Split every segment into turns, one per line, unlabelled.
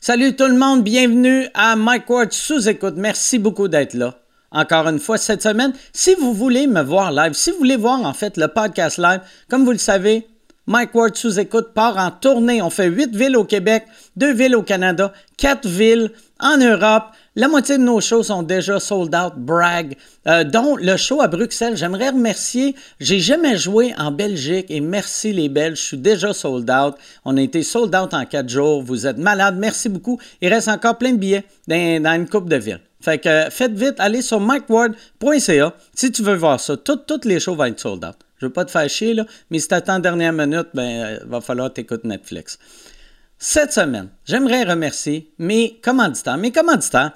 Salut tout le monde, bienvenue à Mike Ward sous écoute. Merci beaucoup d'être là. Encore une fois cette semaine, si vous voulez me voir live, si vous voulez voir en fait le podcast live, comme vous le savez, Mike Ward sous écoute part en tournée. On fait huit villes au Québec, deux villes au Canada, quatre villes en Europe. La moitié de nos shows sont déjà sold out, brag, euh, dont le show à Bruxelles. J'aimerais remercier, j'ai jamais joué en Belgique et merci les Belges, je suis déjà sold out. On a été sold out en quatre jours, vous êtes malades, merci beaucoup. Il reste encore plein de billets dans, dans une coupe de villes. Fait que euh, faites vite, allez sur mikeward.ca si tu veux voir ça. Tout- toutes les shows vont être sold out. Je veux pas te faire chier, là, mais si t'attends dernière minute, ben, euh, va falloir t'écouter Netflix. Cette semaine, j'aimerais remercier mes commanditaires. Mes commanditaires,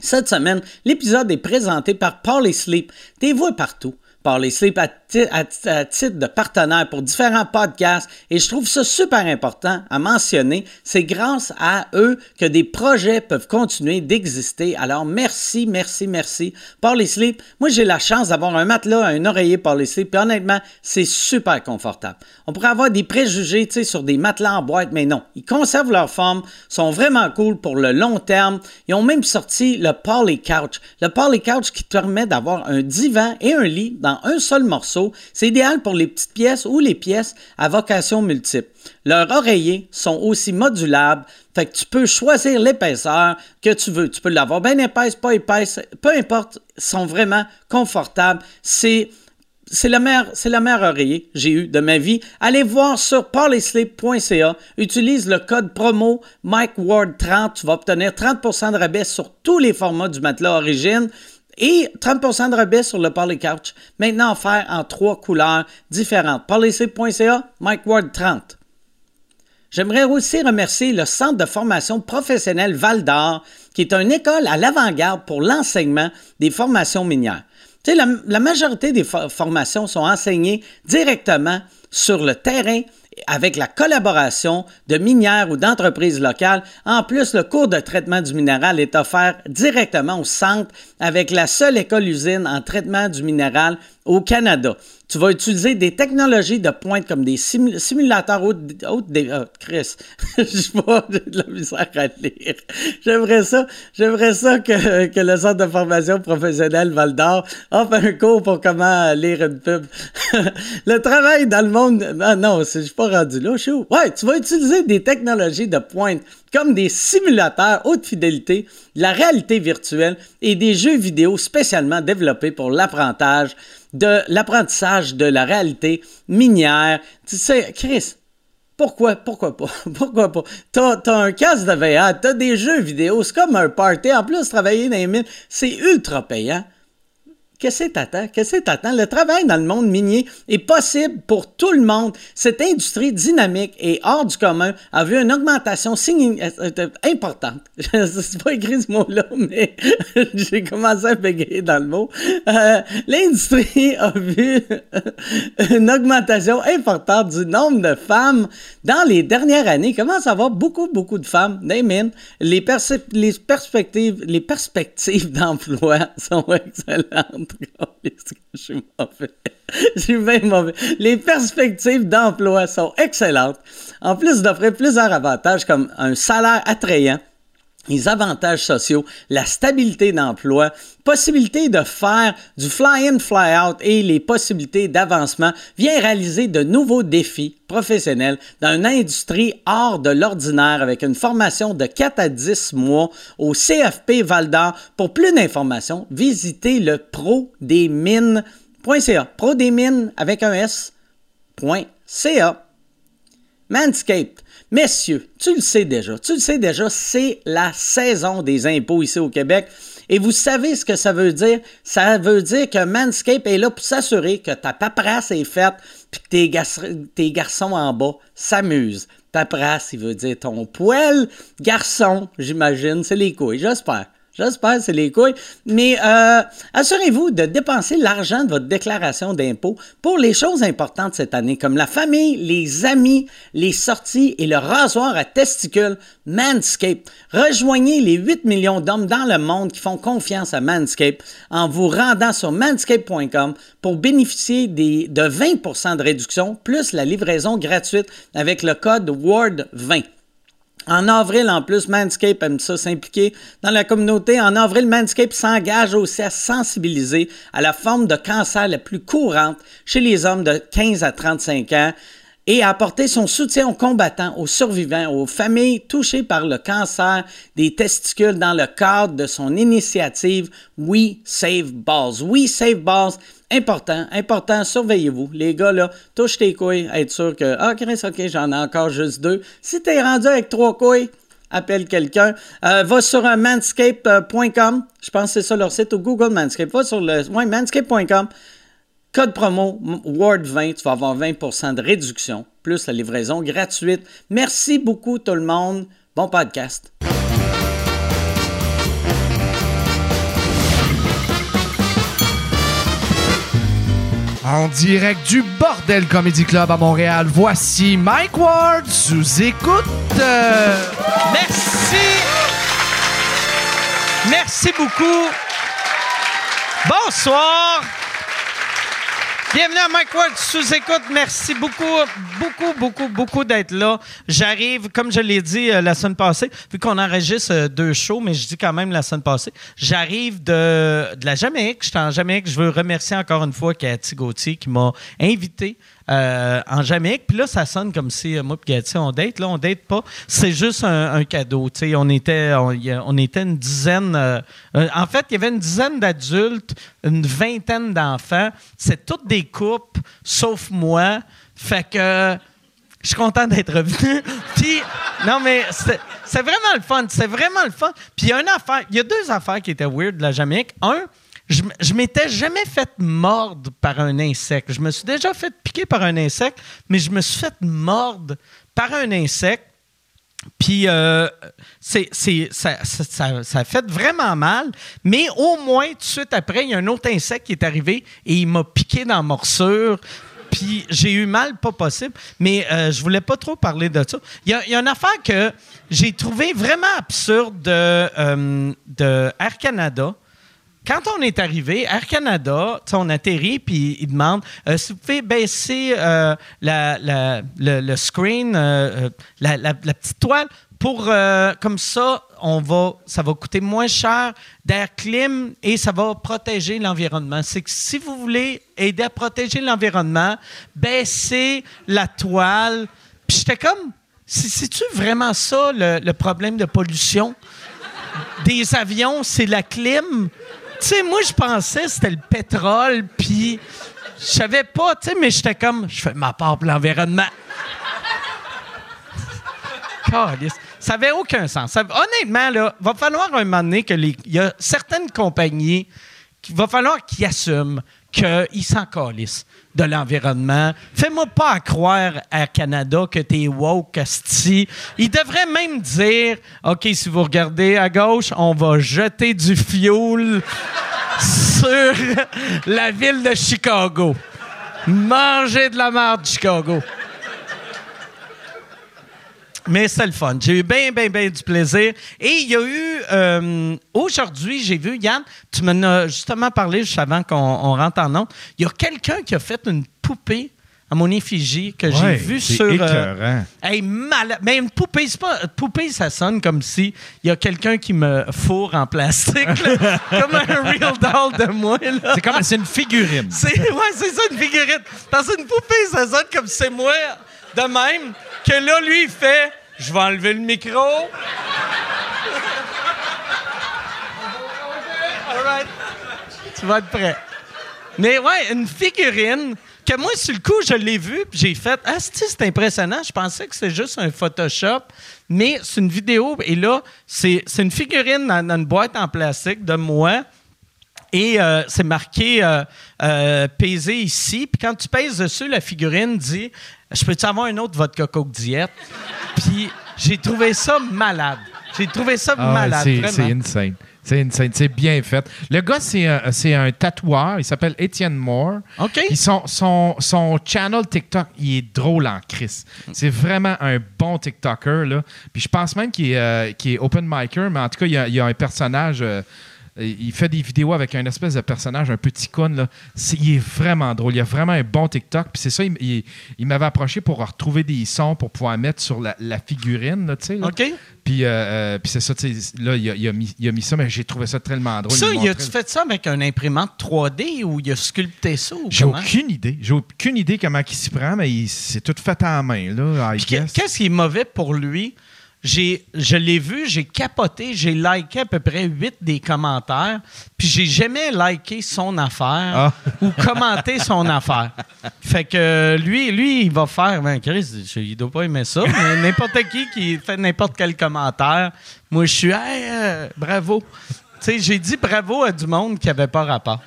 cette semaine, l'épisode est présenté par Parley Sleep. T'es voix partout. Parley Sleep à, ti- à ti- à titre de partenaire pour différents podcasts et je trouve ça super important à mentionner. C'est grâce à eux que des projets peuvent continuer d'exister. Alors merci, merci, merci. Parley Sleep, moi j'ai la chance d'avoir un matelas, un oreiller Parley Sleep puis honnêtement, c'est super confortable. On pourrait avoir des préjugés tu sais, sur des matelas en boîte, mais non. Ils conservent leur forme, sont vraiment cool pour le long terme. Ils ont même sorti le Parley Couch. Le Parley Couch qui te permet d'avoir un divan et un lit dans un seul morceau. C'est idéal pour les petites pièces ou les pièces à vocation multiple. Leurs oreillers sont aussi modulables, fait que tu peux choisir l'épaisseur que tu veux. Tu peux l'avoir bien épaisse, pas épaisse, peu importe, ils sont vraiment confortables. C'est c'est le meilleur, c'est le meilleur oreiller que j'ai eu de ma vie. Allez voir sur parlesleep.ca. Utilise le code promo MikeWard30. Tu vas obtenir 30% de rabais sur tous les formats du matelas Origine et 30% de rabais sur le Parley Couch. Maintenant offert en trois couleurs différentes. Parlesleep.ca, MikeWard30. J'aimerais aussi remercier le Centre de formation professionnelle Val d'Or, qui est une école à l'avant-garde pour l'enseignement des formations minières. Tu sais, la, la majorité des fo- formations sont enseignées directement sur le terrain avec la collaboration de minières ou d'entreprises locales. En plus, le cours de traitement du minéral est offert directement au centre avec la seule école-usine en traitement du minéral au Canada. Tu vas utiliser des technologies de pointe comme des simu- simulateurs haute, haute dé- ah, Chris, je vois j'ai de la misère à lire. J'aimerais ça, j'aimerais ça que, que le centre de formation professionnelle Val d'Or offre un cours pour comment lire une pub. le travail dans le monde, ah non, c'est- je suis pas rendu là, je suis où? Ouais, tu vas utiliser des technologies de pointe comme des simulateurs haute fidélité, de la réalité virtuelle et des jeux vidéo spécialement développés pour l'apprentissage de l'apprentissage de la réalité minière. Tu sais, Chris, pourquoi, pourquoi pas? Pourquoi pas? T'as, t'as un casque de VR, t'as des jeux vidéo, c'est comme un party. En plus, travailler dans les mines, c'est ultra payant. Qu'est-ce que t'attends? Qu'est-ce que t'attends? Le travail dans le monde minier est possible pour tout le monde. Cette industrie dynamique et hors du commun a vu une augmentation signi- euh, euh, importante. C'est pas écrit ce mot-là, mais j'ai commencé à bégayer dans le mot. Euh, L'industrie a vu une augmentation importante du nombre de femmes dans les dernières années. Il commence à avoir beaucoup, beaucoup de femmes dans les mines. Les, percep- les perspectives, les perspectives d'emploi sont excellentes. Caliste que Je suis mauvais. Je suis bien mauvais. Les perspectives d'emploi sont excellentes. En plus d'offrir plusieurs avantages comme un salaire attrayant, les avantages sociaux, la stabilité d'emploi, possibilité de faire du fly-in, fly-out et les possibilités d'avancement vient réaliser de nouveaux défis professionnels dans une industrie hors de l'ordinaire avec une formation de 4 à 10 mois au CFP Val d'Or. Pour plus d'informations, visitez le prodesmines.ca. Prodesmines avec un S.ca. Manscaped. Messieurs, tu le sais déjà, tu le sais déjà, c'est la saison des impôts ici au Québec. Et vous savez ce que ça veut dire? Ça veut dire que Manscaped est là pour s'assurer que ta paperasse est faite puis que tes, gas- tes garçons en bas s'amusent. Paperasse, il veut dire ton poil. Garçon, j'imagine, c'est les couilles, j'espère. J'espère, c'est les couilles. Mais euh, assurez-vous de dépenser l'argent de votre déclaration d'impôt pour les choses importantes cette année, comme la famille, les amis, les sorties et le rasoir à testicules Manscaped. Rejoignez les 8 millions d'hommes dans le monde qui font confiance à Manscaped en vous rendant sur manscaped.com pour bénéficier des, de 20 de réduction plus la livraison gratuite avec le code WARD20.
En avril, en plus, Manscape aime ça s'impliquer dans la communauté. En avril, Manscape s'engage aussi à sensibiliser à la forme de cancer la plus courante chez les hommes de 15 à 35 ans et à apporter son soutien aux combattants, aux survivants, aux familles touchées par le cancer des testicules dans le cadre de son initiative We Save Balls. We Save Balls, important, important, surveillez-vous. Les gars, là, touche tes couilles, être sûr que, ah, Chris, ok, j'en ai encore juste deux. Si t'es rendu avec trois couilles, appelle quelqu'un. Euh, va sur euh, manscape.com, je pense que c'est ça leur site, ou Google Manscape. Va sur le, ouais, manscape.com. Code promo WARD20, tu vas avoir 20% de réduction, plus la livraison gratuite. Merci beaucoup tout le monde. Bon podcast.
En direct du Bordel Comedy Club à Montréal, voici Mike Ward sous écoute. Euh,
Merci. Merci beaucoup. Bonsoir. Bienvenue à Mike Ward sous-écoute. Merci beaucoup, beaucoup, beaucoup, beaucoup d'être là. J'arrive, comme je l'ai dit euh, la semaine passée, vu qu'on enregistre euh, deux shows, mais je dis quand même la semaine passée, j'arrive de, de la Jamaïque. Je suis en Jamaïque. Je veux remercier encore une fois Cathy Gauthier qui m'a invité euh, en Jamaïque. Puis là, ça sonne comme si euh, moi et Cathy, on date. Là, on date pas. C'est juste un, un cadeau. Tu sais, on était, on, y a- on était une dizaine. euh, euh, en fait, il y avait une dizaine d'adultes, une vingtaine d'enfants. C'est toutes des couples, sauf moi. Fait que. Je suis content d'être revenu. Puis, non, mais c'est c'est vraiment le fun. C'est vraiment le fun. Puis, il y a une affaire. Il y a deux affaires qui étaient weird de la Jamaïque. Un, je, m- je m'étais jamais fait mordre par un insecte. Je me suis déjà fait piquer par un insecte, mais je me suis fait mordre par un insecte. Puis, euh, c'est, c'est- ça, ça, ça- ça a fait vraiment mal, mais au moins, tout de suite après, il y a un autre insecte qui est arrivé et il m'a piqué dans la morsure. Puis, j'ai eu mal, pas possible, mais euh, je voulais pas trop parler de ça. Il y a, il y a une affaire que j'ai trouvé vraiment absurde de, euh, de Air Canada quand on est arrivé, Air Canada, tu sais, on atterrit, puis ils demandent euh, si vous pouvez baisser euh, la- la- le, le screen, euh, euh, la, la- la petite toile, pour euh, comme ça, on va, ça va coûter moins cher d'air clim et ça va protéger l'environnement. C'est que si vous voulez aider à protéger l'environnement, baissez la toile. Puis j'étais comme, c'est- c'est-tu vraiment ça le- le problème de pollution? des avions, c'est la clim. Tu sais, moi, je pensais que c'était le pétrole, puis je savais pas, tu sais, mais j'étais comme, je fais ma part pour l'environnement. Câlisse. Ça avait aucun sens. Ça- honnêtement, là, va falloir un moment donné que les, il y a certaines compagnies qui va falloir qu'ils assument qu'ils s'en calissent de l'environnement. Fais-moi pas à croire à Canada que t'es woke, asti. Ils devraient même dire, OK, si vous regardez à gauche, on va jeter du fioul sur la ville de Chicago. Manger de la merde, Chicago. Mais c'est le fun. J'ai eu bien, bien, bien du plaisir. Et il y a eu, euh, aujourd'hui, j'ai vu, Yann, tu m'en as justement parlé juste avant qu'on on rentre en nom. Il y a quelqu'un qui a fait une poupée à mon effigie que j'ai
Ouais,
vue
c'est
sur. euh,
écœurant.
Hey, malade. Mais une poupée, c'est pas. Poupée, ça sonne comme si il y a quelqu'un qui me fourre en plastique, là. comme un real doll de moi, là.
C'est comme c'est une figurine.
C'est, ouais, c'est ça, une figurine. Dans une poupée, ça sonne comme c'est moi, de même, que là, lui, il fait Je vais enlever le micro. All right. Tu vas être prêt. Mais ouais, une figurine que moi, sur le coup, je l'ai vue, puis j'ai fait Ah, c'ti, c'est impressionnant. Je pensais que c'était juste un Photoshop, mais c'est une vidéo. Et là, c'est, c'est une figurine dans, dans une boîte en plastique de moi. Et euh, c'est marqué euh, euh, Peser ici. Puis quand tu pèses dessus, la figurine dit Je peux-tu avoir un autre vodka coke diète Puis j'ai trouvé ça malade. J'ai trouvé ça
Ah,
malade.
c'est,
vraiment.
c'est insane. C'est insane. C'est bien fait. Le gars, c'est un, c'est un tatoueur. Il s'appelle Étienne Moore.
OK.
Puis son, son, son channel TikTok, il est drôle en crise. C'est vraiment un bon TikToker. Là. Puis je pense même qu'il est, euh, qu'il est open micer, mais en tout cas, il y a, il y a un personnage. euh, Il fait des vidéos avec un espèce de personnage, un petit con. Là. C'est- il est vraiment drôle. Il a vraiment un bon TikTok. Puis c'est ça, il, il- il m'avait approché pour retrouver des sons pour pouvoir mettre sur la, la figurine. Là, tu sais, là.
OK?
Puis, euh, euh, puis c'est ça, tu sais, là, il a, il a mis, il a mis ça, mais j'ai trouvé ça tellement drôle.
ça,
Il
il
montrait-
a-tu fait ça avec un imprimante 3D ou il a sculpté ça ou
J'ai
comment?
aucune idée. J'ai aucune idée comment il s'y prend, mais il- c'est tout fait en main, là, I
Puis que-
guess.
qu'est-ce qui est mauvais pour lui? J'ai, je l'ai vu, j'ai capoté, j'ai liké à peu près 8 des commentaires, puis j'ai jamais liké son
Ah.
affaire ou commenté son affaire. Fait que lui, lui il va faire, ben Chris, je- il doit pas aimer ça, mais n'importe qui qui fait n'importe quel commentaire, moi je suis, hey, euh, bravo. Tu sais, j'ai dit bravo à du monde qui avait pas rapport.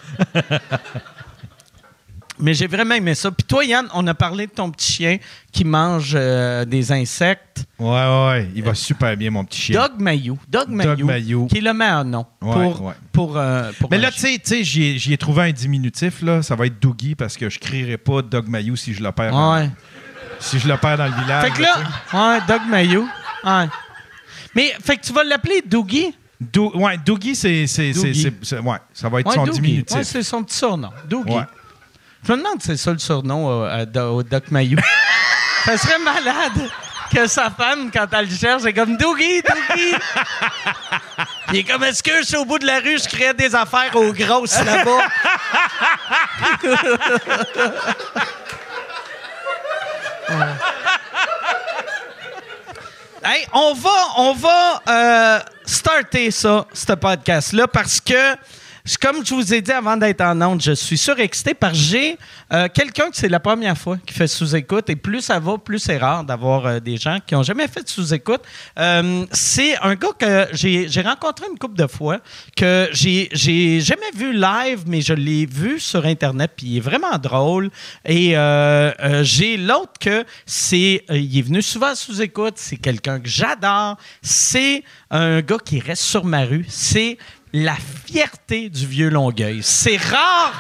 Mais j'ai vraiment aimé ça. Puis toi, Yann, on a parlé de ton petit chien qui mange euh, des insectes.
Ouais, ouais, ouais, il va super bien, mon petit chien.
Dog Mayou. Dog Mayou.
Mayou.
Qui est le meilleur nom
Ouais,
pour,
ouais.
pour, euh, pour
mais
un
là, tu
chien.
sais, tu sais, j'y ai- j'y ai trouvé un diminutif, là. Ça va être Doogie parce que je crierai pas Dog Mayou si je le perds. dans-
Ouais.
Si je le perds dans le village.
Fait que
là,
là, ouais, Dog Mayou. Ouais. Mais fait que tu vas l'appeler Doogie.
tu sais. Doo- ouais, Doogie, c'est. c'est- c'est-
Doogie.
c'est- c'est- Ouais, ça va être
Ouais,
son
Doogie.
diminutif.
Ouais, c'est son petit surnom. Doogie.
Ouais.
Je me demande si c'est ça le surnom euh, à Do- au Doc Mayou. ça serait malade que sa femme, quand elle le cherche, est comme Doogie, Doogie. Il est comme Est-ce que je suis au bout de la rue, je crée des affaires aux grosses là-bas? Hey, on va, on va euh, starter ça, ce podcast-là, parce que, je- comme je vous ai dit avant d'être en onde, je suis surexcité parce que j'ai euh, quelqu'un que c'est la première fois qui fait sous-écoute, et plus ça va, plus c'est rare d'avoir euh, des gens qui n'ont jamais fait de sous-écoute. Euh, c'est un gars que j'ai j'ai rencontré une couple de fois, que j'ai j'ai jamais vu live, mais je l'ai vu sur Internet, puis il est vraiment drôle. Et euh, euh, j'ai l'autre que c'est. euh, il est venu souvent sous écoute, c'est quelqu'un que j'adore. C'est un gars qui reste sur ma rue. C'est la fierté du vieux Longueuil. C'est rare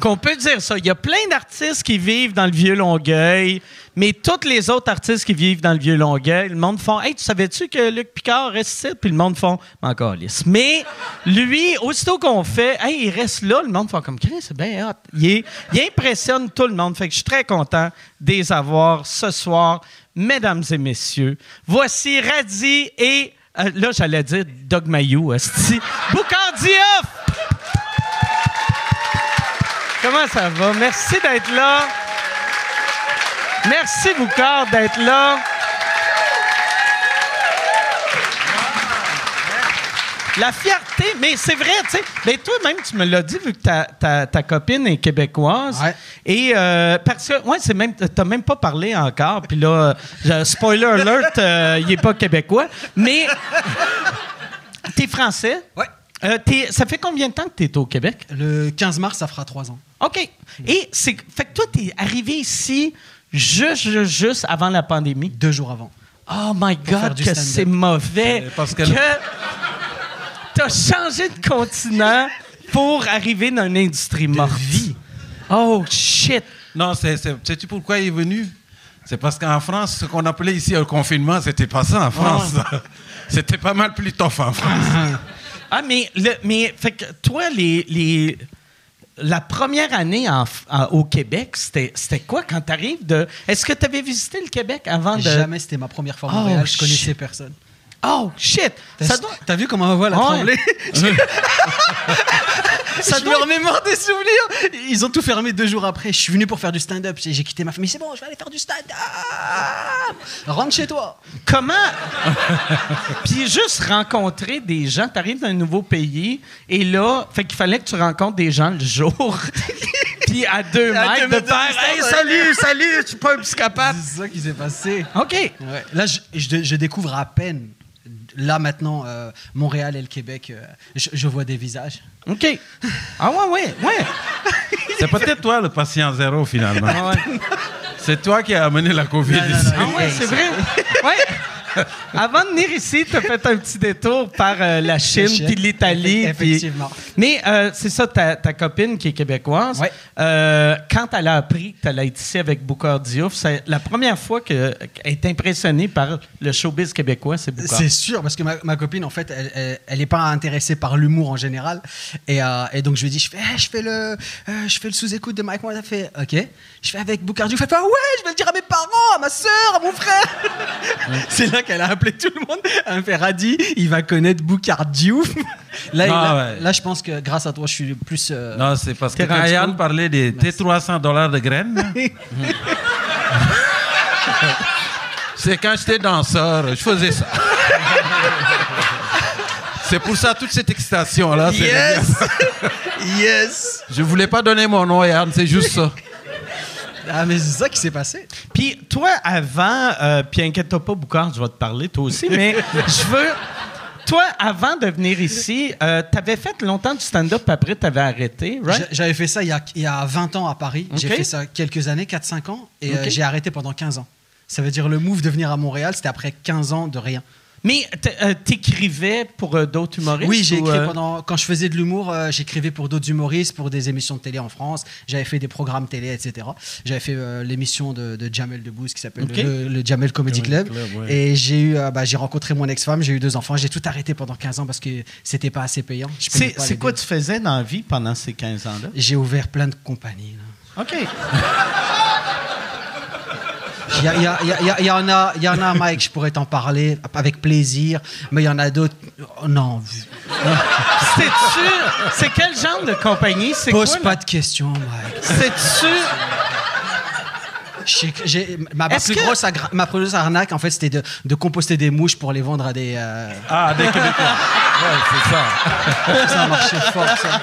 qu'on peut dire ça. Il y a plein d'artistes qui vivent dans le vieux Longueuil, mais tous les autres artistes qui vivent dans le vieux Longueuil, le monde font Hey, tu savais-tu que Luc Picard reste ici Puis le monde font M'en calisse. Mais lui, aussitôt qu'on fait Hey, il reste là, le monde fait comme Chris, c'est bien hot. Il, est- il impressionne tout le monde. Fait que je suis très content de les avoir ce soir. Mesdames et messieurs, voici Radzi et. euh, là, j'allais dire Doug Mayou, esti. Boucan Diouf! Comment ça va? Merci d'être là. Merci, Boucard, d'être là. La fierté, mais c'est vrai, tu sais. Mais toi-même, tu me l'as dit, vu que ta, ta- ta copine est québécoise.
Ouais.
Et euh, parce que, ouais, c'est même, t'as même pas parlé encore. Puis là, euh, spoiler alert, euh, il est pas québécois. Mais t'es français.
Ouais.
Euh, t'es- ça fait combien de temps que t'es au Québec?
Le 15 mars, ça fera trois ans.
OK. Et c'est. Fait que toi, t'es arrivé ici juste, juste, juste avant la pandémie.
Deux jours avant.
Oh my
faire
God,
du
que
stand-up.
c'est mauvais.
Euh, parce que-
t'as changé de continent pour arriver dans une industrie morte.
vie.
Oh shit.
Non, c'est, c'est- sais-tu pourquoi il est venu C'est parce qu'en France, ce qu'on appelait ici le confinement, c'était pas ça en France. c'était pas mal plus tough en France.
Ah, mais, le, mais fait que toi, les, les- la première année en- en- au Québec, c'était c'était quoi quand t'arrives de. Est-ce que t'avais visité le Québec avant de.
Jamais, c'était ma première fois à Montréal.
Ah, ben. Oh,
je connaissais
shit.
personne.
Oh shit.
T'as
Ça doit-
t'as vu comment ma voix elle a
Ouais.
tremblé
Ça
Je
doit-
me remémore des souvenirs. Ils ont tout fermé deux jours après. Je suis venu pour faire du stand-up. J'ai j'ai quitté ma famille. C'est bon, je vais aller faire du stand-up. Rentre chez toi.
Comment. Puis juste rencontrer des gens. T'arrives dans un nouveau pays et là, fait qu'il fallait que tu rencontres des gens le jour. Puis à deux
À
mètres
deux
de
mètres de
faire
distance,
Hey,
ouais.
salut, salut, je suis pas un psychopathe.
C'est ça qui s'est passé.
OK.
Ouais. Là, je, je- je découvre à peine. Là, maintenant, euh, Montréal et le Québec, euh, je, je vois des visages.
OK. Ah ouais, ouais, ouais.
c'est peut-être toi le patient zéro finalement.
Ah ouais.
c'est toi qui as amené la COVID
Non, non, non,
ici.
Ah ouais, c'est vrai. Ouais. Avant de venir ici, tu as fait un petit détour par euh, la Chine,
Chine.
puis l'Italie.
Effect-
puis-
effectivement.
Mais euh, c'est ça, ta, ta copine qui est québécoise,
Ouais.
euh, quand elle a appris que tu allais être ici avec Boucard Diouf, c'est la première fois que- qu'elle est impressionnée par le showbiz québécois, c'est Boucard.
C'est sûr, parce que ma, ma copine, en fait, elle- elle- elle n'est pas intéressée par l'humour en général. Et, euh, et donc, je lui ai dit, je fais, eh, je fais le, euh, je fais le sous-écoute de Mike Ward. Elle fait, OK. Je fais avec Boucardi. Elle fait, ah ouais, je vais le dire à mes parents, à ma soeur, à mon frère. C'est là qu'elle a appelé tout le monde. Elle me fait, Radi, il va connaître Boucardi. là, il-
Ah
là,
ouais.
là, je pense que grâce à toi, je suis plus. euh,
Non, c'est parce que
Terrain
quand
expo.
Yann parlait des tes 300 dollars de graines, là. c'est quand j'étais danseur, je faisais ça. c'est pour ça toute cette excitation-là. c'est
yes! yes!
Je voulais pas donner mon nom, Yann, c'est juste ça.
Ah, mais c'est ça qui s'est passé.
Puis toi, avant, euh, puis inquiète-toi pas, Boucard, je vais te parler toi aussi, mais je veux. Toi, avant de venir ici, euh, t'avais fait longtemps du stand-up, puis après t'avais arrêté, right?
J'a- J'avais fait ça il y, a, il y a 20 ans à Paris. J'ai
Ok.
fait ça quelques années, 4-5 ans, et euh,
Ok.
j'ai arrêté pendant 15 ans. Ça veut dire le move de venir à Montréal, c'était après 15 ans de rien.
Mais t'- euh, t'écrivais pour euh, d'autres humoristes?
Oui, j'ai
ou,
écrit
euh,
pendant. Quand je faisais de l'humour, euh, j'écrivais pour d'autres humoristes, pour des émissions de télé en France. J'avais fait des programmes télé, etc. J'avais fait euh, l'émission de, de Jamel Debbouze qui s'appelle
Ok.
le, le Jamel Comedy Club. Et j'ai eu, euh, bah, j'ai rencontré mon ex-femme, j'ai eu deux enfants. J'ai tout arrêté pendant 15 ans parce que c'était pas assez payant. Je payais
C'est
pas
c'est
les
quoi
billes.
tu faisais dans la vie pendant ces 15 ans-là?
J'ai ouvert plein de compagnies. là.
OK.
Il y, a- il y a- il y a- il y en a, il y en a, Mike, je pourrais t'en parler avec plaisir, mais il y en a d'autres. oh, non,
C'est sûr. C'est quel genre de compagnie? C'est
pose
quoi,
pas
là?
de questions, Mike.
C'est sûr.
J'ai- j'ai- ma, ma
Est-ce
plus
que-
grosse agra- ma plus grosse arnaque, en fait, c'était de, de composter des mouches pour les vendre à des. euh,
Ah, des Québécois. Ouais, c'est ça.
ça marchait fort, ça.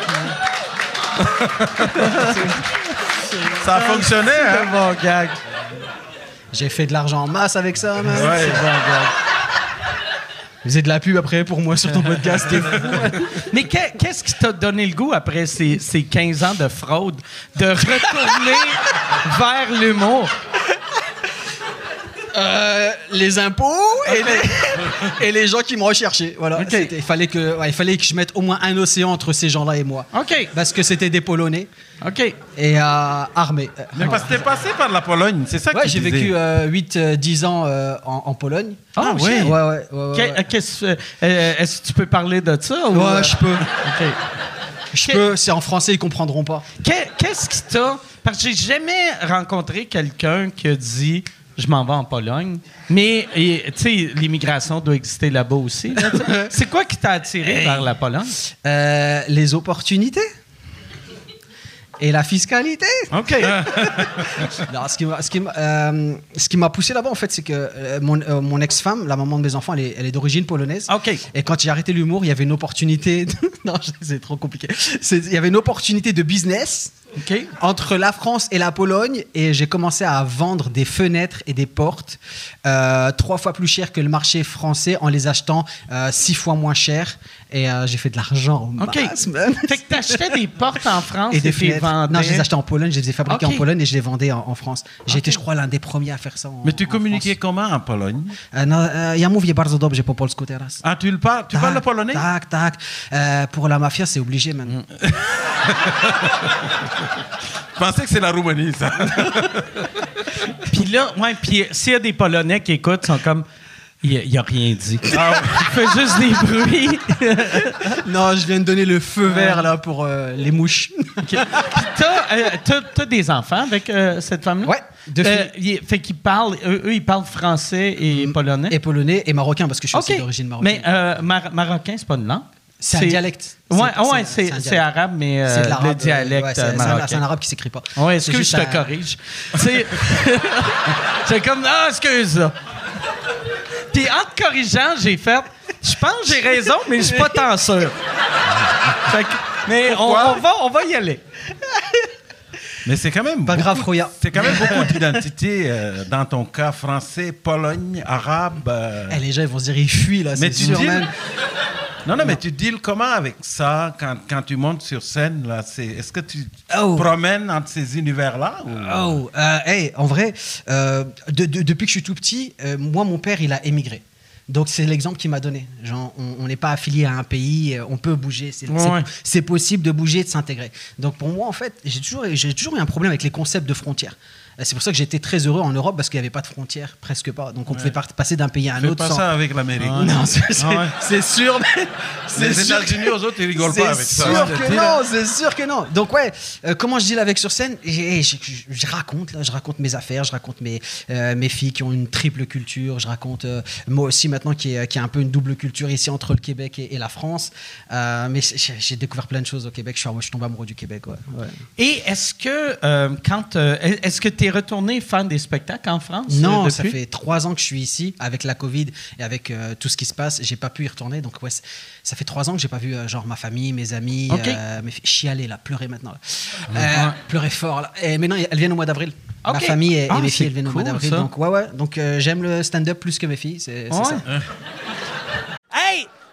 Ça a fonctionné, hein?
Bon gag.
J'ai fait de l'argent en masse avec ça, man.
Ouais.
C'est bon, regarde. Ils faisaient de la pub après pour moi sur ton podcast. t'es fou.
Mais que- qu'est-ce qui t'a donné le goût après ces, ces 15 ans de fraude de retourner vers l'humour?
Euh, les impôts et les, et les gens qui me recherchaient. Voilà.
Ok.
C'était- Il, fallait que, ouais, il fallait que je mette au moins un océan entre ces gens-là et moi.
OK.
Parce que c'était des Polonais
OK.
et euh, armés. Euh,
Mais parce que t'es passé par la Pologne, c'est ça que
Ouais,
tu
j'ai
disais.
vécu 8-10 ans euh, en, en Pologne.
Ah,
oui
ouais.
Ouais, ouais, ouais, ouais,
Que-
ouais.
qu'est-ce que- euh, Est-ce que tu peux parler de ça? ou- euh?
Ouais, je peux.
OK.
Je
Que-
peux, c'est en français, ils comprendront pas.
Que- Qu'est-ce qui t'a. Parce que j'ai jamais rencontré quelqu'un qui a dit je m'en vais en Pologne. Mais, et, tu sais, l'immigration doit exister là-bas aussi. là, tu sais. C'est quoi qui t'a attiré vers la Pologne?
Euh, les opportunités et la fiscalité.
OK.
Non, ce qui m'a- ce qui m'a euh, ce qui m'a poussé là-bas, en fait, c'est que euh, mon, euh, mon ex-femme, la maman de mes enfants, elle est, elle est d'origine polonaise.
Ah, OK.
Et quand j'ai arrêté l'humour, il y avait une opportunité. de- non, c'est trop compliqué. C'est- Il y avait une opportunité de business
OK.
entre la France et la Pologne et j'ai commencé à vendre des fenêtres et des portes euh, trois fois plus cher que le marché français en les achetant euh, six fois moins cher et euh, j'ai fait de l'argent au
OK.
max, man.
Fait que t'achetais des portes en France
Bah, et des
tu les
fenêtres.
vendais.
Non, je les achetais en Pologne, je les ai fabriqués
Ok.
en Pologne et je les vendais en, en France. J'ai été, je crois, l'un des premiers à faire ça. En,
Mais tu
en
communiquais
France.
comment en Pologne?
Euh, no, euh, ja mówię bardzo dobrze po polsku teraz.
Ah, tu le parles, tu parles le
Tac,
polonais?
Tac, tac. Euh, pour la mafia, c'est obligé, man.
Je pensais que c'est la Roumanie, ça.
Puis là, ouais, puis s'il y a des Polonais qui écoutent, ils sont comme. Il a, il a rien dit. Il fait juste des bruits. Mm.
non, je viens de donner le feu vert là pour euh, les mouches.
T'as, euh, t'as- t'as des enfants avec euh, cette femme-là?
Ouais, deux
Euh,
filles.
il- fait qu'ils parlent, eux, eux, ils parlent français et polonais.
Mm-hmm. Et polonais et marocain parce que je suis
OK.
aussi d'origine marocaine.
Mais euh, mar- marocain, c'est pas une langue.
C'est un dialecte.
Ouais,
C'est-
ouais, c'est,
c'est- c'est un
c'est
dialecte.
arabe, mais euh,
c'est de l'arabe.
le dialecte
ouais, c'est-
euh,
c'est un- C'est un
marocain.
arabe qui s'écrit pas.
Ouais,
C'est
excuse,
juste
je te
un-
corrige. C'est, c'est comme, ah, excuse. là. Puis en te corrigeant, j'ai fait, je pense que j'ai raison, mais je suis pas tant sûr. Fait que- mais on,
Pourquoi?
on va, on va y aller.
Mais c'est quand même.
Pas
beaucoup-
grave, Roya.
C'est quand même beaucoup d'identités euh, dans ton cas français, Pologne, arabe. euh.
Eh, les gens ils vont se dire ils fuient là.
mais
c'est
tu
sûr,
deals-
man.
Non, non, mais tu deals comment avec ça quand, quand tu montes sur scène là c'est Est-ce que tu
Oh.
te promènes entre ces univers là
Oh, euh, hey, en vrai, euh, de- de- depuis que je suis tout petit, euh, moi, mon père, il a émigré. Donc c'est l'exemple qu'il m'a donné. Genre, on on n'est pas affilié à un pays, euh, on peut bouger. C'est c'est-
Ouais.
c'est possible de bouger et de s'intégrer. Donc pour moi, en fait, j'ai toujours, j'ai toujours eu un problème avec les concepts de frontières. Euh, C'est pour ça que j'étais très heureux en Europe parce qu'il n'y avait pas de frontières, presque pas. Donc on pouvait par- passer d'un pays à un
Fais
autre
pas
sans.
ça avec l'Amérique.
Non, c'est c'est-
Ah ouais.
c'est sûr, mais. c'est
Les
sûr que-
États-Unis, aux autres, ils rigolent pas avec ça.
c'est sûr que non, c'est sûr que non. Donc ouais, euh, comment je dis avec sur scène, j'ai- j'ai- je raconte là, je raconte mes affaires, je raconte mes euh, mes filles qui ont une triple culture, je raconte euh, moi aussi maintenant qui est qui a un peu une double culture ici entre le Québec et, et la France. Euh, mais j'ai- j'ai découvert plein de choses au Québec. Je suis, je suis tombé amoureux du Québec. Ouais. Ouais.
Et est-ce que euh, quand euh, est-ce que tu es retourné fan des spectacles en France
Non,
euh,
ça
depuis?
fait trois ans que je suis ici avec la Covid et avec euh, tout ce qui se passe. J'ai pas pu y retourner, donc ouais, c- ça fait trois ans que j'ai pas vu euh, genre ma famille, mes amis,
Ok.
euh, mes filles chialer là, pleurer maintenant, là. Euh, pleurer fort là. Et maintenant elles viennent au mois d'avril. Ma
Ok.
famille et, et
Ah,
mes
c'est
filles elles viennent au mois
cool,
d'avril,
ça.
donc ouais ouais. Donc euh, j'aime le stand-up plus que mes filles, c'est c'est
Ouais.
ça.
Hey,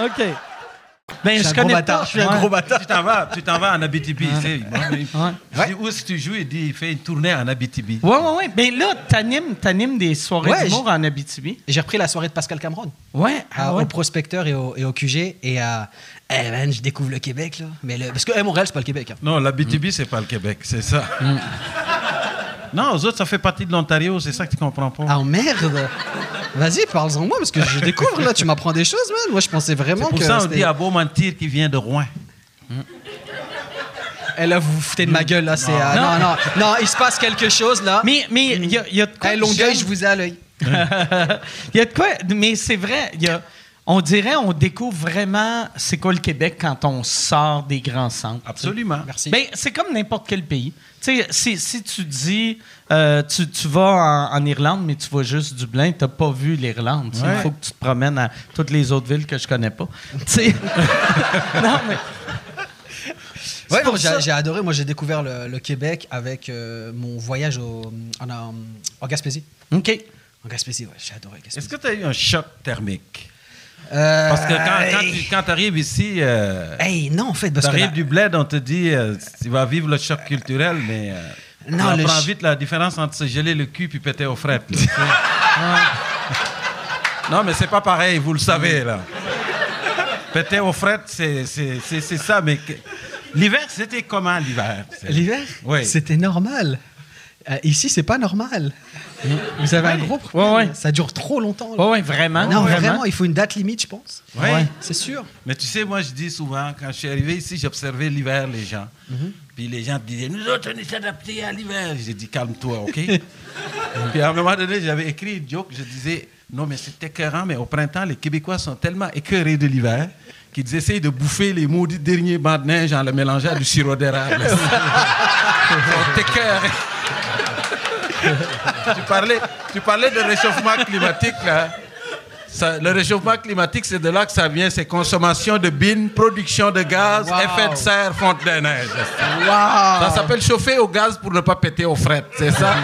ha! OK. Ben,
Je suis un gros bâtard, je suis un
Ouais.
gros
Tu t'en vas, tu t'en vas en Abitibi. tu sais. Moi, il- Je dis, où est-ce que tu joues? Il dit, il fait une tournée en Abitibi.
Ouais, ouais, ouais. Ben là, t'animes, t'animes des soirées
Ouais, ah
d'humour en Abitibi.
J'ai repris la soirée de Pascal Cameron.
Ah Ouais,
à- au prospecteur et au, et au QG et à eh man, je découvre le Québec là. Mais le- parce que eh, Montréal c'est pas le Québec. hein.
Non, l'Abitibi, c'est pas le Québec, c'est ça. Mm. Non, aux autres, ça fait partie de l'Ontario, c'est ça que tu comprends pas.
Ah merde Vas-y, parle-en moi, parce que je découvre, là, tu m'apprends des choses, man. Moi, je pensais vraiment
c'est pour
que...
ça on
c'était-
dit ah, à beau mentir qui vient de Rouen.
Eh, là, vous vous foutez de ma gueule, là, c'est... euh, non. non, non, il se passe quelque chose, là.
Mais il mais, il y, a- il y a de quoi.
Eh,
de
Longueuil,
jeune.
je vous ai à l'œil.
Il y a de quoi, mais c'est vrai, il y a- on dirait, on découvre vraiment c'est quoi le Québec quand on sort des grands centres.
Absolument.
Merci.
Ben, c'est comme n'importe quel pays. Tu sais, si, si tu dis, euh, tu, tu vas en, en Irlande, mais tu vas juste Dublin, tu n'as pas vu l'Irlande. tu sais. Il faut que tu te promènes à toutes les autres villes que je connais pas. Tu sais. non, mais.
Ouais,
pour
non, j'ai
ça.
j'ai adoré. Moi, j'ai découvert le, le Québec avec euh, mon voyage au, en, en, en Gaspésie.
OK.
En Gaspésie, ouais, j'ai adoré Gaspésie.
Est-ce que tu as eu un choc thermique?
Euh,
Parce que quand,
hey.
tu arrives ici, euh,
Hey, non, en fait, parce que...
t'arrives
la-
du bled, on te dit euh, tu vas vivre le choc culturel, mais euh,
Non,
on
le
apprend
ch-
vite la différence entre se geler le cul puis péter aux frettes. là, tu sais. non, mais c'est pas pareil, vous le savez là. péter aux frettes, c'est, c'est, c'est, c'est ça, mais que- l'hiver, c'était comment l'hiver c'est-
Euh, L'hiver,
Oui.
c'était normal. Euh, ici, c'est pas normal. Vous avez un gros problème.
Mm. Ouais, ouais.
Ça dure trop longtemps. là.
Ouais, ouais, vraiment.
Non,
vraiment.
vraiment, il faut une date limite, je pense.
Ouais.
C'est sûr.
Mais tu sais, moi, je dis souvent, quand je suis arrivé ici, j'observais l'hiver, les gens. Puis les gens disaient, nous autres, on est adaptés à l'hiver. J'ai dit, calme-toi, OK? Puis à un moment donné, j'avais écrit une joke, je disais, non, mais c'est écœurant, mais au printemps, les Québécois sont tellement écœurés de l'hiver qu'ils essayent de bouffer les maudits derniers bancs de neige en le mélangeant à du sirop d'érable. Ils sont écœurés. tu, parlais, tu parlais de réchauffement climatique, là. Ça- le réchauffement climatique, c'est de là que ça vient, c'est consommation de bines, production de gaz, effet de serre, fonte de neige. Ça s'appelle chauffer au gaz pour ne pas péter aux frettes, c'est ça?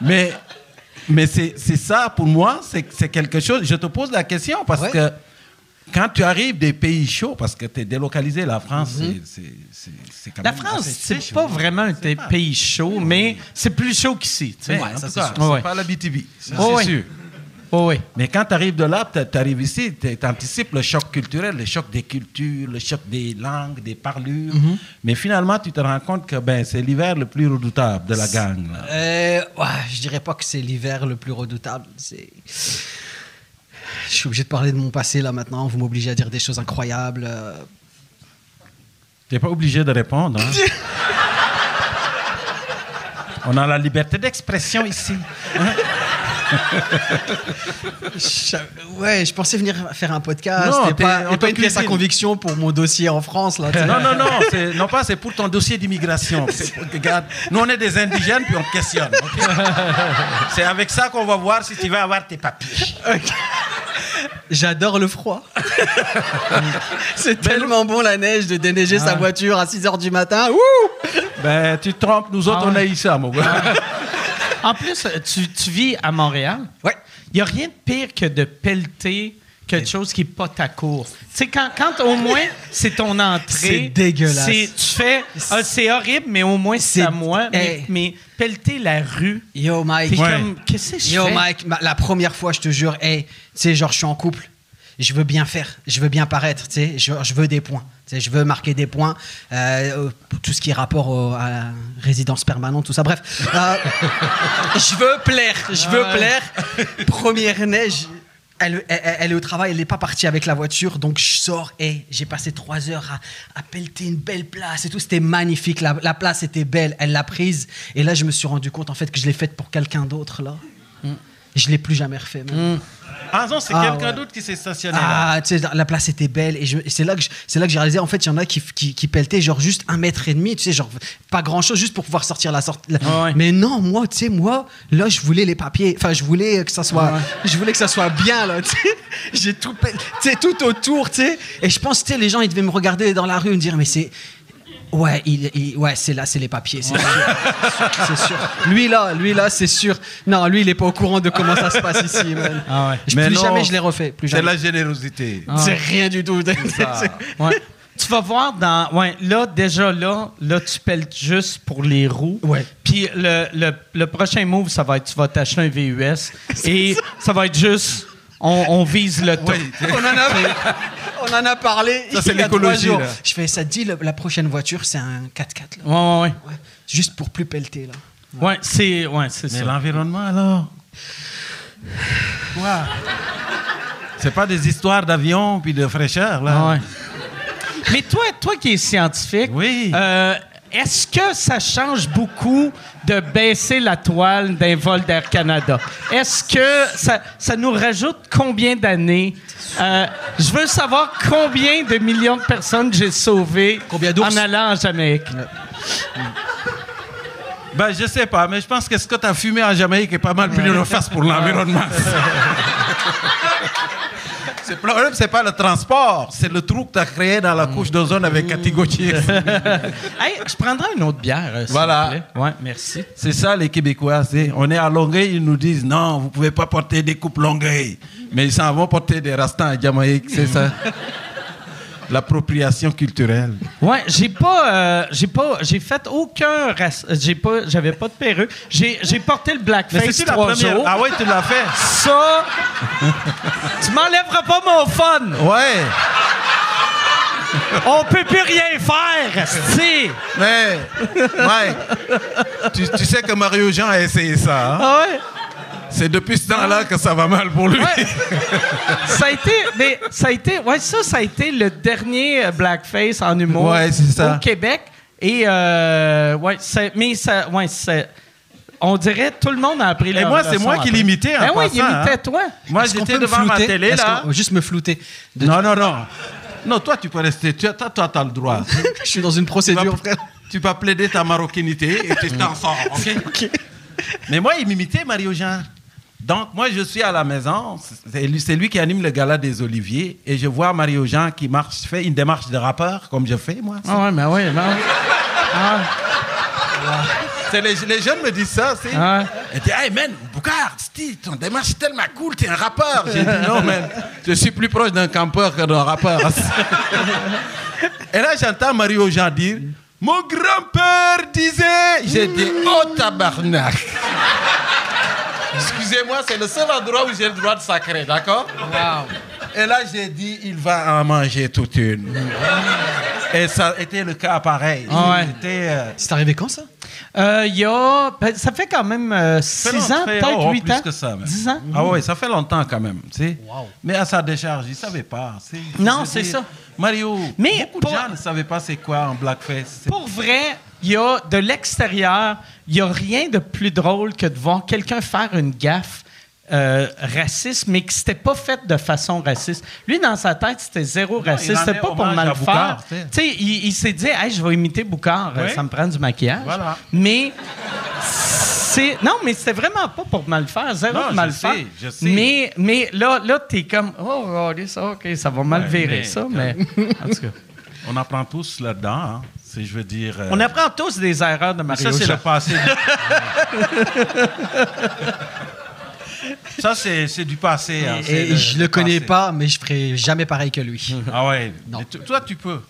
mais mais c'est c'est ça, pour moi, c'est c'est quelque chose. Je te pose la question parce
Ouais.
que quand tu arrives des pays chauds, parce que tu es délocalisé, la France, c'est- c'est- c'est c'est quand
Mm-hmm. La
même
France,
assez
c'est
chiche,
pas
oui.
vraiment un pays chaud, mais c'est plus chaud qu'ici. tu sais.
Mais en
ça,
tout
c'est
cas,
sûr.
c'est
Ouais.
pas l'Abitibi, ça,
Ouais,
c'est
ouais.
sûr.
Oh, oui.
Mais quand tu arrives de là, tu arrives ici, tu anticipes le choc culturel, le choc des cultures, le choc des langues, des parlures.
Mm-hmm.
Mais finalement, tu te rends compte que ben, c'est l'hiver le plus redoutable de la gang. là.
Euh, ouais, je dirais pas que c'est l'hiver le plus redoutable. C'est. Je suis obligé de parler de mon passé là maintenant. Vous m'obligez à dire des choses incroyables. euh.
T'es pas obligé de répondre. hein. On a la liberté d'expression ici.
Je- Ouais, je pensais venir faire un podcast.
Non,
et
t'es-
pas,
on
et pas une
t'occupe
pièce à
d'une-
conviction pour mon dossier en France là. tu sais.
Non, non, non, c'est- non pas, c'est pour ton dossier d'immigration. C'est pour- regarde, Nous, on est des indigènes, puis on te questionne. ok? C'est avec ça qu'on va voir si tu vas avoir tes papiers.
J'adore le froid.
Ben
c'est tellement bon la neige de déneiger
Ah.
sa voiture à 6 h du matin. Ouh
Ben, tu te trompes, nous autres,
Ah ouais.
on a ça, mon gars.
En plus, euh, tu, tu vis à Montréal.
Ouais.
Il n'y a rien de pire que de pelleter quelque chose qui n'est pas ta cour. Tu sais, quand, quand au moins c'est ton entrée.
C'est dégueulasse.
c'est- Tu fais. Ah, c'est horrible, mais au moins c'est
C'est-
à moi. Mais-
Hey.
Mais, pelleter la rue.
Yo Mike.
T'es comme. Qu'est-ce que je
Yo
fais?
Mike, ma- la première fois, je te jure, hey, tu sais, genre, je suis en couple. Je veux bien faire, je veux bien paraître, tu sais, genre, je veux des points. Tu sais, je veux marquer des points, euh, pour tout ce qui est rapport au- à la résidence permanente, tout ça. Bref, Euh, je veux plaire, je veux plaire. Première neige, elle, elle- elle- elle est au travail, elle n'est pas partie avec la voiture, donc je sors et j'ai passé trois heures à, à pelleter une belle place et tout. C'était magnifique, la, la place était belle, elle l'a prise. Et là, je me suis rendu compte en fait que je l'ai faite pour quelqu'un d'autre là. Je l'ai plus jamais refait. même.
Ah non, c'est
Ah,
quelqu'un
ouais.
d'autre qui s'est stationné là.
Ah, tu sais, la place était belle et, je- et c'est là que je- c'est là que j'ai réalisé en fait il y en a qui, qui, qui pelletaient genre juste un mètre et demi, tu sais genre pas grand chose juste pour pouvoir sortir la sortie. la-
Ah ouais.
Mais non moi tu sais moi là je voulais les papiers, enfin je voulais que ça soit je voulais que ça soit bien là, tu sais. j'ai tout pe- tu sais tout autour tu sais et je pense tu sais les gens ils devaient me regarder dans la rue et me dire mais c'est Ouais, il, il- ouais, c'est là, c'est les papiers, c'est sûr. C'est sûr. Lui là, lui là, c'est sûr. Non, lui, il est pas au courant de comment ça se passe ici, man.
Ah ouais.
Je-
Mais
plus
non,
jamais je l'ai refait, plus
C'est
jamais.
la générosité.
C'est rien du tout.
Ouais. Tu vas voir dans. Ouais, là, déjà là, là, tu pelletes juste pour les roues.
Ouais.
Puis le, le- le prochain move, ça va être tu vas t'acheter un VUS et ça. va être juste. On, on vise le top.
Oui.
on, en a, on en a parlé.
Ça, c'est
il y a
l'écologie,
trois jours.
là.
Je fais ça, te dit le- la prochaine voiture, c'est un 4x4. là.
Ouais, ouais, ouais.
Ouais. Juste pour plus pelleter. Là.
Ouais, c'est ouais, c'est
Mais
ça.
l'environnement, alors Quoi C'est pas des histoires d'avion puis de fraîcheur,
Ah
là.
ouais. Mais toi, toi qui es scientifique,
Oui.
euh, est-ce que ça change beaucoup de baisser la toile d'un vol d'Air Canada? Est-ce que ça, ça nous rajoute combien d'années? Euh, je veux savoir combien de millions de personnes j'ai sauvées
Combien d'ours?
en allant en Jamaïque.
Ben, je sais pas, mais je pense que ce que t'as fumé en Jamaïque est pas mal plus néfaste pour l'environnement. Le problème, c'est pas le transport, c'est le trou que t'as créé dans la couche d'ozone avec Cathy Gauthier.
Hey, je prendrai une autre bière, euh, s'il
Voilà.
vous plaît. Ouais, merci.
C'est ça, les Québécois. c'est- On est à Longueuil, ils nous disent non, vous pouvez pas porter des coupes Longueuil. Mais ils s'en vont porter des rastans à Jamaïque, c'est ça. L'appropriation culturelle.
Ouais, j'ai pas, euh, j'ai pas, j'ai fait aucun, rac- j'ai pas, j'avais pas de perruque. J'ai, j'ai porté le blackface
c'est-tu
trois jours.
Ah ouais, tu l'as fait.
Ça, tu m'enlèveras pas mon fun.
Ouais,
On peut plus rien faire, si.
mais Mike, tu, tu sais que Mario Jean a essayé ça. hein?
Ah ouais?
C'est depuis ce temps-là que ça va mal pour lui.
Ouais. Ça a été, mais ça a été, ouais, ça, ça a été le dernier euh, blackface en humour
Ouais, c'est ça.
au Québec. Et euh, ouais, ça- mais ça, ouais, ça- on dirait tout le monde a appris.
Et moi, c'est moi qui l'imitais en
Ah ouais, il
passant,
imitait
hein.
toi.
Moi,
Est-ce qu'on
j'étais
peut me
devant ma
flouter
télé,
Est-ce
là.
qu'on- oh, Juste me flouter. De-
Non, non, non. Oh, Non, toi, tu peux rester. Tu as, toi, t'as le droit.
Je suis dans une
Tu vas-
procédure, frère.
Tu vas plaider ta maroquinité et tu t'en sors, Mm. OK? Mais moi, il m'imitait, Mario Jean. Donc, moi, je suis à la maison. C'est lui, c'est lui qui anime le gala des Oliviers. Et je vois Mario Jean qui marche, fait une démarche de rappeur, comme je fais, moi.
Ah ouais, mais ouais, mais ouais. Ah,
C'est les, les jeunes me disent ça, c'est.
Ah ouais.
Ils disent, hey man, Boucard, Steve, ton démarche est tellement cool, t'es un rappeur. J'ai dit, non, man, je suis plus proche d'un campeur que d'un rappeur. Et là, j'entends Mario Jean dire, mon grand-père disait. J'ai dit, oh tabarnak. Excusez-moi, c'est le seul endroit où j'ai le droit de sacrer, d'accord? Et là, j'ai dit, il va en manger toute une. Et ça était le cas pareil.
Ah ouais.
C'était, euh,
C'est arrivé quand ça
Euh, il y a. ben, ça fait quand même 6
Ça fait longtemps,
ans,
fait-
peut-être
oh,
8
plus
ans.
que ça, même.
10 ans.
Ah ouais, ça fait longtemps quand même, tu sais.
Wow.
Mais à sa décharge, il ne savait pas. tu sais.
Non,
Je
c'est
veux
ça.
Mario,
Mais
beaucoup
pour-
de gens ne savaient pas c'est quoi un blackface. C'est-
Pour vrai, il y a de l'extérieur, il n'y a rien de plus drôle que de voir quelqu'un faire une gaffe euh, raciste, mais qui s'était pas faite de façon raciste. Lui, dans sa tête, c'était zéro raciste.
rendait
C'était pas pour
hommage
mal
à
faire.
Boucard, tu sais.
Tu sais, il, il s'est dit, hey, je vais imiter Boucard,
Oui.
euh, ça me prend du maquillage.
Voilà.
Mais C'est non, mais c'était vraiment pas pour mal faire, zéro
Non,
de mal
je
faire.
sais, je sais.
Mais mais là là t'es comme oh regardez ça, ok, ça va mal
Ouais,
virer
mais-
ça, mais en tout cas.
On apprend tous là-dedans. hein. C'est, je veux dire. euh,
On apprend tous des erreurs de Mario.
ça, c'est
Jean.
le passé. ça, c'est, c'est du passé. hein. C'est
Et je le connais
passé.
pas, mais je ferai jamais pareil que lui.
Ah ouais.
Non.
Mais tu- toi, tu peux.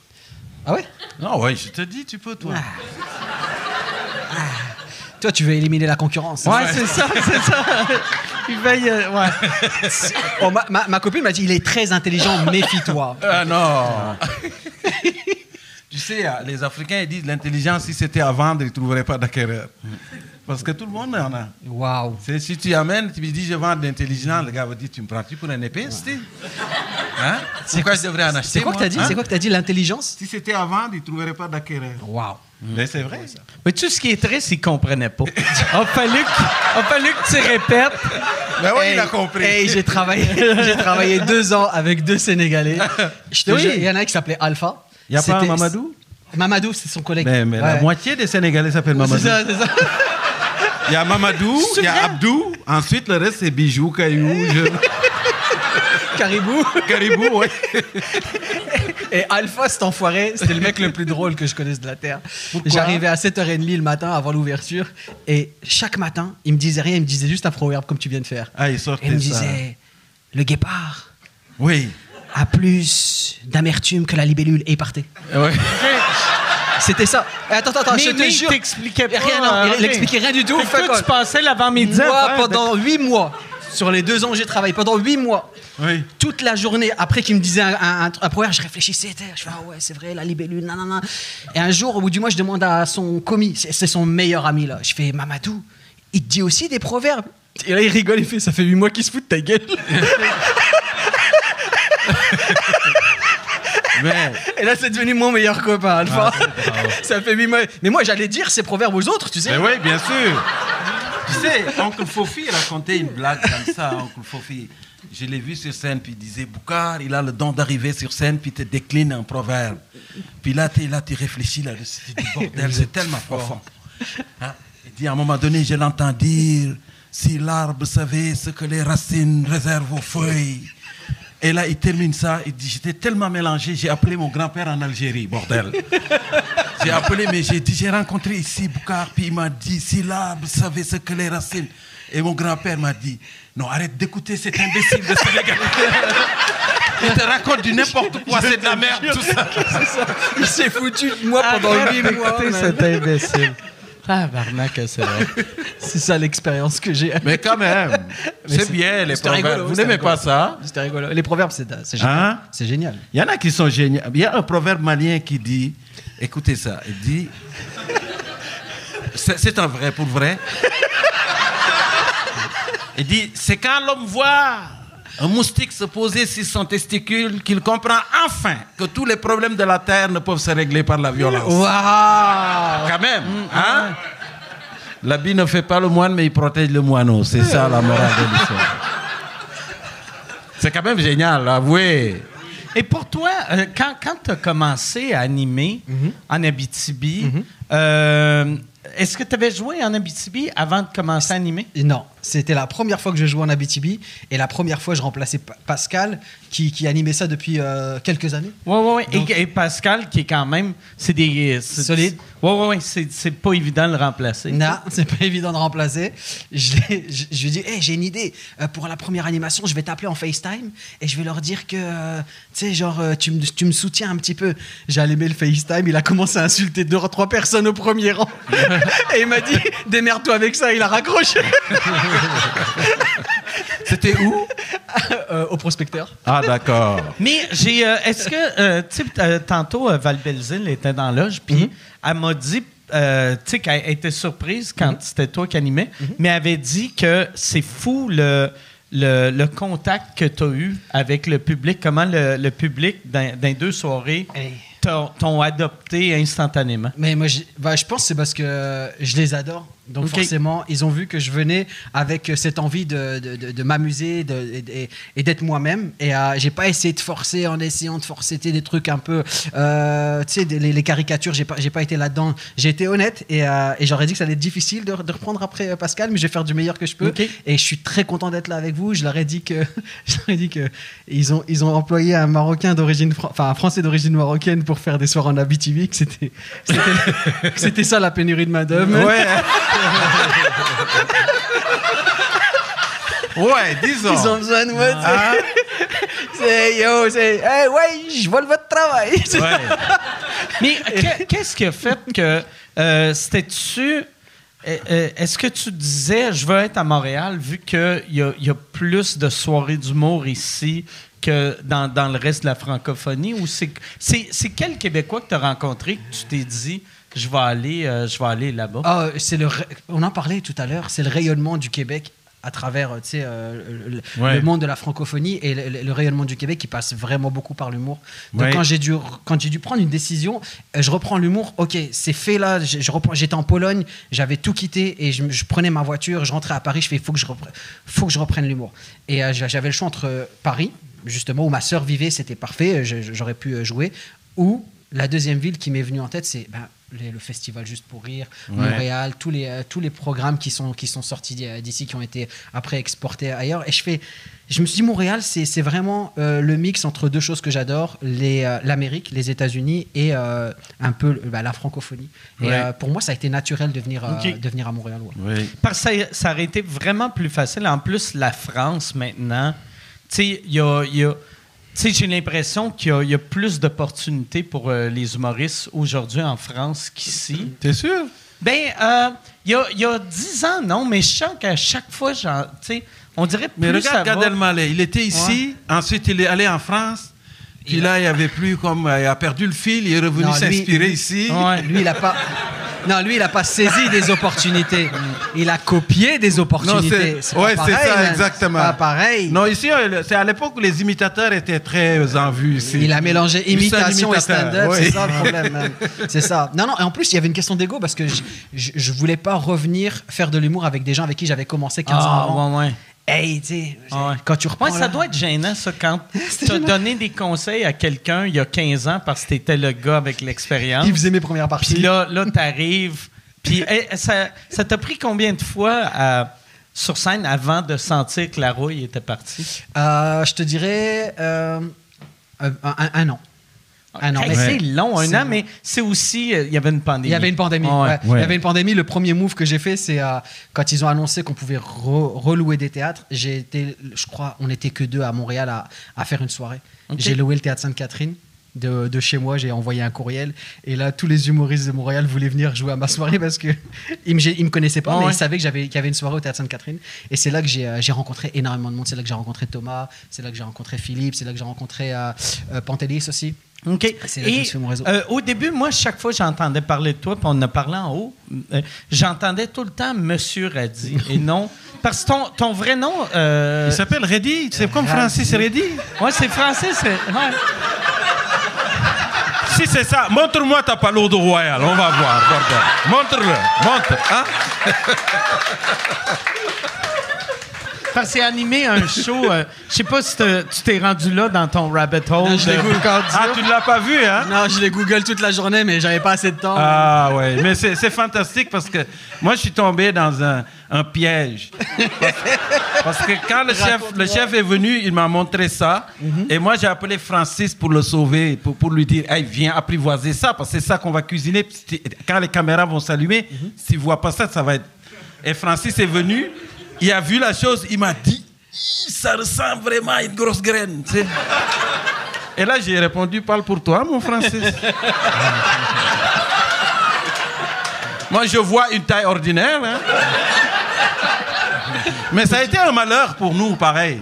Ah ouais Ah.
Non, ouais, je te dis, tu peux, toi.
Toi, tu veux éliminer la concurrence. hein.
Ouais, c'est ça, c'est ça. Il veille, euh, ouais.
Oh, ma, ma- ma copine m'a dit il est très intelligent, méfie-toi.
Ah non. tu sais, hein, les Africains ils disent l'intelligence, si c'était à vendre, ils ne trouveraient pas d'acquéreur. Parce que tout le monde en a.
Waouh.
C'est- si tu amènes, tu lui dis je vends de l'intelligence, le gars va dire tu me prends-tu pour un épiste hein? Pourquoi je devrais en acheter
C'est quoi que
moi,
t'as dit
hein?
C'est quoi que t'as dit L'intelligence
Si c'était à vendre, ils ne trouveraient pas d'acquéreur.
Waouh.
Mais c'est vrai, ça.
Mais tout ce qui est triste, il comprenait pas. Il a fallu que, a fallu que tu répètes.
Mais oui,
Hey,
Oh, il a compris.
hey, j'ai travaillé, j'ai travaillé deux ans avec deux Sénégalais. Je te
Oui.
jure, il y en a un qui s'appelait Alpha.
Y a pas un
C'était-
Mamadou
Mamadou, c'est son collègue.
Mais, mais la
Ouais.
moitié des Sénégalais s'appellent
C'est
Mamadou.
ça, c'est ça.
Il y a Mamadou, il y a Abdou, ensuite le reste c'est Bijou, Caillou, je...
Caribou.
Caribou, oui.
Et Alpha, cet enfoiré, c'était le mec le plus drôle que je connaisse de la Terre. J'arrivais à 7h30 le matin avant l'ouverture. Et chaque matin, il me disait rien, il me disait juste un proverbe comme tu viens de faire.
Ah, il
Et il me
sortait ça.
disait Le guépard
Oui.
a plus d'amertume que la libellule. Et il partait. C'était ça. Et attends, attends,
Mais
je
mais
te
il
jure. Eh,
t'expliquait pas.
Rien, non,
hein,
il
ok.
n'expliquait rien du tout.
Fait que
Fait
toi,
quoi.
tu passais l'avant-midi. à
Moi,
faire-
pendant huit mois, sur les deux ans où j'ai travaillé, pendant huit mois,
Oui.
toute la journée, après qu'il me disait un, un, un- un proverbe, je réfléchissais. t'sais, Je fais, ah ouais, c'est vrai, la libellule, nanana. Et un jour, au bout du mois, je demande à son commis, c'est c'est son meilleur ami, là. Je fais, Mamadou, il te dit aussi des proverbes. Et là, il rigole, il fait, ça fait huit mois qu'il se fout de ta gueule.
Mais,
Et là, c'est devenu mon meilleur copain, Alpha. ça fait huit mois. Mais moi, j'allais dire ces proverbes aux autres, tu sais.
mais oui, bien sûr. Tu sais, Oncle Fofi racontait une blague comme ça, Oncle Fofi. Je l'ai vu sur scène, puis il disait, Boucar, il a le don d'arriver sur scène, puis il te décline un proverbe. Puis là, tu là, tu réfléchis là-dessus, tu dis, bordel, c'est tellement profond. Hein? Il dit, à un moment donné, je l'entends dire, si l'arbre savait ce que les racines réservent aux feuilles. Et là, il termine ça, il dit, j'étais tellement mélangé, j'ai appelé mon grand-père en Algérie, bordel. J'ai appelé, mais j'ai dit, j'ai rencontré ici Boucar, puis il m'a dit, si l'arbre savait ce que les racines. Et mon grand-père m'a dit, non, arrête d'écouter cet imbécile de Sénégal. Il te raconte du n'importe quoi, c'est de la merde, tout ça.
Il s'est foutu de moi pendant
Arrête
huit mois.
d'écouter
man.
cet imbécile. Ah, barnac, c'est vrai.
C'est ça l'expérience que j'ai.
Mais quand même, c'est bien les
c'était
proverbes.
rigolo,
Vous
c'était
n'aimez pas
rigolo.
ça
C'était rigolo. Les proverbes, c'est c'est génial.
Hein
C'est génial.
Il y en a qui sont géniaux. Il y a un proverbe malien qui dit, écoutez ça, il dit, c'est c'est un vrai pour vrai. Il dit, c'est quand l'homme voit un moustique se poser sur son testicule qu'il comprend enfin que tous les problèmes de la terre ne peuvent se régler par la violence.
Waouh
Quand même, hein L'habit ne fait pas le moine, mais il protège le moineau. C'est ça la morale de l'histoire. C'est quand même génial, avouez.
Et pour toi, euh, quand, quand tu as commencé à animer
Mm-hmm.
en Abitibi, euh, est-ce que tu avais joué en Abitibi avant de commencer à animer?
Non, c'était la première fois que je jouais en Abitibi et la première fois je remplaçais Pa- Pascal qui, qui animait ça depuis euh, quelques années.
Oui, oui, oui. Et, et Pascal, qui est quand même. C'est des. euh, c'est-
Solide.
Oui, oui, oui. C'est c'est pas évident de le remplacer.
Non, c'est pas évident de remplacer. Je, l'ai- je, je lui ai dit, Hey, j'ai une idée. Euh, pour la première animation, je vais t'appeler en FaceTime et je vais leur dire que, euh, tu sais, genre, euh, tu me tu me soutiens un petit peu. J'ai allumé le FaceTime, il a commencé à insulter deux, trois personnes au premier rang. et il m'a dit, démerde-toi avec ça, il a raccroché.
C'était où
Euh, au prospecteur.
Ah, d'accord.
Mais j'ai. euh, Est-ce que. euh, tu sais, euh, tantôt, euh, Val Belzile était dans l'âge, puis elle m'a dit. euh, tu sais, qu'elle était surprise quand c'était toi qui animais, mais elle avait dit que c'est fou le. Le, le contact que tu as eu avec le public, comment le, le public dans, dans les deux soirées
Hey.
t'ont t'ont adopté instantanément?
Mais moi, je, bah, je pense que c'est parce que je les adore. Donc
Ok.
forcément, ils ont vu que je venais avec cette envie de, de- de- de m'amuser de- et- et- et d'être moi-même. Et euh, j'ai pas essayé de forcer en essayant de forcer tu sais, des trucs un peu, euh, tu sais, des- les, les caricatures. J'ai pas, j'ai pas été là-dedans. J'ai été honnête et, euh, et j'aurais dit que ça allait être difficile de, re- de reprendre après euh, Pascal, mais je vais faire du meilleur que je peux.
Ok.
Et je suis très content d'être là avec vous. Je leur ai dit que, je leur ai dit que ils ont, ils ont employé un marocain d'origine, fran- enfin un français d'origine marocaine pour faire des soirs en Abitibi. Que c'était, c'était- que c'était ça la pénurie de main d'œuvre.
Ouais. hein. ouais, disons.
Ils ont besoin de moi.
Ah.
c'est- C'est yo, c'est hey, ouais, je vole votre travail.
Ouais.
Mais que- qu'est-ce qui a fait que euh, c'était-tu. euh, euh, Est-ce que tu disais je veux être à Montréal vu qu'il y a, il y a plus de soirées d'humour ici que dans, dans le reste de la francophonie? Ou c'est c'est- c'est quel Québécois que tu as rencontré que tu t'es dit je vais aller, euh, je vais aller là-bas?
Ah, c'est le. ra- On en parlait tout à l'heure. C'est le rayonnement du Québec à travers euh, tu sais, euh, le, le-
Ouais.
le monde de la francophonie et le, le- le rayonnement du Québec qui passe vraiment beaucoup par l'humour. Donc
Ouais.
quand j'ai dû re- quand j'ai dû prendre une décision, euh, je reprends l'humour. Ok, c'est fait là. je- je reprends- J'étais en Pologne, j'avais tout quitté et je, me- je prenais ma voiture, je rentrais à Paris. Je fais faut que je reprenne, faut que je reprenne l'humour. Et euh, j'a- j'avais le choix entre euh, Paris, justement où ma sœur vivait, c'était parfait, euh, je- je- j'aurais pu euh, jouer, ou la deuxième ville qui m'est venue en tête, c'est ben, les- le festival Juste pour rire, Montréal, tous les, euh, tous les programmes qui sont, qui sont sortis d'i- d'ici, qui ont été après exportés ailleurs. Et je fais, je me suis dit, Montréal, c'est c'est vraiment euh, le mix entre deux choses que j'adore, les, euh, l'Amérique, les États-Unis et euh, un peu euh, bah, la francophonie. Et
Ouais.
euh, pour moi, ça a été naturel de venir, euh,
Ok.
de venir à Montréal. ouais.
Oui.
Parce que ça, ça aurait été vraiment plus facile. En plus, la France, maintenant, tu sais, il y a- il y a- tu sais, j'ai l'impression qu'il y a- il y, a plus d'opportunités pour euh, les humoristes aujourd'hui en France qu'ici.
T'es sûr?
Ben, euh, il y a- il y a dix ans, non, mais je sens qu'à chaque fois, j'en- tu sais, on dirait plus
Mais
ça
regarde Gad
va.
Elmaleh, il était ici, ensuite il est allé en France, puis là il avait plus comme euh, il a perdu le fil, il est revenu
Non, lui-
s'inspirer ici.
Ouais.
Lui, il a pas. Non, lui, il a pas saisi des opportunités. Il a copié des opportunités.
c'est-
pas
ouais, c'est
pareil,
ça,
man.
exactement.
C'est Pas pareil.
Non, ici euh, c'est à l'époque où les imitateurs étaient très euh, en vue ici.
Il a mélangé
Il s'est
imitation et
imitateur,
stand-up,
oui.
c'est ça le problème. man. C'est ça. Non, non, et en plus, il y avait une question d'ego parce que je, je, je voulais pas revenir faire de l'humour avec des gens avec qui j'avais commencé 15 ans
Ah,
avant.
ouais, ouais.
Hey, tu sais,
Ah ouais.
quand tu reprends.
Ouais, ça
là-
doit être gênant, ça, quand tu as donné des conseils à quelqu'un il y a 15 ans parce que tu étais le gars avec l'expérience.
Il faisait mes premières parties.
Puis là, là t'arrives. Puis hey, ça, ça t'a pris combien de fois euh, sur scène avant de sentir que la rouille était partie?
Euh, je te dirais euh, euh, un, un- un an. Un an.
Ah, Hey,
Ah, Mais
C'est long, un
C'est
an,
long.
mais c'est aussi. euh, Il y avait une pandémie.
Il y avait une pandémie.
Ah ouais.
ouais. Il y avait une pandémie. Le premier move que j'ai fait, c'est euh, quand ils ont annoncé qu'on pouvait re- relouer des théâtres. J'ai été, je crois, on n'était que deux à Montréal à, à faire une soirée.
Ok.
J'ai loué le théâtre Sainte-Catherine. De, de chez moi, j'ai envoyé un courriel et là tous les humoristes de Montréal voulaient venir jouer à ma soirée parce que ils me, j'ai- ils me connaissaient pas,
Ah
mais
ouais.
ils savaient que j'avais qu'il y avait une soirée au théâtre Sainte-Catherine et c'est là que j'ai, euh, j'ai rencontré énormément de monde. C'est là que j'ai rencontré Thomas, c'est là que j'ai rencontré Philippe, c'est là que j'ai rencontré euh, euh, Pantelis aussi.
OK.
C'est là que je me suis fait mon réseau.
euh, au début, moi, chaque fois j'entendais parler de toi, puis on en a parlé en haut, euh, j'entendais tout le temps Monsieur Radi et non. Parce que ton, ton vrai nom. euh,
Il s'appelle Reddy, c'est comme Francis Reddy.
ouais, c'est français. c'est- ouais.
Si c'est ça, montre-moi ta palourde royale, on va voir. bordel. Montre-le, montre. Hein?
Parce que c'est animé un show. euh, Je sais pas si te- tu t'es rendu là dans ton rabbit hole.
Non, je
de-
dégoûte.
Ah, tu ne l'as pas vu, hein?
Non, je les Google toute la journée, mais j'avais pas assez de temps.
Ah ouais, mais c'est c'est fantastique parce que moi je suis tombé dans un, un piège. Parce, parce que quand le chef, le chef est venu, il m'a montré ça et moi j'ai appelé Francis pour le sauver, pour, pour lui dire hey, viens apprivoiser ça parce que c'est ça qu'on va cuisiner. Puis si- Quand les caméras vont s'allumer, s'ils ne voient pas ça, ça va être. Et Francis est venu, il a vu la chose, il m'a dit Hi, ça ressemble vraiment à une grosse graine. tu sais. Et là j'ai répondu parle pour toi mon Francis. Moi, je vois une taille ordinaire. hein. mais ça a été un malheur pour nous, pareil.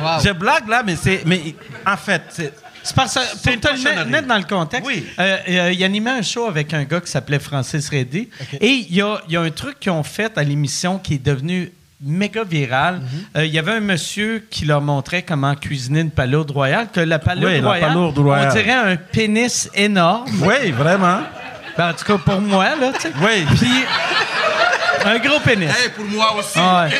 Wow.
Je blague là, mais c'est. Mais en fait, c'est.
C'est parce que, pour
une
te le mettre-
cochonnerie.
mettre dans le contexte,
Oui.
euh, euh, il animait un show avec un gars qui s'appelait Francis Reddy. Et il y a, il y a un truc qu'ils ont fait à l'émission qui est devenu méga virale.
Mhm.
Euh, Il y avait un monsieur qui leur montrait comment cuisiner une palourde royale, que la palourde,
Oui, la
royale,
palourde royale.
on dirait un pénis énorme.
Oui, vraiment.
Ben, en tout cas, pour moi, là, tu sais.
Oui.
Puis, un gros pénis.
Hey, pour moi aussi.
Ah ouais.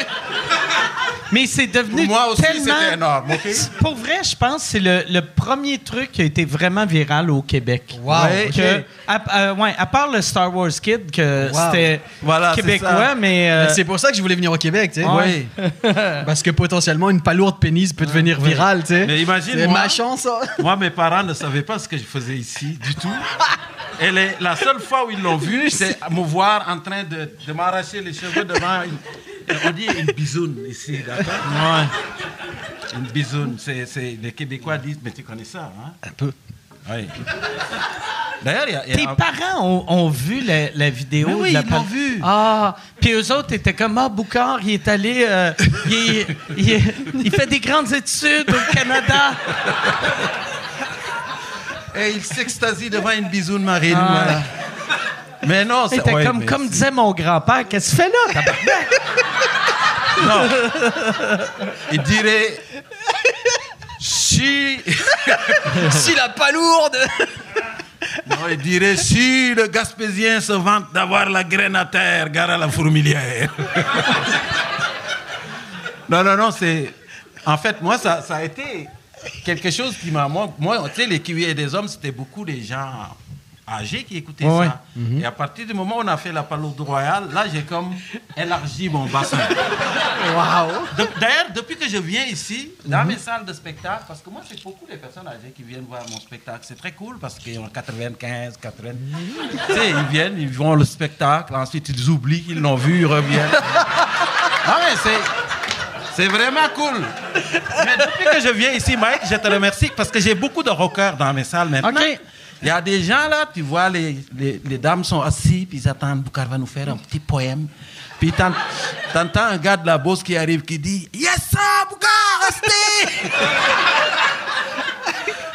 Mais c'est devenu
Pour moi aussi,
tellement...
c'était énorme, OK?
Pour vrai, je pense que c'est le, le premier truc qui a été vraiment viral au Québec.
Wow,
Ouais,
OK.
que- à, euh, ouais, à part le Star Wars Kid, que
Wow.
c'était
Voilà, c'est
québécois,
ça.
mais... euh,
C'est pour ça que je voulais venir au Québec, tu sais.
Ouais.
Parce que potentiellement, une palourde pénis peut devenir virale, tu sais.
Mais imagine,
C'est
moi.
ma chance. hein.
Moi, mes parents ne savaient pas ce que je faisais ici du tout. Et les- la seule fois où ils l'ont vu, c'est à me voir en train de, de m'arracher les cheveux devant une, on dit une bisoune ici, d'accord Une bisoune, c'est, c'est- les Québécois disent, mais tu connais ça, hein Un peu. Oui. D'ailleurs, il y a- il y
Tes
a,
parents ont, ont vu la, la vidéo
Mais oui,
de la
ils
pan-
l'ont vu.
Ah, puis eux autres étaient comme Ah, Boucard, il est allé. euh, il, est- il est- il fait des grandes études au Canada.
Et il s'extasie devant une bisoune marine.
Ah.
voilà. Mais non,
Ils
c'est
étaient
ouais,
comme,
mais
comme
c'est-
disait mon grand-père, qu'est-ce que tu fais là? tabarnak?
Il dirait. Si.
si la palourde.
Non, il dirait si le Gaspésien se vante d'avoir la graine à terre, gare à la fourmilière. non, non, non, c'est. En fait, moi, ça, ça a été quelque chose qui m'a. Moi, moi, tu sais, les kiwis et des hommes, c'était beaucoup des gens âgés qui écoutaient
Ouais.
ça. Et à partir du moment où on a fait la palourde royale, là, j'ai comme élargi mon bassin.
Waouh.
De- D'ailleurs, depuis que je viens ici, dans mes salles de spectacle, parce que moi, c'est beaucoup de personnes âgées qui viennent voir mon spectacle. C'est très cool parce qu'ils ont 95, 80. tu sais, ils viennent, ils vont le spectacle, ensuite ils oublient qu'ils l'ont vu, ils reviennent. non, mais c'est. C'est vraiment cool. Mais depuis que je viens ici, Mike, je te remercie parce que j'ai beaucoup de rockers dans mes salles maintenant.
OK.
Il y a des gens là, tu vois, les, les, les dames sont assises, puis ils attendent, Boucar va nous faire un petit poème. Puis t'en- t'entends un gars de la Beauce qui arrive qui dit Yes, sir, Boucar, restez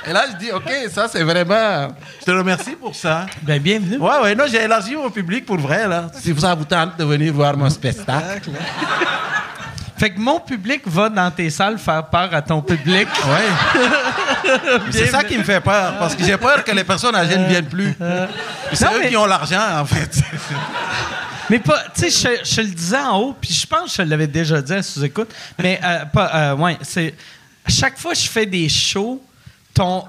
Et là, je dis Ok, ça c'est vraiment. Je te remercie pour ça.
Ben, bienvenue.
Ouais, ouais, non, j'ai élargi mon public pour vrai là. Si ça vous tente de venir voir mon spectacle.
Fait que mon public va dans tes salles faire peur à ton public.
Oui. c'est ça qui me fait peur, parce que j'ai peur que les personnes âgées ne viennent plus. C'est
Non,
eux
mais-
qui ont l'argent, en fait.
Mais pas, tu sais, je, je le disais en haut, puis je pense que je l'avais déjà dit à sous-écoute, mais euh, pas, euh, ouais, c'est. à Chaque fois que je fais des shows, ton.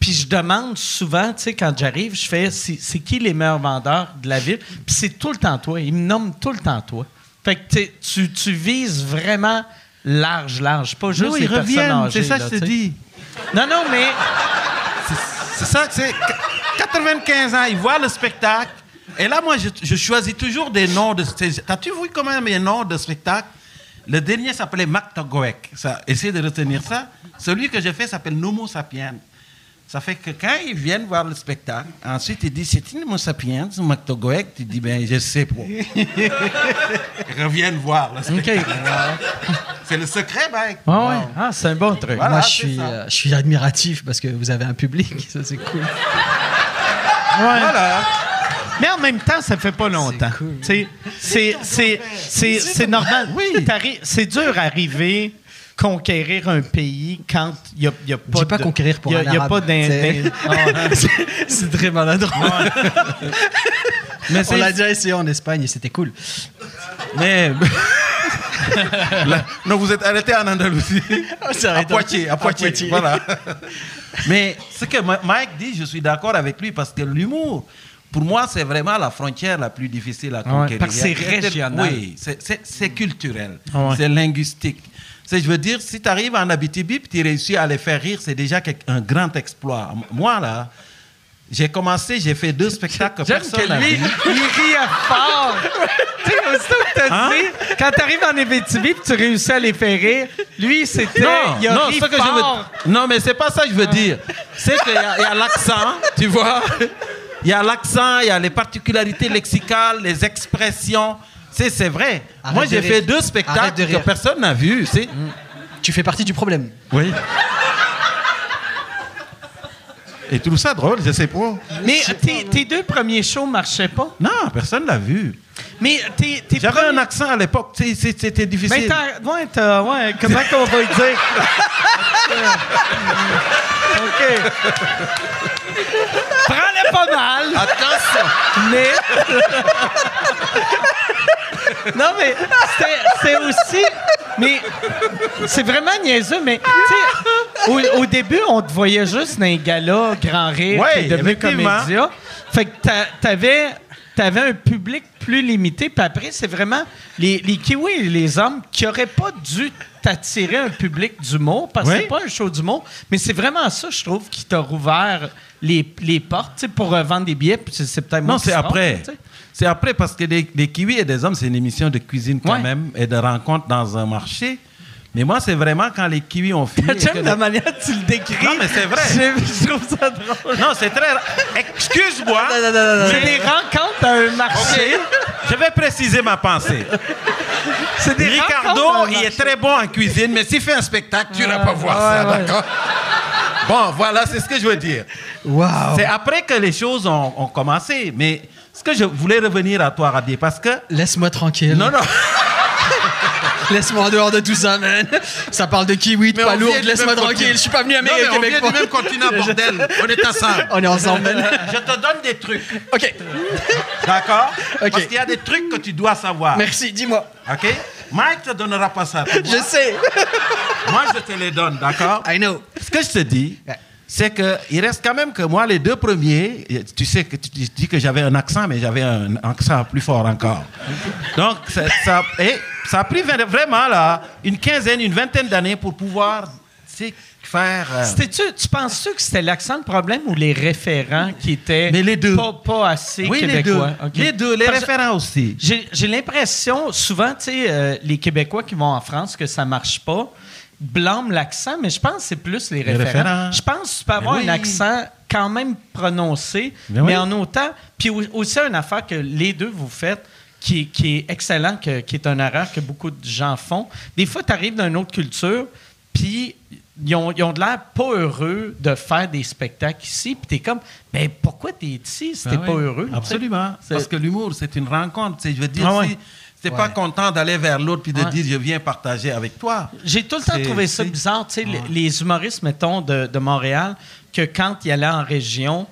Puis je demande souvent, tu sais, quand j'arrive, je fais c'est c'est qui les meilleurs vendeurs de la ville, puis c'est tout le temps toi. Ils me nomment tout le temps toi. Fait que tu sais, tu, tu vises vraiment large, large, pas juste
Non,
les
ils
personnes
reviennent,
âgées.
c'est ça
là,
que je te
tu sais.
dis.
Non, non, mais.
C'est ça que c'est. Qu- 95 ans, ils voient le spectacle. Et là, moi, je, je choisis toujours des noms de. c'est- T'as-tu vu quand même les noms de spectacle Le dernier s'appelait Mac Togoek. Ça, essayez de retenir ça. Celui que j'ai fait s'appelle Nomo Sapiens. Ça fait que quand ils viennent voir le spectacle, ensuite ils disent C'est une Homo sapiens, un Mac Togoek. Tu dis Ben, je sais pas. ils reviennent voir le spectacle. C'est le secret, mec.
Hein? Ah ouais. Ah, c'est un bon truc.
Voilà,
Moi, je
c'est
suis,
ça.
euh, je suis admiratif parce que vous avez un public. Ça, c'est cool.
Voilà.
Mais en même temps, ça fait pas longtemps. Tu sais, C'est c'est- c'est- c'est normal. T'arri- C'est dur d'arriver conquérir un pays quand il n'y a, il y a pas
Dis pas
de-
conquérir pour
il y a-
un
il y a
arabe,
pas Ah, d'in-
t'sais.
d'in-
C'est- c'est très maladroit.
Mais
On
c'est-
l'a déjà essayé en Espagne et c'était cool.
Mais. Là, non, vous êtes arrêté en Andalousie.
On s'est
À
arrêté.
Poitiers, à
À
Poitiers.
Poitiers.
Voilà. Mais ce que Ma- Mike dit, je suis d'accord avec lui parce que l'humour, pour moi, c'est vraiment la frontière la plus difficile à conquérir.
parce que c'est
Il y a peut-être-
régional.
Oui, c'est- c'est c'est culturel,
Ah ouais.
c'est linguistique. C'est- Je veux dire, si tu arrives en Abitibi et tu réussis à les faire rire, c'est déjà quelque- un grand exploit. Moi, là, j'ai commencé, j'ai fait deux spectacles que
J'aime
personne
que
n'a
lui,
vu.
il riait fort. tu sais, aussitôt que t'as
Hein?
dit, quand t'arrives en Abitibi et tu réussis à les faire rire, lui, c'était. il a ri
ce que je veux-
fort.
non, mais c'est pas ça que je veux dire. C'est qu'il y a, il y a l'accent, tu vois. Il y a l'accent, il y a les particularités lexicales, les expressions. C'est, c'est vrai.
Arrête
Moi,
de
j'ai
rire.
fait deux
Arrête de
spectacles que
rire. Mm.
personne n'a vus. c'est-
Tu fais partie du problème.
Oui. Et tout ça drôle, je sais pas.
Mais tes, tes deux premiers shows marchaient pas.
Non, personne l'a vu.
Mais t'es, t'es
J'avais
premier-
un accent à l'époque, tu sais, c'est- c'était
Mais
difficile.
Ben, t'as- ouais, t'as- ouais, comment qu'on va le dire? OK. Prends-le pas mal.
Attention!
Mais. non, mais c'était- c'est aussi. Mais c'est vraiment niaiseux, mais tu sais, au, au début, on te voyait juste dans un gala grand rire
Ouais,
qui est devenu
effectivement.
comédia. Fait que t'a- t'avais. T'avais un public plus limité, puis après, c'est vraiment les, les Kiwis et les hommes qui auraient pas dû t'attirer un public d'humour, parce que
Ouais.
c'est pas un show d'humour, mais c'est vraiment ça, je trouve, qui t'a rouvert les, les portes, tu sais, pour euh, vendre des billets, puis c'est c'est peut-être
Non, c'est
Trump,
après.
tu sais.
C'est après parce que les, les kiwis et des hommes, c'est une émission de cuisine quand
Ouais.
même et de rencontre dans un marché. Mais moi, c'est vraiment quand les kiwis ont fini. et que
J'aime
les-
la manière dont tu le décris.
Non, mais c'est vrai.
J'aime- Je trouve ça drôle.
Non, c'est très. Excuse-moi.
C'est des rencontres à un marché.
Je vais préciser ma pensée.
C'est des rencontres à
Ricardo,
un
il est
marché.
très bon en cuisine, mais s'il fait un spectacle, tu n'iras pas voir ça, d'accord? Bon, voilà, c'est ce que je veux dire.
Waouh.
C'est après que les choses ont, ont commencé. Mais ce que je voulais revenir à toi, Rabier, parce que.
Laisse-moi tranquille.
Non, non.
Laisse-moi en dehors de tout ça, man. Ça parle de kiwi, de
Mais on
pas
vient
lourd.
du
Laisse-moi
même continent.
tranquille. Je suis pas venu à
Non, mais
Québec.
on vient
pour-
du même continent, bordel. On est ensemble.
On est ensemble, man.
Je te donne des trucs,
Ok.
d'accord
Ok.
Parce qu'il y a des trucs que tu dois savoir.
Merci. Dis-moi.
OK Mike te donnera pas ça. tu vois.
Je sais.
Moi, je te les donne, d'accord
I know.
Ce que je te dis,
Ouais.
c'est que il reste quand même que moi, les deux premiers, et tu sais que tu tu dis que j'avais un accent, mais j'avais un accent plus fort encore. Donc, ça, ça- et ça a pris vra- vraiment là, une quinzaine, une vingtaine d'années pour pouvoir tu sais, faire. euh,
C'était-tu, tu penses-tu que c'était l'accent le problème ou les référents qui étaient
Mais les deux.
Pas, pas assez
oui, les deux.
québécois? OK.
Les deux, les
Parce-
référents aussi.
J'ai j'ai l'impression, souvent, tu sais, euh, les Québécois qui vont en France, que ça marche pas, blâment l'accent, mais je pense que c'est plus les référents.
référents.
Je pense que tu peux avoir un
oui.
accent quand même prononcé, mais,
Mais oui.
en autant. Puis au- aussi, une affaire que les deux vous faites. Qui, qui est excellent, que- qui est un erreur que beaucoup de gens font. Des fois, tu arrives d'une autre culture, puis ils ont, ils ont de l'air pas heureux de faire des spectacles ici, puis tu es comme, ben pourquoi tu es ici si t'es
Ben
pas
oui,
heureux? tu sais?
Absolument.
C'est-
Parce que l'humour, c'est une rencontre. tu sais, Je veux dire,
Ah ouais.
si t'es pas content d'aller vers l'autre puis de
Ouais.
dire je viens partager avec toi.
J'ai tout le temps
C'est-
trouvé ça
c'est-
bizarre. tu sais, les-
Ouais.
Les humoristes, mettons, de, de Montréal, que quand ils allaient en région,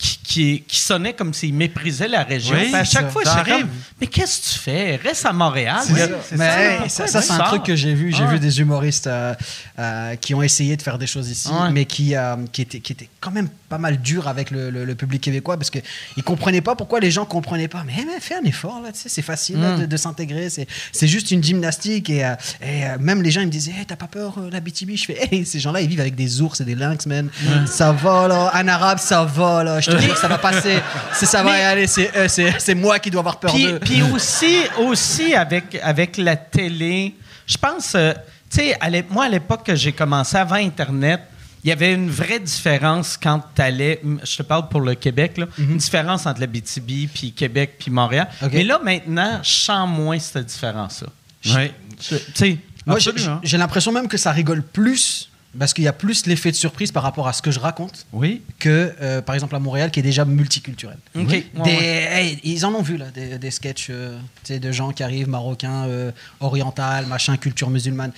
qui, qui, qui sonnaient comme s'ils méprisaient la région.
Oui,
Puis à chaque
ça,
fois,
ça
j'étais comme,
arrive.
mais qu'est-ce que tu fais? Reste à Montréal.
C'est
Hein? Oui.
ça.
Mais hey,
pourquoi
ça, ça, c'est un
ça?
truc que j'ai vu. J'ai
Ouais.
vu des humoristes euh, euh, qui ont essayé de faire des choses ici,
Ouais.
mais qui, euh, qui, étaient, qui étaient quand même pas mal durs avec le, le- le public québécois parce qu'ils comprenaient pas pourquoi les gens comprenaient pas. Mais, mais fais un effort, là, tu sais, c'est facile là,
Mm.
de, de s'intégrer. C'est c'est juste une gymnastique. Et, euh, et, euh, même les gens, ils me disaient, Hey, t'as pas peur, euh, la BTB Je fais, hey, ces gens-là, ils vivent avec des ours et des lynx, man. Ça va, là. En arabe, ça va, là. Je te dis que ça va passer. C'est- Ça va
Mais-
y aller. C'est eux, c'est- c'est moi qui dois avoir peur
Puis,
d'eux.
puis aussi, aussi avec, avec la télé, je pense, euh, tu sais, à l'é- moi, à l'époque que j'ai commencé, avant Internet, il y avait une vraie différence quand tu allais, je te parle pour le Québec, là, une différence entre la BTB, puis Québec, puis Montréal.
Mhm. OK.
Mais là, maintenant, je sens moins cette différence-là. Je-
Oui.
je- Tu sais,
Moi, j'ai-
hein.
Absolument.
j'ai l'impression même que ça rigole plus parce qu'il y a plus l'effet de surprise par rapport à ce que je raconte
Oui.
que, euh, par exemple, à Montréal, qui est déjà multiculturel.
OK. Ouais,
Des-
ouais.
hey, ils en ont vu, là, des, des sketchs euh, tu sais, de gens qui arrivent, marocains, euh, oriental, machin, culture musulmane.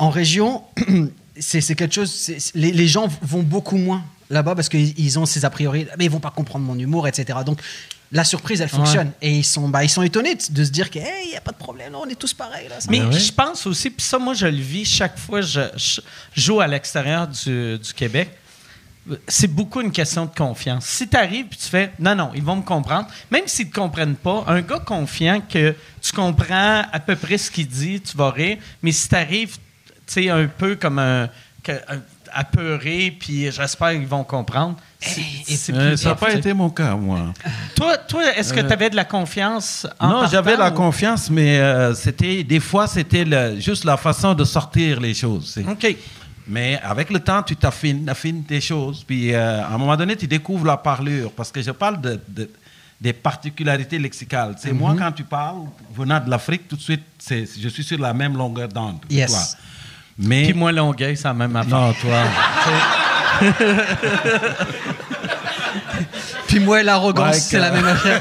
En région, c'est c'est quelque chose. c'est- c'est- les, les gens vont beaucoup moins là-bas parce qu'ils ils ont ces a priori, mais ils vont pas comprendre mon humour, etc. Donc, la surprise, elle fonctionne. Et ils sont, bah, ils sont étonnés de de se dire qu'il n'y a pas de problème, là, on est tous pareils. Là, ça
Ah, Mais
va.
je pense aussi, puis ça, moi, je le vis chaque fois que je, je joue à l'extérieur du, du Québec. C'est beaucoup une question de confiance. Si tu arrives et tu fais non, non, ils vont me comprendre, même s'ils ne te comprennent pas, un gars confiant que tu comprends à peu près ce qu'il dit, tu vas rire, mais si tu arrives, tu sais, un peu comme un, que- un- apeuré, puis j'espère qu'ils vont comprendre, c'est Eh, c'est
Euh,
plus
ça n'a
tough,
pas
tu sais.
été mon cas, moi.
Toi, toi est-ce que tu avais de la confiance en
non, j'avais la
confiance.
confiance, mais euh, c'était des fois, c'était le- juste la façon de sortir les choses. c'est-
OK.
Mais avec le temps, tu t'affines, affines tes choses. Puis euh, à un moment donné, tu découvres la parlure. Parce que je parle de, de- des particularités lexicales.
Mhm.
C'est moi, quand tu parles, venant de l'Afrique, tout de suite, c'est- je suis sur la même longueur d'onde que
Yes.
toi. Mais.
Puis moi, Longueuil, c'est la même affaire.
non, toi.
Puis moi et l'arrogance, c'est la même affaire.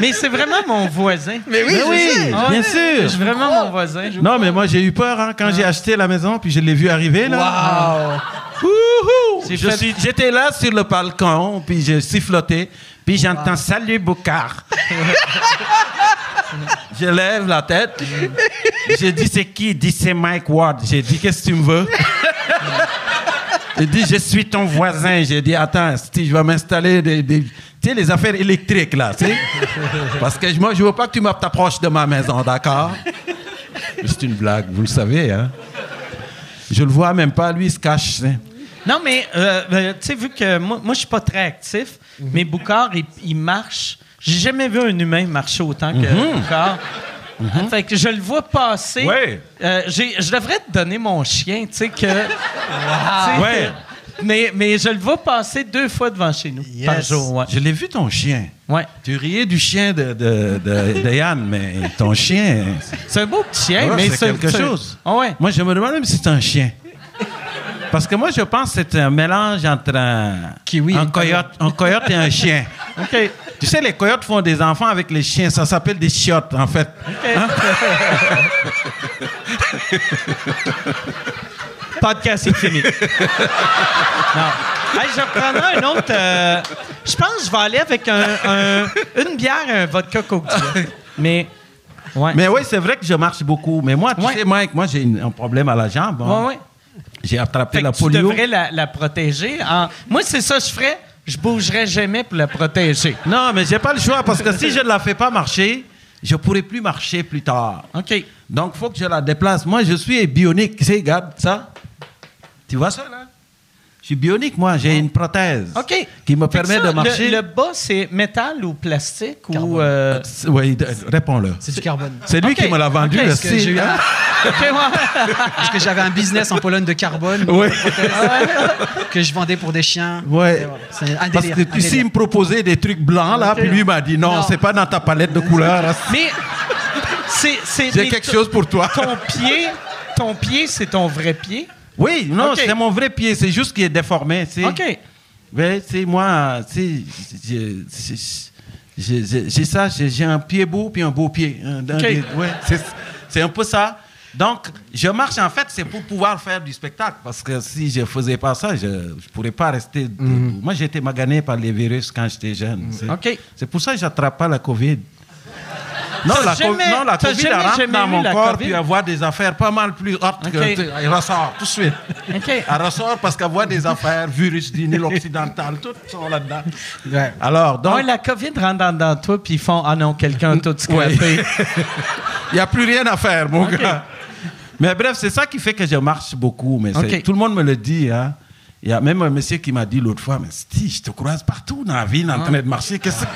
Mais c'est vraiment mon voisin.
Mais oui, je sais.
Ah
bien
ouais,
sûr.
C'est vraiment mon voisin.
Non, mais moi, j'ai eu peur hein, quand j'ai
Ah.
acheté la maison, puis je l'ai vu arriver, là.
Waouh.
Wouhou!
C'est
Je
fait-
suis- J'étais là sur le balcon, puis je sifflotais, puis j'entends Salut Boucard. je lève la tête. J'ai dit C'est qui Il dit C'est Mike Ward. J'ai dit Qu'est-ce que tu me veux Il dit Je suis ton voisin. J'ai dit Attends, si je vais m'installer des. des- Tu sais, les affaires électriques, là, tu sais. Parce que moi, je veux pas que tu m'app- t'approches de ma maison, d'accord C'est une blague, vous le savez, hein. Je le vois même pas, lui, il se cache. hein.
Non, mais euh, euh, tu sais, vu que moi, moi je suis pas très actif,
Mhm.
mais Boucard, il, il marche. J'ai jamais vu un humain marcher autant que Boucard. Ah, Fait que je le vois passer.
Mhm. Ouais.
Euh, j'ai- je devrais te donner mon chien, tu sais que. tu sais,
Ouais.
Mais, mais je le vois passer deux fois devant chez nous par jour. Ouais.
Je l'ai vu ton chien.
Ouais.
Tu riais du chien de, de, de- de Yann, mais ton chien.
C'est un beau petit chien,
Ouais,
mais
Ah, c'est quelque chose.
Ah ouais.
Moi, je me demande même si c'est un chien. Parce que moi, je pense que c'est un mélange entre un,
Kiwi et
un,
une
coyote, un coyote et un chien.
OK.
Tu sais, les coyotes font des enfants avec les chiens. Ça s'appelle des chiottes, en fait.
Podcast, c'est fini. non. Hey, je reprendrai un autre. euh, je pense que je vais aller avec un, un- une bière et un vodka coke Zero. Mais. Ouais.
Ah, Mais oui, c'est vrai que je marche beaucoup. Mais moi, tu
Ouais.
sais, Mike, moi, j'ai une- un problème à la jambe. hein.
ouais, ouais.
J'ai attrapé
Fait
la
que tu
polio.
devrais la, la protéger. en- Moi, c'est ça que je ferais. Je bougerais jamais pour la protéger.
Non, mais j'ai pas le choix parce que si je ne la fais pas marcher, je pourrai plus marcher plus tard.
OK.
Donc, faut que je la déplace. Moi, je suis bionique. Tu sais, regarde ça. Tu vois ça, là? Je suis bionique, moi. J'ai une prothèse
OK.
qui
Fait
me
que
permet
ça,
de
le-
marcher.
Le, bas, c'est métal ou plastique ou.
Carbone.
euh,
Oui, d- réponds-le.
C'est du carbone.
C'est lui
OK.
qui me l'a vendu,
OK,
le
parce
que j'ai
style.
eu un-
OK, ouais.
Parce que j'avais un business en Pologne de carbone
Oui.
que je vendais pour des chiens.
Ouais.
Et voilà. C'est un
Parce
délire.
que
un
tu sais, il
délire.
me proposait des trucs blancs, là, puis lui m'a dit non,
Non.
c'est pas dans ta palette de couleurs.
Mais. C'est. c'est-
J'ai
mais
quelque
t-
chose pour toi.
ton pied, ton pied, c'est ton vrai pied.
Oui, non,
OK.
c'est mon vrai pied, c'est juste qu'il est déformé. tu sais.
OK.
Ouais, tu sais, moi, tu sais, je- je- je- je- j'ai ça, j'ai j'ai un pied beau puis un beau pied. Un- un-
Ok.
des- ouais, c'est- c'est un peu ça. Donc, je marche, en fait, c'est pour pouvoir faire du spectacle. Parce que si je faisais pas ça, je ne pourrais pas rester
Mhm.
debout. Moi, j'étais magané par les virus quand j'étais jeune. tu sais.
Ok.
C'est pour ça que j'attrape pas la COVID. Non,
T'as
la, co-
jamais-
non, la
t'as
COVID,
jamais-
elle rentre
jamais
dans
eu
mon
la
corps
COVID?
puis avoir des affaires pas mal plus hautes
Ok.
que... tu sais, Elle ressort tout de suite.
OK.
Elle Eh, ressort parce qu'elle voit des affaires, virus du Nil occidental, tout sont là-dedans.
Ouais.
Alors,
Ah
donc,
ouais, la COVID rentre dans, dans toi, puis ils font Ah non, quelqu'un a tout scrappé.
il n'y a plus rien à faire, mon
Ok.
gars. Mais bref, c'est ça qui fait que je marche beaucoup. Mais c'est-
Ok.
tout le monde me le dit. hein. Il y a même un monsieur qui m'a dit l'autre fois, mais si je te croise partout dans la ville
Ah.
en train de marcher, qu'est-ce que...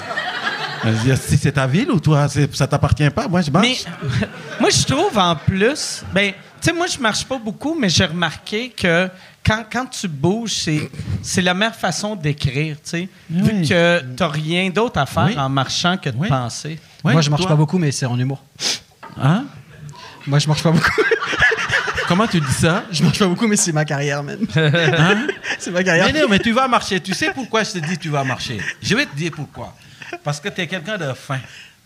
Mais je dis, Si c'est ta ville ou toi, c'est- ça t'appartient pas, moi je marche.
Mais moi, je trouve en plus, ben, tu sais, moi, je marche pas beaucoup, mais j'ai remarqué que quand, quand tu bouges, c'est, c'est la meilleure façon d'écrire, tu sais, vu
Oui.
que t'as rien d'autre à faire
Oui.
en marchant que de
Oui.
penser.
Ouais,
Moi, je marche
toi-
pas beaucoup, mais c'est en humour.
Hein?
Moi, je marche pas beaucoup.
Comment tu dis ça
Je marche pas beaucoup, mais c'est ma carrière, man. c'est ma carrière.
Hein Mais non, mais tu vas marcher. Tu sais pourquoi je te dis tu vas marcher Je vais te dire pourquoi. Parce que tu es quelqu'un de fin.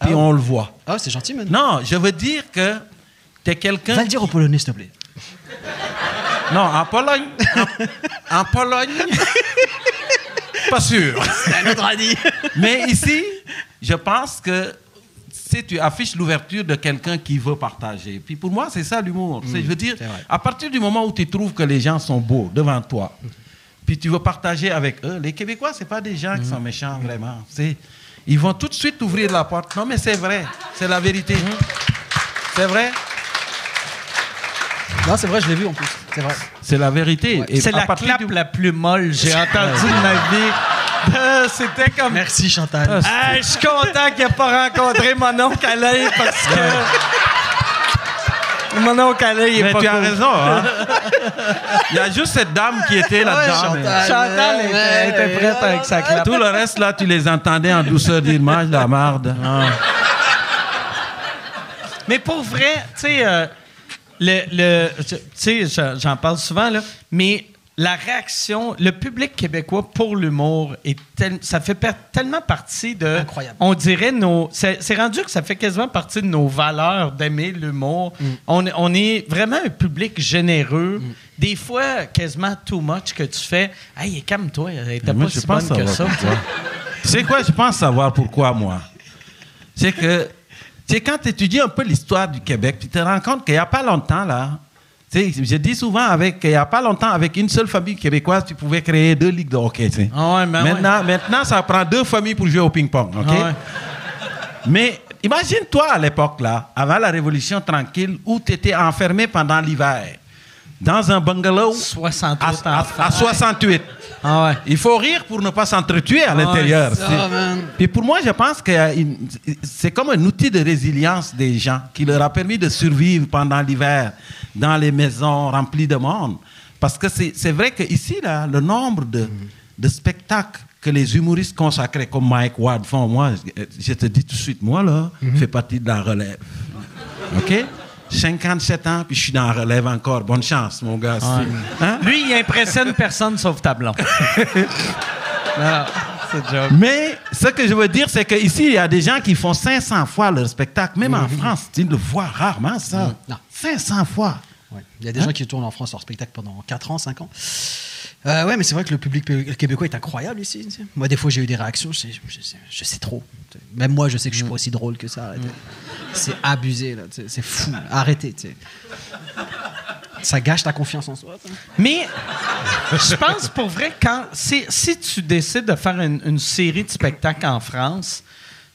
Puis on le voit.
Ah, c'est gentil, man.
Non, je veux dire que tu
Va
es quelqu'un.
le dire aux Polonais, s'il te plaît.
Non, en Pologne. En, en Pologne. Pas sûr.
Un autre a dit.
Mais ici, je pense que si tu affiches l'ouverture de quelqu'un qui veut partager. Puis pour moi, c'est ça l'humour. C'est- je veux dire,
Mm, c'est vrai.
à partir du moment où tu trouves que les gens sont beaux devant toi, puis tu veux partager avec eux, les Québécois, c'est pas des gens
Mm.
qui sont méchants, vraiment. C'est- ils vont tout de suite ouvrir la porte. Non, mais c'est vrai. C'est la vérité.
Mm.
C'est vrai.
Non, c'est vrai, je l'ai vu en plus. C'est vrai.
C'est la vérité. Et
c'est
à
la
partir
clap
du-
la plus molle que j'ai entendue de ma vie. Euh, c'était comme.
Merci, Chantal.
Ah, je suis content qu'il n'ait pas rencontré mon oncle Alain parce que. mon oncle Alain, il est
Mais
pas
tu as
cool.
raison. hein. Il y a juste cette dame qui était là-dedans. mais-
Chantal était, était prête avec sa clap.
Tout le reste, là, tu les entendais en douceur dire Mange la marde. Ah.
Mais pour vrai, tu sais, euh, le, le- tu sais, j'en j'en parle souvent, là, mais la réaction, le public québécois pour l'humour, est tel- ça fait per- tellement partie de.
Incroyable.
On dirait nos. C'est c'est rendu que ça fait quasiment partie de nos valeurs d'aimer l'humour. On, est- on est vraiment un public généreux. Des fois, quasiment too much que tu fais. Hey, calme-toi, elle était
Mais moi,
pas
je
si
pense
bonne que ça.
savoir pourquoi. Tu sais quoi, je pense savoir pourquoi, moi. C'est que, tu sais, quand tu étudies un peu l'histoire du Québec, tu te rends compte qu'il n'y a pas longtemps, là, tu sais, je dis souvent avec, qu'il n'y a pas longtemps, avec une seule famille québécoise, tu pouvais créer deux ligues de hockey, tu sais.
Ah ouais, ben
maintenant, maintenant, ça prend deux familles pour jouer au ping-pong, OK?
Ah ouais.
Mais imagine-toi à l'époque, là, avant la Révolution tranquille, où tu étais enfermé pendant l'hiver, dans un bungalow
68
à, à-
enfants.
à 68.
Ah ouais.
Il faut rire pour ne pas s'entretuer à l'intérieur.
ça,
C'est-
man.
Puis pour moi, je pense que euh, une- c'est comme un outil de résilience des gens qui leur a permis de survivre pendant l'hiver dans les maisons remplies de monde. Parce que c'est c'est vrai qu'ici, là, le nombre de, de spectacles que les humoristes consacrés comme Mike Ward font, moi, je, je te dis tout de suite, moi, là, je fais partie de la relève. OK? 57 ans, puis je suis dans la relève encore. Bonne chance, mon gars. Hein?
Lui, il impressionne personne sauf Tablon. non, c'est job.
Mais ce que je veux dire, c'est qu'ici, il y a des gens qui font 500 fois leur spectacle. Même en France, tu le vois rarement, ça.
Non.
500 fois.
Ouais. Il y a des gens qui tournent en France leur spectacle pendant 4 ans, 5 ans. Euh, ouais, mais c'est vrai que le public p- québécois est incroyable ici. tu sais. Moi, des fois, j'ai eu des réactions, je sais, je sais- je sais trop. tu sais. Même moi, je sais que je suis pas aussi drôle que ça. arrêtez. C'est abusé, là. tu sais, C'est fou. Arrêtez. tu sais. Ça gâche ta confiance en soi. tu sais.
Mais je pense pour vrai, quand si, si tu décides de faire une, une série de spectacles en France,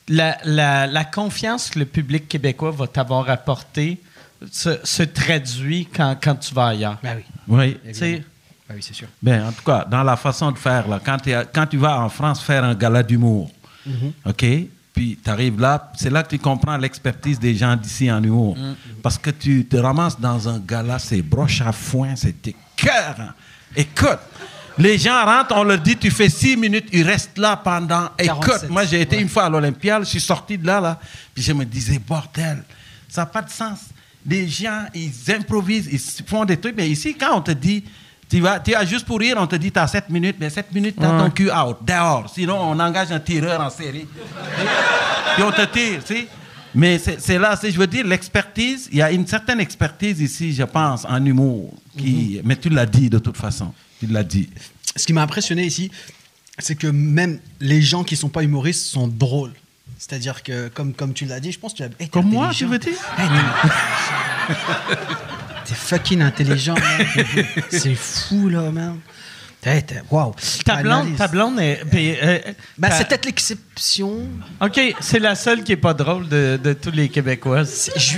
la, la- la confiance que le public québécois va t'avoir apportée se, se traduit quand, quand tu vas ailleurs.
Bah oui.
Oui.
Tu sais,
Bah oui, c'est sûr.
Ben, en tout cas, dans la façon de faire, là, quand, t'es à- quand tu vas en France faire un gala d'humour, OK? Puis tu arrives là, c'est là que tu comprends l'expertise des gens d'ici en humour. Parce que tu te ramasses dans un gala, c'est broche à foin, c'est écœurant. Écoute, les gens rentrent, on leur dit tu fais six minutes, ils restent là pendant.
47.
Écoute, moi j'ai été une fois à l'Olympiade, je suis sorti de là, là, puis je me disais bordel, ça n'a pas de sens. Les gens, ils improvisent, ils font des trucs, mais ici, quand on te dit, tu vas, tu as juste pour rire, on te dit, tu as 7 minutes, mais 7 minutes, tu ton cul out, dehors. Sinon, on engage un tireur en série. Puis on te tire, tu sais. Mais c'est c'est là, c'est- je veux dire, l'expertise, il y a une certaine expertise ici, je pense, en humour. Qui, Mais tu l'as dit de toute façon. Tu l'as dit.
ce qui m'a impressionné ici, c'est que même les gens qui sont pas humoristes sont drôles. C'est-à-dire que, comme, comme tu l'as dit, je pense que tu as. hey, t'es
Comme moi,
intelligent.
tu veux dire
Hey, t'es- T'es fucking intelligent, man. C'est fou, là, man. Hey, t'es- Wow.
ta blonde,
Analyse.
ta blonde est. puis, euh,
Bah,
ta-
c'est peut-être l'exception.
OK, c'est la seule qui est pas drôle de, de tous les Québécois.
C'est- je-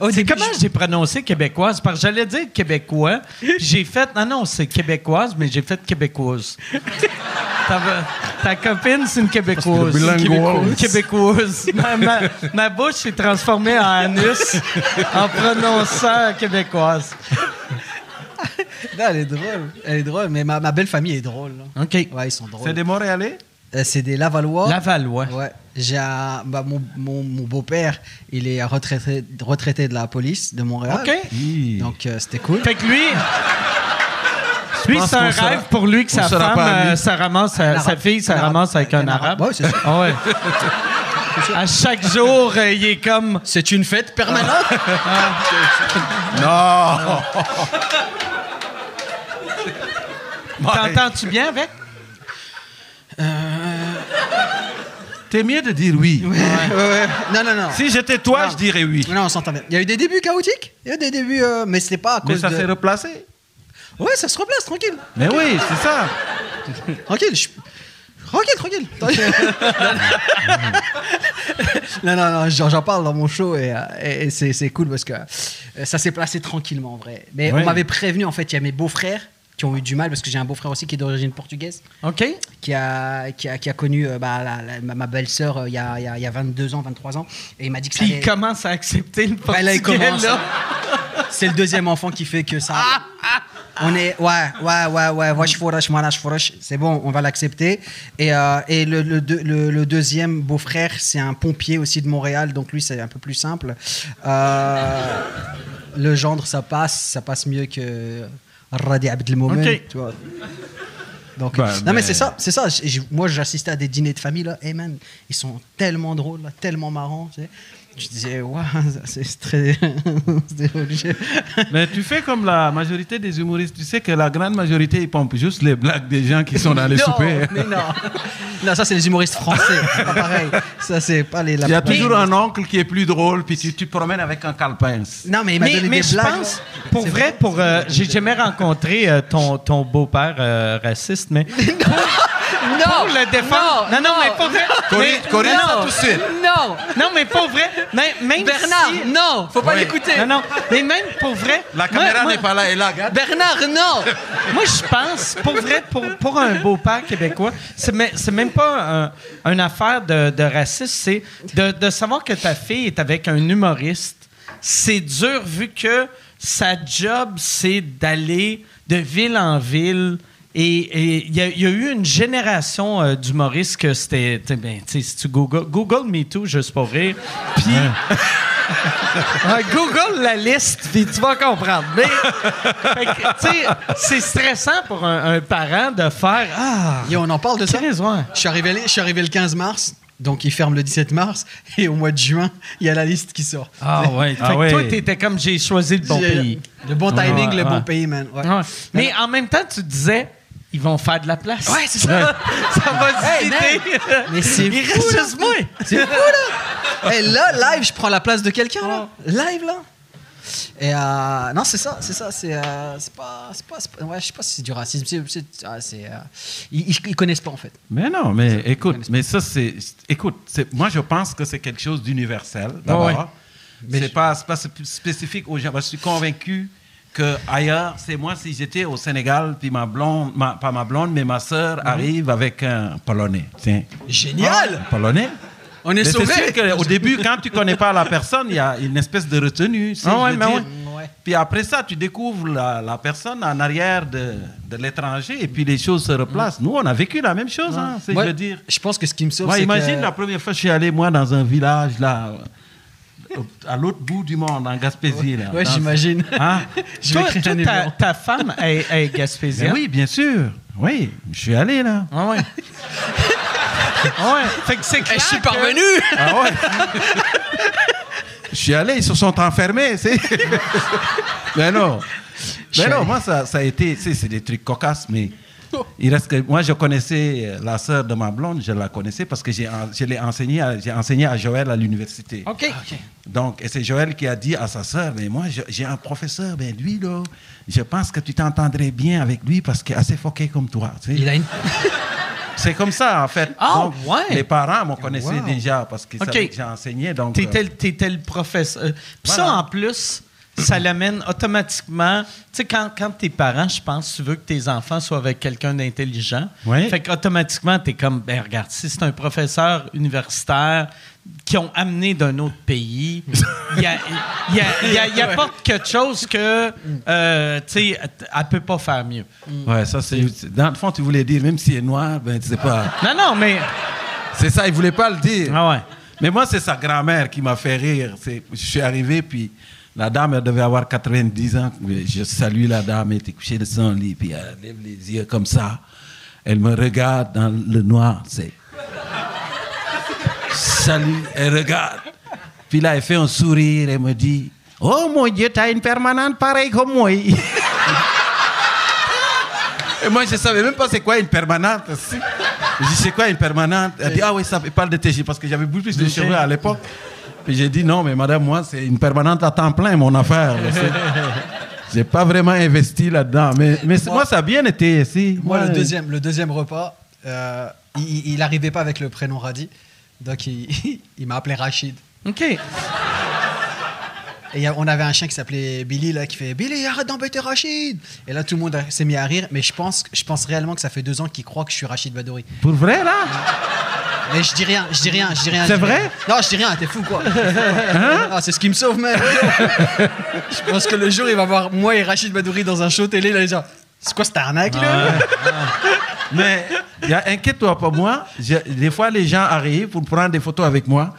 Au
C'est
début,
comment
je-
j'ai prononcé québécoise parce que j'allais dire québécois, puis j'ai fait non non, c'est québécoise mais j'ai fait québécoise. Ta, ta copine c'est une québécoise.
Parce que bilingue.
Une québécoise. Ma, ma- ma bouche s'est transformée en anus en prononçant québécoise.
Non, elle est drôle. Elle est drôle, mais ma, ma belle famille est drôle. là.
OK.
Ouais, ils sont
C'est
drôles.
des Montréalais
Euh, C'est des, Lavallois.
Lavallois.
Ouais, j'ai un- bah, mon, mon- mon beau-père, il est retraité, retraité de la police de Montréal.
OK.
Donc euh, c'était cool.
Fait que lui lui
pense
c'est un
qu'on sera-
rêve pour lui que
on
sa
sera
femme
pas à lui.
euh, ça ramasse
Un
sa,
arabe.
sa fille ça
Un arabe.
ramasse avec un
Un arabe.
arabe.
Ouais, c'est ça.
Ah ouais. À chaque jour, euh, il est comme
C'est une fête permanente.
Non
T'entends-tu bien avec?
T'es mieux de dire oui.
Ouais, ouais. Non, non, non.
Si j'étais toi,
Non.
je dirais oui.
Non, on s'entend bien. Il y a eu des débuts chaotiques. Il y a eu des débuts, euh, mais c'était pas à
Mais
cause
ça
de.
s'est replacé.
Ouais, ça se replace, tranquille.
Mais oui, c'est ça.
Tranquille, je... Tranquille, tranquille. tranquille. non, non, non, j'en j'en parle dans mon show et, euh, et- et c'est c'est cool parce que euh, ça s'est placé tranquillement en vrai. Mais
Ouais.
on m'avait prévenu, en fait, il y a mes beaux-frères qui ont eu du mal parce que j'ai un beau-frère aussi qui est d'origine portugaise,
OK.
qui a, qui a, qui a connu euh, bah, la- la- ma ma belle-sœur euh, il y, a, il y a- il y a 22 ans, 23 ans. Et il m'a dit que ça
Puis il
allait...
commence à accepter le
Ben
portugais,
là, il commence,
là.
hein. C'est le deuxième enfant qui fait que ça. Ah. On est. Ouais, ouais, ouais, ouais. Wash forash, manash forash. C'est bon, on va l'accepter. Et, euh, et le, le deux- le- le deuxième beau-frère, c'est un pompier aussi de Montréal. Donc lui, c'est un peu plus simple. Euh, le gendre, ça passe. Ça passe mieux que. Radi Abdel Momen,
Ok.
tu vois. Donc,
Ben,
non, mais,
mais-
c'est ça, c'est ça. J- j- moi, j'assistais à des dîners de famille, là. Hey, man, ils sont tellement drôles, là, tellement marrants, tu sais. Je disais, waouh, c'est très. c'est obligé.
Mais tu fais comme la majorité des humoristes. Tu sais que la grande majorité, ils pompent juste les blagues des gens qui sont dans les
non,
soupers.
mais non. Non, ça, c'est les humoristes français. C'est pas pareil. Ça, c'est pas les. la-
Il y a toujours un oncle qui est plus drôle, puis tu, tu te promènes avec un calepin.
Non, mais il m'a
Mais,
donné
mais
des
je
blagues.
pense, pour vrai, pour euh, j'ai jamais rencontré euh, ton, ton beau-père euh, raciste, mais
Non!
pour le défendre. Non, non, mais pas vrai. mais,
Corinne,
non,
ça tout de suite.
Non!
non, mais pas vrai. Mais, même
Bernard,
si-
non! Faut pas
Oui.
l'écouter!
Non, non. Mais même pour vrai.
La
moi-
caméra
moi-
n'est pas là, elle la regarde.
Bernard, non!
Moi, je pense, pour vrai, pour, pour un beau-père québécois, c'est me- c'est même pas un- une affaire de, de racisme, c'est de, de savoir que ta fille est avec un humoriste. C'est dur vu que sa job, c'est d'aller de ville en ville. Et et il y, a- il y a eu une génération euh, d'humoristes que c'était. t'sais, Ben, t'sais, si tu Google, Google Me Too, juste pour rire. Puis. Ouais, Ah, Google la liste, puis tu vas comprendre. Mais, fait que, tu sais, c'est stressant pour un, un parent de faire Ah,
Yo, on en parle de ça?
Chris, ouais.
Je suis, arrivé, je suis arrivé le 15 mars, donc ils ferment le 17 mars, et au mois de juin, il y a la liste qui sort.
Ah, ouais. Fait
Ah
que
ouais.
toi, t'étais comme j'ai choisi le bon
J'ai-
pays.
Le bon timing,
Ouais,
le
ouais.
bon pays, man. Ouais,
Ouais. Mais en même temps, tu disais Ils vont faire de la place.
Ouais, c'est ça.
ça va
Hey,
se
man.
vider.
Mais c'est
Il
fou,
reste
là.
juste moi.
C'est fou, là! Et Eh, là, live, je prends la place de quelqu'un, là. Live, là. Et euh, non, c'est ça, c'est ça, c'est euh, c'est pas, c'est pas, c'est pas- ouais, je sais pas si c'est du racisme, c'est, c'est- ah, c'est, euh, ils, ils- ils connaissent pas en fait.
Mais non, mais écoute, mais ça c'est, écoute, c'est- moi je pense que c'est quelque chose d'universel d'abord.
Ouais.
C'est pas, c'est pas sp- spécifique aux gens. Parce que je suis convaincu que ailleurs, c'est moi si j'étais au Sénégal, puis ma blonde, ma- pas ma blonde, mais ma sœur arrive avec un Polonais. Tiens. Ah,
Génial!
Un Polonais.
On est
Mais c'est
sauvés.
sûr qu'au début, quand tu connais pas la personne, il y a une espèce de retenue. si
Ah
je
ouais,
veux
mais
dire.
ouais.
Puis après ça, tu découvres la, la personne en arrière de, de l'étranger et puis les choses se replacent. Nous, on a vécu la même chose, hein, c'est-
Moi,
je veux dire.
je pense que ce qui me sauve,
Moi,
c'est
imagine
que-
la première fois que je suis allé, moi, dans un village, là, au- à l'autre bout du monde, en Gaspésie. Là,
Ouais,
Dans-
j'imagine.
Hein?
Je vais
Toi,
créer
toi,
un
ta,
numéro. Ben
ta femme est, est
Mais
gaspésienne.
oui, bien sûr. Oui, je suis allé, là.
Ah ouais. Ah ouais. Fait que c'est
Eh,
clair.
Je suis
que-
parvenu!
Ah ouais? Je suis allé, ils se sont enfermés. c'est- mais non. Mais non, moi, ça, ça a été. tu sais, C'est des trucs cocasses, mais. Il reste que, moi, je connaissais euh, la sœur de ma blonde, je la connaissais parce que j'ai, en- je l'ai enseigné à, j'ai enseigné à Joël à l'université.
Ok.
Donc, et c'est Joël qui a dit à sa sœur, mais moi, je- j'ai un professeur, mais lui, là, je pense que tu t'entendrais bien avec lui parce qu'il est assez foqué comme toi. tu sais.
Il a une.
C'est comme ça, en fait.
Ah,
Donc,
ouais.
Mes parents m'ont connaissé déjà parce qu'ils
Ok.
savaient que j'ai enseigné. Donc,
T'étais
euh,
le- t'étais le professeur. Euh, Puis ça,
Voilà.
en plus, ça l'amène automatiquement. Tu sais, quand, quand tes parents, je pense, tu veux que tes enfants soient avec quelqu'un d'intelligent.
Oui.
Fait qu'automatiquement, t'es comme, ben regarde, si c'est un professeur universitaire qui ont amené d'un autre pays, il y a- il y a- il y a- il y apporte quelque chose que, euh, tu sais, elle peut pas faire mieux.
ouais, ça, c'est, c'est- dans le fond, tu voulais dire, même s'il est noir, ben, c'est pas.
Non, non, mais.
C'est ça, il voulait pas le dire.
Ah ouais.
Mais moi, c'est sa grand-mère qui m'a fait rire. C'est- je suis arrivé, puis la dame, elle devait avoir 90 ans. Mais Je salue la dame, elle était couchée de son lit, puis elle lève les yeux comme ça. Elle me regarde dans le noir, c'est. Salut, elle regarde. Puis là, elle fait un sourire, elle me dit Oh mon Dieu, t'as une permanente pareille comme moi. Et moi, je savais même pas c'est quoi une permanente. Si. Je dis C'est quoi une permanente Elle dit Ah oui, ça elle parle de TG, parce que j'avais beaucoup plus de cheveux à l'époque. Puis j'ai dit Non, mais madame, moi, c'est une permanente à temps plein, mon affaire. là, c'est- J'ai pas vraiment investi là-dedans. Mais, mais c'est- moi, ça a bien été. Si.
Moi, le
Ouais.
deuxième, le deuxième repas, euh, il, il arrivait pas avec le prénom Radi, donc il, il m'a appelé Rachid.
OK.
Et il y a- on avait un chien qui s'appelait Billy là, qui fait Billy, arrête d'embêter Rachid. Et là, tout le monde a- s'est mis à rire, mais je pense, je pense réellement que ça fait deux ans qu'il croit que je suis Rachid Badouri.
Pour vrai, là
Mais je dis rien, je dis rien, je dis rien. je
C'est
dis
vrai
rien. Non, je dis rien, t'es fou quoi. Ah, c'est ce qui me sauve, même. je pense que le jour, il va voir moi et Rachid Badouri dans un show télé, là, il va dire, C'est quoi cette arnaque là
Mais y a- inquiète-toi pas, moi, je- des fois les gens arrivent pour prendre des photos avec moi.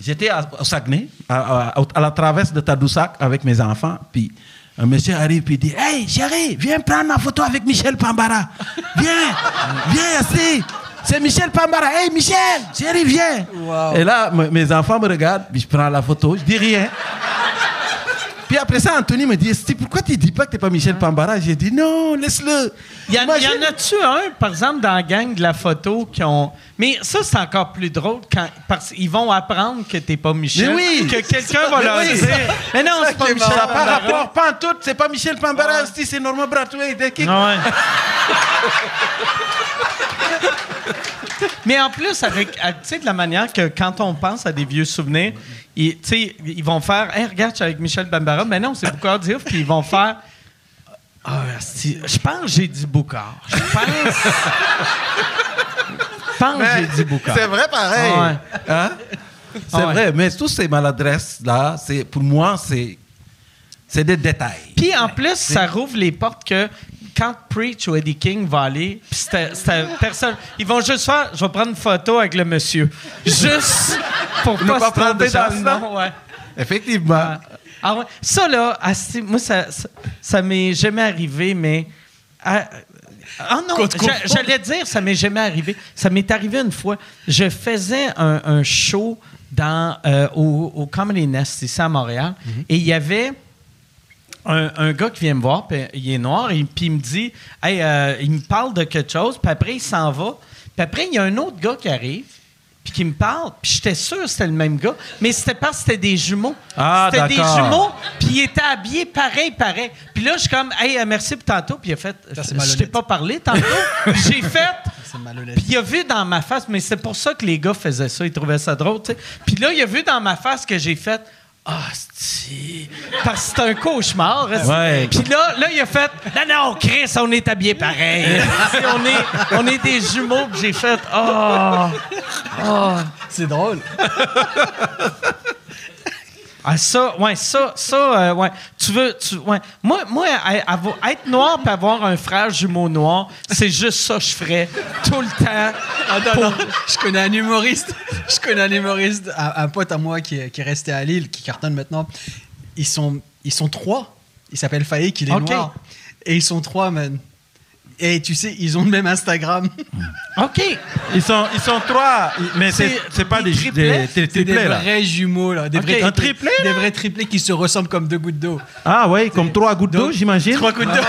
J'étais à, au Saguenay, à, à- à la traverse de Tadoussac avec mes enfants, puis Un monsieur arrive et dit Hey, chérie, viens prendre ma photo avec Michel Pambara. Viens, viens ici. C'est Michel Pambara. Hey, Michel, chérie, viens. Et là, m- mes enfants me regardent, puis je prends la photo, je dis rien. Puis après ça, Anthony me dit Esti, pourquoi tu dis pas que t'es pas Michel Pambara J'ai dit Non, laisse-le.
Il Ah. y, en-
Imagine-
y en a-tu un, par exemple, dans la gang de la photo qui ont. Mais ça, c'est encore plus drôle quand. Parce qu'ils vont apprendre que t'es pas Michel.
Mais oui!
Que quelqu'un va
Mais
leur
oui!
dire. Mais non, c'est pas Michel.
Ça n'a pas
Barbara.
rapport, pas en tout. C'est pas Michel Pambara, Esti, c'est Norman Brathwaite. Qui-
Ah ouais. Mais en plus, avec, à- tu sais, de la manière que quand on pense à des vieux souvenirs, ils, tu sais, ils vont faire Hey, regarde, je suis avec Michel Bambara. Mais non, c'est Boucard Diouf. Puis ils vont faire Ah, asti, Je pense que j'ai dit Boucard. Je pense. Je pense que j'ai dit Boucard.
C'est vrai pareil.
Ah ouais.
Hein? C'est
Ah ouais.
vrai, mais toutes ces maladresses-là, c'est- pour moi, c'est c'est des détails.
Puis en plus, ça rouvre les portes que quand Preach ou Eddie King va aller, pis c'était- c'était personne. Ils vont juste faire je vais prendre une photo avec le monsieur. Juste pour
Ne
pas,
pas
se tromper
prendre de
dans le
chance,
nom. Ouais.
Effectivement.
Ah ouais. Ça, là, asti, moi, ça, ça, ça m'est jamais arrivé, mais. Ah ah non,
Côte, côte,
j'a-
côte.
j'allais dire, ça m'est jamais arrivé. Ça m'est arrivé une fois. Je faisais un, un show dans, euh, au, au Comedy Nest, ici à Montréal, et il y avait un, un gars qui vient me voir, puis il est noir, et puis il me dit, hey, euh, il me parle de quelque chose, puis après il s'en va, puis après il y a un autre gars qui arrive, puis qui me parle, puis j'étais sûr que c'était le même gars, mais c'était parce que c'était des jumeaux.
Ah,
c'était des
d'accord.
jumeaux, puis il était habillé pareil, pareil. Puis là, je suis comme, hey, euh, merci pour tantôt, puis il a fait,
Ça, c'est
je t'ai
malhonnête.
pas parlé tantôt, j'ai fait.
C'est malhonnête.
Puis il a vu dans ma face, mais c'est pour ça que les gars faisaient ça, ils trouvaient ça drôle, tu sais. Puis là, il a vu dans ma face que j'ai fait Ah, c'ti. parce que c'est un cauchemar. hein, c'est-
Ouais.
Puis là, là, il a fait Non, non, Chris, on est habillés pareil. Si on, est, on est des jumeaux, puis j'ai fait Ah.
C'est drôle.
Ah, ça, ouais, ça, ça, euh, ouais. Tu veux, tu, ouais. Moi, moi à- avo- être noir et avoir un frère jumeau noir, c'est juste ça que je ferais tout le temps.
Ah non, non, je connais un humoriste, je connais un humoriste, un, un pote à moi qui est, qui est resté à Lille, qui cartonne maintenant. Ils sont, ils sont trois. Il s'appelle Faïk, il est
Ok.
noir. Et ils sont trois, man. Et tu sais, ils ont le même Instagram.
OK.
Ils sont, ils sont trois, mais
c'est- c'est pas des- des-
C'est des vrais jumeaux, là. Des
Ok.
vrais
Un
triplés-
triplé,
Des vrais triplés qui se ressemblent comme deux gouttes d'eau.
Ah oui, comme trois gouttes d'eau, j'imagine.
Trois gouttes d'eau.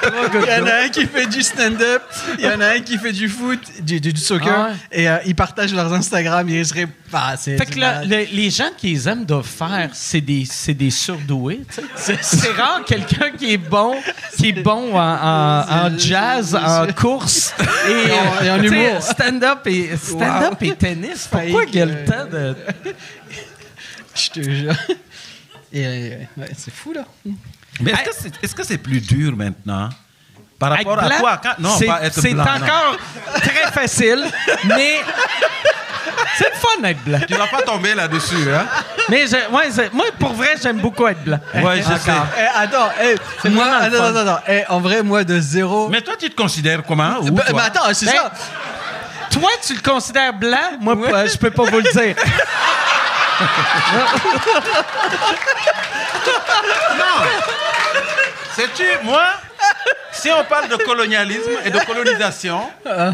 Il y en a un qui fait du stand-up, il y en a un qui fait du foot, du, du- du soccer,
Ah ouais.
et euh, ils partagent leurs Instagram. Ils seraient. Bah, c'est,
Fait
c'est
que la-
malade.
le- les gens qui les aiment doivent faire, c'est des, c'est des surdoués. tu sais. C'est- C'est rare quelqu'un qui est bon, qui est bon en, en- en jazz, en course et,
en- et en
tu sais,
humour.
Stand-up et, stand up et tennis. euh, Pourquoi
Failli
il y a le
que-
temps de.
Je te jure. Et, euh, ouais, c'est fou, là.
Mais est-ce que c'est est-ce que c'est plus dur maintenant par
Être
rapport à
blanc,
quoi Quand- Non,
c'est-
pas être
C'est
blanc, non.
encore très facile, mais c'est le fun d'être blanc.
Tu vas pas tomber là-dessus, hein
Mais je- ouais, c'est- moi, pour vrai, j'aime beaucoup être blanc.
Ouais, je sais.
Eh, attends, eh,
C'est
moi,
vraiment le
attends,
fun.
attends, attends. Eh, en vrai, moi, de zéro.
Mais toi, tu te considères comment ou
Bah,
toi?
mais attends, c'est
Ben,
ça.
Toi, tu le considères blanc, moi, pas- je peux pas vous le dire.
Sais-tu, moi, si on parle de colonialisme et de colonisation,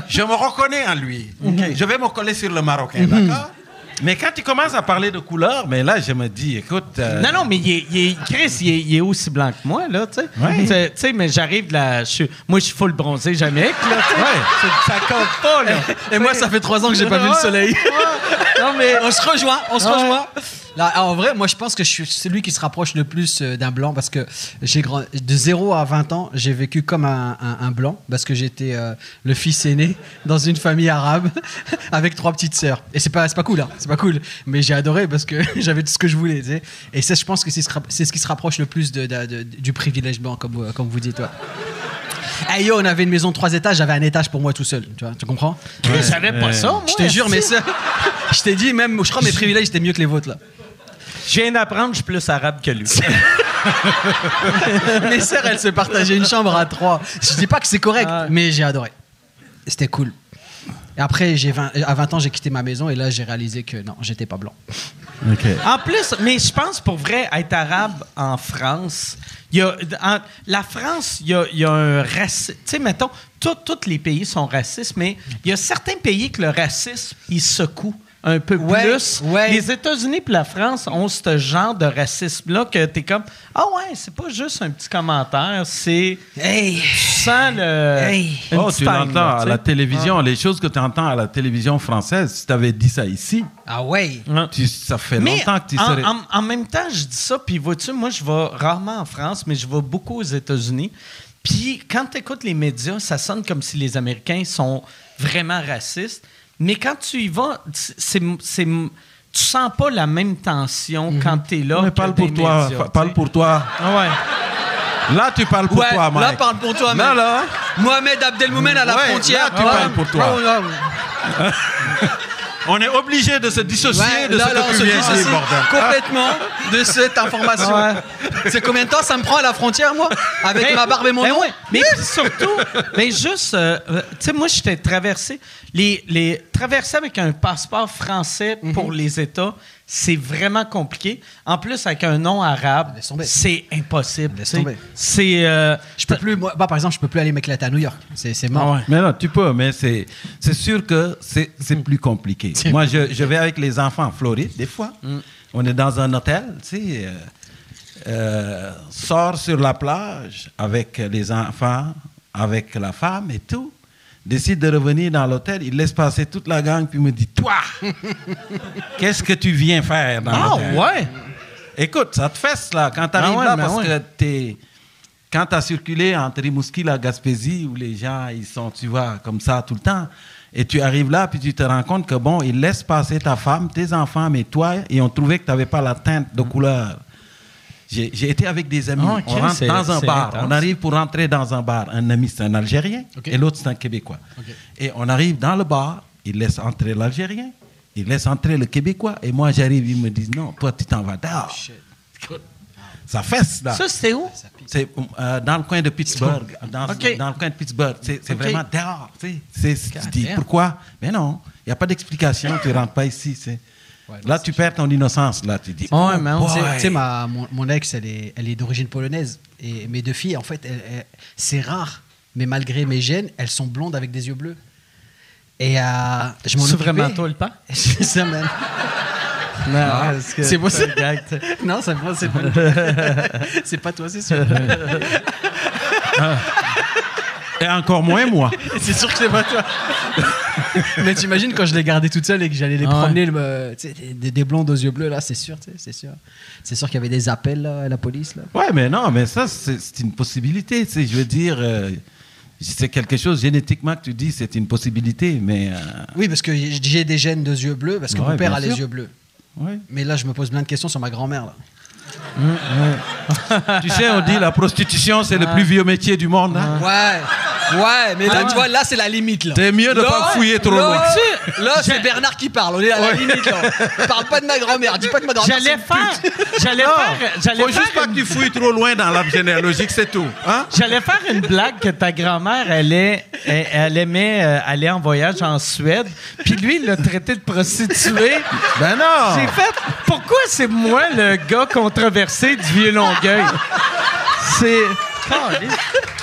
je me reconnais en lui. Je vais me coller sur le Marocain,
Mhm.
d'accord Mais quand tu commences à parler de couleur, mais là, je me dis, écoute... euh,
Non, non, mais il est, il est- Chris, il est, il est aussi blanc que moi, là, tu sais.
Ouais.
Tu sais- Tu sais, mais j'arrive de la. je suis- moi, je suis full bronzé Jamaïque, là, tu sais.
Ouais.
C'est- Ça compte pas, là.
Et moi, ça fait trois ans que j'ai pas vu le
Ouais.
soleil.
Ouais. Non, mais.
on se rejoint, on se
Ouais.
rejoint. Là, en vrai, moi, je pense que je suis celui qui se rapproche le plus euh, d'un blanc parce que j'ai grand- de 0 à 20 ans, j'ai vécu comme un, un- un blanc parce que j'étais euh, le fils aîné dans une famille arabe avec trois petites sœurs. Et c'est pas, c'est pas cool, hein, c'est pas cool. Mais j'ai adoré parce que j'avais tout ce que je voulais. tu sais. Et ça, je pense que c'est ce, rap- c'est ce qui se rapproche le plus de- de- de- du privilège blanc, comme, vous- comme vous dites. ouais. Hey yo, on avait une maison de trois étages, j'avais un étage pour moi tout seul, tu vois, tu comprends
Chris, je savais pas ça, moi.
Je te jure, mais ça, je t'ai dit même, je crois mes privilèges étaient mieux que les vôtres là.
Je viens d'apprendre, je suis plus arabe que lui.
Mes sœurs, elles se partageaient une chambre à trois. Je dis pas que c'est correct,
Ah ouais.
mais j'ai adoré. C'était cool. Et après, j'ai 20 à 20 ans, j'ai quitté ma maison et là, j'ai réalisé que non, j'étais pas blanc.
OK.
En plus, mais je pense pour vrai, être arabe en France, il y a, en- la France, il y a, il y a un racisme. Tu sais, mettons, tout- tous les pays sont racistes, mais il y a certains pays que le racisme, il secoue un peu
Ouais,
plus.
ouais.
Les États-Unis et la France ont ce genre de racisme-là que t'es comme, ah ouais, c'est pas juste un petit commentaire, c'est.
Hey!
Tu sens le.
Hey.
une
Oh,
petite
tu
haine, là,
l'entends à
tu
la
sais. Ah.
télévision. Les choses que tu entends à la télévision française, si tu avais dit ça ici,
Ah ouais!
Ouais.
tu- ça fait
Mais
longtemps que tu
en,
serais...
en- en même temps, je dis ça, puis vois-tu, moi, je vais rarement en France, mais je vais beaucoup aux États-Unis. Puis quand tu écoutes les médias, ça sonne comme si les Américains sont vraiment racistes. Mais quand tu y vas, c'est- c'est- c'est- tu sens pas la même tension quand tu es là.
Mais
que
parle
des
pour toi.
médias,
fa- Parle
tu
pour toi.
sais. Ah ouais.
Là, tu parles pour
Ouais,
toi, Mike.
là, parle pour toi,
Là,
mec.
là.
Mohamed Abdelmoumen à la
Ouais,
frontière.
là, tu
Ouais.
parles pour toi.
Ouais, ouais, ouais.
On est obligé de se dissocier
Ouais,
de
là,
ce
là,
que
on
tu
se
viens de
dissocie
dire, bordel.
complètement de cette information. C'est combien de temps ça me prend à la frontière, moi Avec
Ben,
ma barbe et mon
Eh
ben
nom
ouais. Mais puis surtout, mais juste, euh, euh, tu sais, moi, j'étais traversé. Les, les traverser avec un passeport français
Mhm.
pour les États, c'est vraiment compliqué. En plus, avec un nom arabe,
Laisse tomber.
c'est impossible.
Laisse
tu sais.
tomber.
C'est. euh,
Je peux plus, moi, bah, par exemple, je peux plus aller m'éclater à New York. C'est c'est mort.
Ah ouais.
Mais non, tu peux, mais c'est, c'est sûr que c'est, c'est plus compliqué. Moi, je, je vais avec les enfants en Floride, des fois.
Mm.
On est dans un hôtel, tu sais. euh, euh, sort sur la plage avec les enfants, avec la femme et tout. Décide de revenir dans l'hôtel, il laisse passer toute la gang, puis me dit Toi, qu'est-ce que tu viens faire dans
Ah
l'hôtel
ouais.
Écoute, ça te fesse là quand t'arrives
Ah ouais,
là
mais
parce
ouais.
que t'es. Quand t'as circulé entre Rimouski et la Gaspésie où les gens ils sont, tu vois, comme ça tout le temps, et tu arrives là puis tu te rends compte que bon, ils laissent passer ta femme, tes enfants, mais toi, ils ont trouvé que t'avais pas la teinte de
Mm.
couleur. J'ai j'ai été avec des amis.
Ah, ok,
on rentre
c'est-
dans un
c'est
bar.
intense.
On arrive pour rentrer dans un bar. Un ami, c'est un Algérien
Ok.
et l'autre, c'est un Québécois.
Ok.
Et on arrive dans le bar, ils laissent entrer l'Algérien, ils laissent entrer le Québécois. Et moi, j'arrive, ils me disent non, toi, tu t'en vas dehors. Ça fesse, là.
Oh, Ça, c'était où?
C'est euh, dans le coin de Pittsburgh. Dans,
Ok.
dans le coin de Pittsburgh. C'est c'est
Ok.
vraiment dehors. tu sais. C'est- c'est- Tu dis
damn.
pourquoi Mais non, il n'y a pas d'explication. tu rentres pas ici. c'est- là, tu perds ton innocence. Là, tu dis.
Ah
Ouais,
oh
mais on
boy.
Tu sais- Tu sais, ma, mon, mon ex, elle est, elle est d'origine polonaise. Et mes deux filles, en fait, elles- elles- c'est rare. Mais malgré mes gènes, elles sont blondes avec des yeux bleus. Et euh, je m'en
C'est
occupais.
vraiment toi le pas?
C'est ça, man. Ah, c'est moi, c'est Non, c'est moi, c'est pas. c'est pas toi, c'est sûr.
Et encore moins moi.
c'est sûr que c'est pas toi. Mais t'imagines quand je les gardais toutes seules et que j'allais les
Ah ouais.
promener, le- euh, tu sais, des, des blondes aux yeux bleus, là, c'est sûr, tu sais, c'est sûr. C'est sûr qu'il y avait des appels là, à la police, là.
Ouais, mais non, mais ça, c'est c'est une possibilité. tu sais, Je veux dire, euh, c'est quelque chose génétiquement que tu dis, c'est une possibilité, mais. euh,
Oui, parce que j'ai des gènes de yeux bleus, parce que
Ouais,
mon père
bien
a les
sûr.
yeux bleus.
ouais.
Mais là, je me pose plein de questions sur ma grand-mère, là.
tu sais, on dit la prostitution, c'est le plus vieux métier du monde. hein.
Ouais, ouais, mais là, tu vois, là, c'est la limite, là.
Ah. T'es mieux de
Là,
pas fouiller trop
là,
loin.
tu- Là, c'est Bernard qui parle, on est à la limite, là. Parle pas de ma grand-mère, dis pas que ma grand-mère.
J'allais faire. J'allais faire. J'allais
Faut
faire
juste pas
une-
que tu fouilles trop loin dans l'arbre généalogique, c'est tout. Hein?
J'allais faire une blague que ta grand-mère allait, elle, elle aimait euh, aller en voyage en Suède, puis lui il l'a traité de prostituée.
Ben non!
J'ai fait pourquoi c'est moi le gars controversé du vieux Longueuil. C'est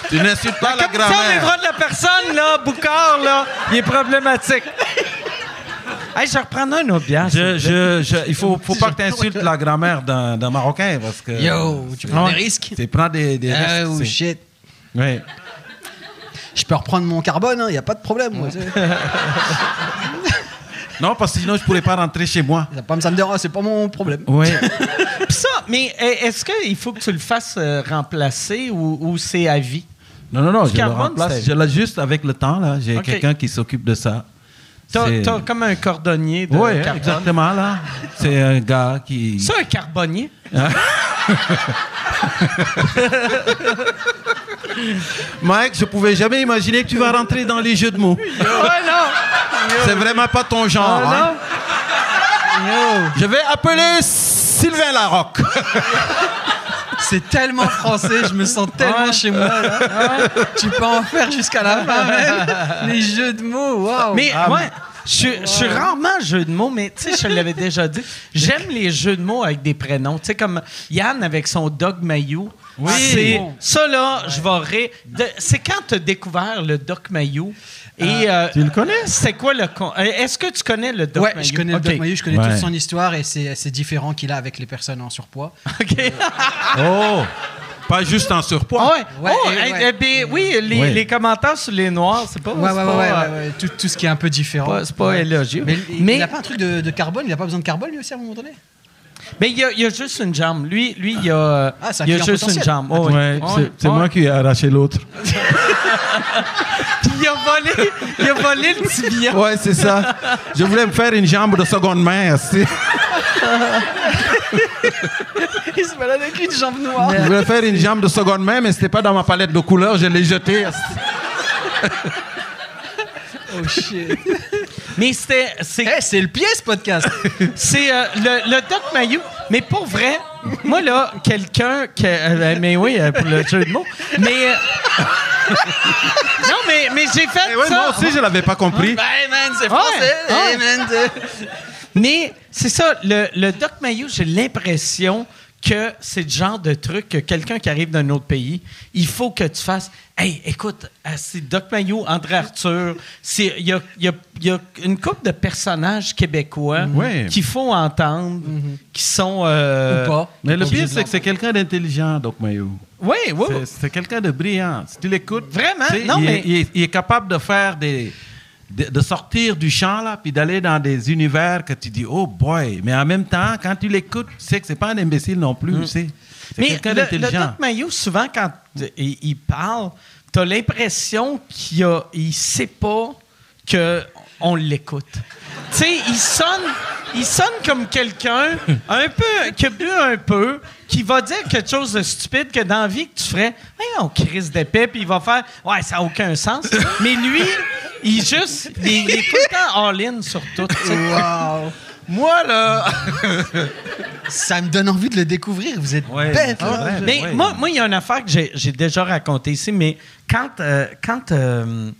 Tu n'insultes pas la
comme ça les
grand-mère.
droits de la personne là, Boucard là, il est problématique. Hey, je reprendrai un autre
Ah,
bière.
Je, je, je- il faut, faut pas que tu insultes la grand-mère d'un d'un Marocain parce que.
Yo, tu prends des risques.
Tu prends des, des
Ah,
risques,
oh
c'est-
shit.
Ouais.
Je peux reprendre mon carbone, il n'y a pas de problème. Moi, tu sais.
Non, parce que sinon, je pourrais pas rentrer chez moi.
Ça va pas me- ça me dérange, c'est pas mon problème.
Ouais.
Pis ça, mais eh, est-ce qu'il faut que tu le fasses euh, remplacer ou, ou c'est à vie?
Non, non, non, je le
carbone,
remplace.
c'est-
Je l'ajuste avec le temps, là. J'ai
Ok.
quelqu'un qui s'occupe de ça.
T'as
C'est-
t'as comme un cordonnier de
Ouais, hein,
carbone.
exactement, là. C'est un gars qui.
Ça, un carbonnier?
Mike, je pouvais jamais imaginer que tu vas rentrer dans les jeux de mots.
Ouais, non!
C'est vraiment pas ton genre. hein.
Ah,
Je vais appeler Sylvain Larocque.
C'est tellement français, je me sens tellement
Ouais.
chez moi. là. Tu peux en faire jusqu'à la fin, même. Les jeux de mots, waouh.
non. Mais,
Ah,
ouais. Je, je suis rarement jeu de mots, mais tu sais, je l'avais déjà dit. J'aime les jeux de mots avec des prénoms. Tu sais, comme Yann avec son Doc Mayou.
Oui.
C'est- Ça, là, je vais rire. De- C'est quand tu as découvert le Doc Mayou.
Euh,
Et, tu le connais? C'est quoi le. con- euh, Est-ce que tu connais le Doc
ouais,
Mayou?
je connais
OK.
le Doc Mayou, je connais
Ouais.
toute son histoire et c'est c'est différent qu'il a avec les personnes en surpoids.
OK.
Oh! Pas juste en surpoids.
Ah ouais.
Ouais,
Oh,
et-
eh,
ouais.
eh bien, oui, les,
Ouais.
les commentaires sur les noirs, c'est pas.
Ouais, ouais,
c'est
ouais,
pas,
ouais,
euh,
ouais, ouais, Tout, tout ce qui est un peu différent.
pas- c'est pas élogieux.
Mais,
Mais-
il n'a pas un truc de, de carbone, il n'a pas besoin de carbone lui aussi à un moment donné
Mais il y, a- il y a juste une jambe. Lui, lui il y a, euh,
Ah, c'est un
il y a
client
juste une
potentiel.
jambe. Oh, oui.
Ouais,
Oh,
c'est-
oui.
c'est
Oh,
moi qui ai arraché l'autre.
Puis il a volé, il a volé le tibia.
Ouais, c'est ça. Je voulais me faire une jambe de seconde main. c'est-
Il se balade avec une jambe noire.
Je voulais faire une jambe de seconde main, mais c'était pas dans ma palette de couleurs. Je l'ai jetée.
Oh shit.
Mais c'était, c'est,
Eh, c'est le pied ce podcast
c'est euh, le, le Doc Mayou. Mais pour vrai, moi là, quelqu'un que, euh, mais oui, euh, pour le jeu de mots. Mais euh, non, mais mais j'ai fait
Eh ouais,
ça.
moi aussi, je l'avais pas compris.
Hey man, c'est
français. Hey,
man,
Mais c'est ça, le, le Doc Mayou, j'ai l'impression que c'est le genre de truc que quelqu'un qui arrive d'un autre pays, il faut que tu fasses. Hey, écoute, euh, c'est Doc Mayou, André Arthur, c'est- il y a, il y a- il y a une couple de personnages québécois
Ouais.
qu'il faut entendre, qui sont. euh,
Ou pas.
Mais le pire, c'est que c'est quelqu'un d'intelligent, Doc Mayou.
Oui, oui, oui.
C'est- C'est quelqu'un de brillant. Si tu l'écoutes,
Oh. Vraiment?
tu sais,
Non,
il,
mais-
est, il est- il est capable de faire des. De, de sortir du champ, là, puis d'aller dans des univers que tu dis, oh boy. Mais en même temps, quand tu l'écoutes, tu sais que c'est pas un imbécile non plus. tu sais. C'est
Mm. Mais
quelqu'un
le, le
d'intelligent.
Doc Mayou, souvent, quand euh, il, il parle, t'as l'impression qu'il a, il sait pas que on l'écoute. tu sais, il sonne, il sonne comme quelqu'un un peu qui a bu un peu, qui va dire quelque chose de stupide que dans la vie que tu ferais, hey, on crise d'épais, puis il va faire, ouais, ça a aucun sens. Mais lui, il juste, il, il est tout le temps all-in sur tout. tu sais.
Wow.
Moi, là.
Ça me donne envie de le découvrir, vous êtes
Ouais,
bêtes. hein.
c'est
là.
vrai.
Mais
Ouais.
moi, moi, il y a une affaire que j'ai j'ai déjà racontée ici, mais quand. euh, quand euh,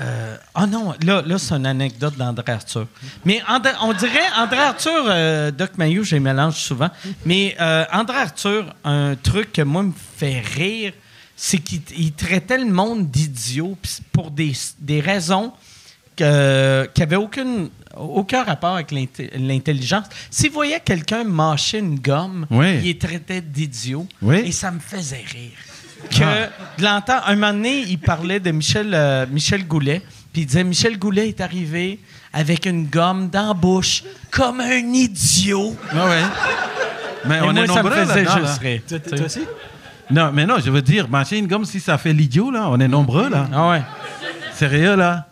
euh, oh non, là, là c'est une anecdote d'André Arthur. Mais André- on dirait, André Arthur, euh, Doc Mayou, je les mélange souvent. Mais euh, André Arthur, un truc que moi me fait rire, c'est qu'il il traitait le monde d'idiot pis c'est pour des, des raisons que- qui n'avaient aucune, aucun rapport avec l'inté- l'intelligence. S'il voyait quelqu'un mâcher une gomme,
Oui.
il les traitait d'idiot.
Oui.
Et ça me faisait rire. Que
Ah.
de l'entendre. Un moment donné, il parlait de Michel, euh, Michel Goulet. Puis il disait Michel Goulet est arrivé avec une gomme dans la bouche, comme un idiot.
Ah ouais. Mais
Et
on
moi,
est
ça me
nombreux
faisait
là-dedans,
juste
là.
rire.
Toi, toi aussi
Non, mais non, je veux dire, machine une gomme, si ça fait l'idiot, là, on est nombreux, là.
Ah ouais.
Sérieux, là.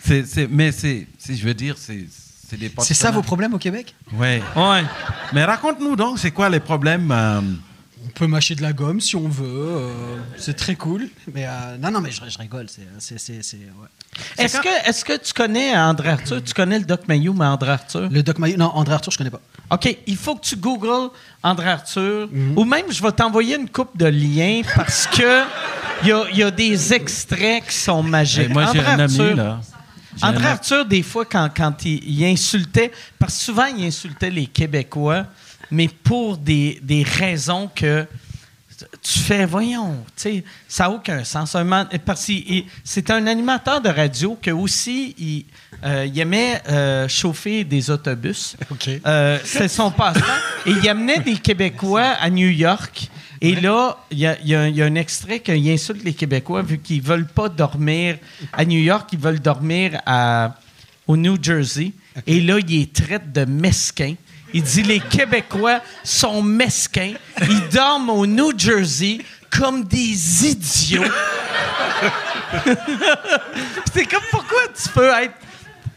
C'est, c'est- mais c'est, c'est- je veux dire, c'est, c'est des
C'est ça vos
personnages.
problèmes au Québec
Ouais.
Ouais.
Mais raconte-nous donc, c'est quoi les problèmes euh,
On peut mâcher de la gomme si on veut, euh, c'est très cool. Mais euh, non, non, mais je, je rigole, c'est. c'est- c'est- c'est- ouais.
Est-ce que, est que tu connais André Arthur? Tu connais le Doc Mayou, mais André Arthur?
Le Doc Mayou, non, André Arthur, je connais pas.
OK, il faut que tu googles André Arthur ou même je vais t'envoyer une coupe de liens parce que il y a, il y a des extraits qui sont magiques.
Eh, Moi, j'ai
André
un ami,
Arthur-
là. J'ai
André
un-
Arthur, des fois, quand, quand il, il insultait, parce que souvent, il insultait les Québécois, mais pour des, des raisons que tu fais, voyons, tu sais, ça n'a aucun sens. Un man- parce qu'il il- c'est un animateur de radio que aussi, il, euh, il aimait euh, chauffer des autobus.
Ok.
Euh, C'était son passe Et il amenait des Québécois à New York. Et là, il y, a- il y a un- il y a un extrait qu'il insulte les Québécois vu qu'ils veulent pas dormir à New York, ils veulent dormir à, au New Jersey. Et là, il les traite de mesquins. Il dit les Québécois sont mesquins. Ils dorment au New Jersey comme des idiots. Puis C'est comme pourquoi tu peux être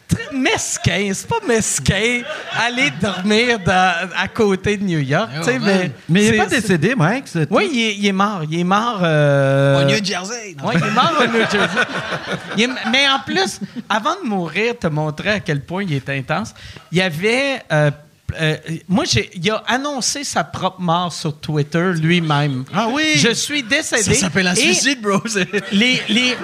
très mesquin, c'est pas mesquin aller dormir dans- à côté de New York, tu sais, mais
Eh Mais il
c'est-
n'est pas décédé, Mike. c'est-
Oui, il est, il est mort, il est mort. euh,
Au New Jersey non.
Ouais, il est mort au New Jersey. Il est- mais en plus, avant de mourir, te montrer à quel point il est intense. Il y avait. euh, euh, moi, j'ai, il a annoncé sa propre mort sur Twitter lui-même.
Ah oui!
Je suis décédé.
Ça s'appelle un
Et-
suicide, bro. c'est-
les, les,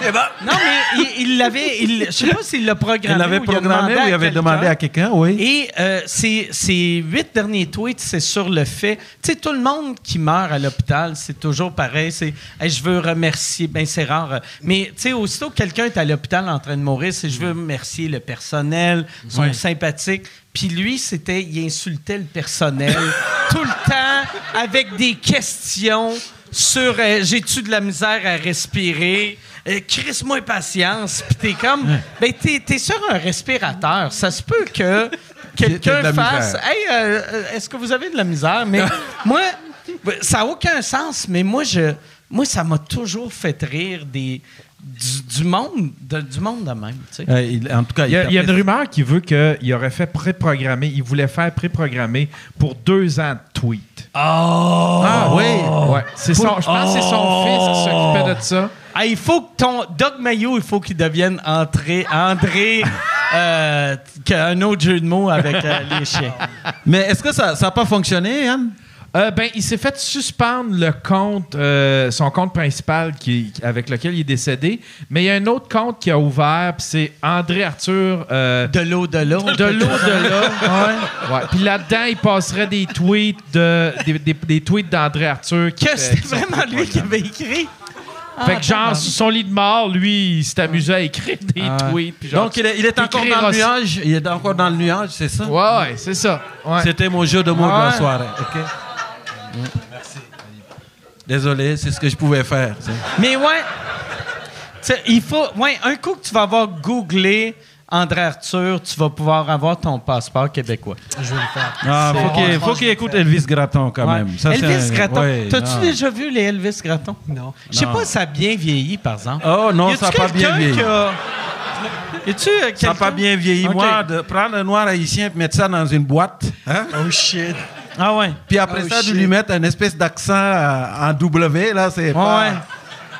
Eh ben,
Non, mais il- il l'avait. Il, je sais pas s'il l'a programmé.
il l'avait
ou
programmé
demandé
ou il
à
avait
quelqu'un.
demandé à quelqu'un, oui.
Et euh, ces, ces huit derniers tweets, c'est sur le fait. Tu sais, tout le monde qui meurt à l'hôpital, c'est toujours pareil. C'est Hey, je veux remercier. Ben, c'est rare. euh, Mais tu sais, aussitôt que quelqu'un est à l'hôpital en train de mourir, c'est je veux remercier le personnel, ils sont sympathiques. Puis lui, c'était il insultait le personnel tout le temps avec des questions sur euh, j'ai-tu de la misère à respirer. Euh, Crisse-moi patience. Puis t'es comme. Ben, t'es t'es sur un respirateur. Ça se peut que
T'as de la
quelqu'un fasse.
misère.
Hey, euh, euh, est-ce que vous avez de la misère? Mais moi, ben, ça n'a aucun sens, mais moi, je, moi ça m'a toujours fait rire des, du, du monde de, du monde de même. tu sais.
Euh, il- en tout cas,
Il y a, il y a une
tapait-
rumeur qui veut qu'il aurait fait préprogrammer, il voulait faire préprogrammer pour deux ans de tweets.
Ah oui!
Ouais, c'est son- je pense que c'est son fils qui s'occupait de ça.
Ah, il faut que ton. Doug Mayo, il faut qu'il devienne André. André euh, qui a un autre jeu de mots avec euh, les chiens.
Mais est-ce que ça n'a pas fonctionné, Yann?
Euh, ben, il s'est fait suspendre le compte, euh, son compte principal qui, avec lequel il est décédé, mais il y a un autre compte qui a ouvert, puis c'est André Arthur euh,
De l'eau, de l'eau.
de l'eau de là. Ouais. Puis là-dedans, il passerait des tweets de des, des- des tweets d'André Arthur. qui
Que
fait-
c'était
qui sont-
vraiment lui qui avait écrit.
Fait que genre, sur son lit de mort, lui, il s'est amusé à écrire des
Ah.
tweets. puis genre,
Donc, il est, il est
puis
encore
écrire
dans le
aussi.
nuage. Il est encore dans le nuage, c'est ça?
Ouais, ouais, c'est ça. Ouais.
C'était mon jeu de mots de la
Ouais.
soirée. OK? Désolé, c'est ce que je pouvais faire. tu sais.
Mais ouais, tu sais, il faut. Ouais, un coup que tu vas avoir googlé André Arthur, tu vas pouvoir avoir ton passeport québécois.
Je vais le faire.
Ah,
C'est-
faut qu'il
franchement,
faut
je
qu'il
vais
écoute
le faire.
Elvis Gratton quand
Ouais.
Ah, même. Ça, c'est
Elvis
un-
Gratton.
ouais,
T'as-tu
non.
déjà vu les Elvis Gratton?
Non.
Je sais
Non.
pas, ça a bien vieilli, par exemple.
Oh non,
Y a-tu
ça n'a pas bien
quelqu'un
vieilli.
qui a- Y a-tu euh,
Ça n'a
quelqu'un-
pas bien vieilli.
Ok.
Moi, de prendre un noir haïtien et mettre ça dans une boîte, hein?
Oh shit.
Ah ouais.
puis après
Oh,
ça, de
shit.
lui mettre une espèce d'accent euh, en W, là,
ouais.
c'est pas,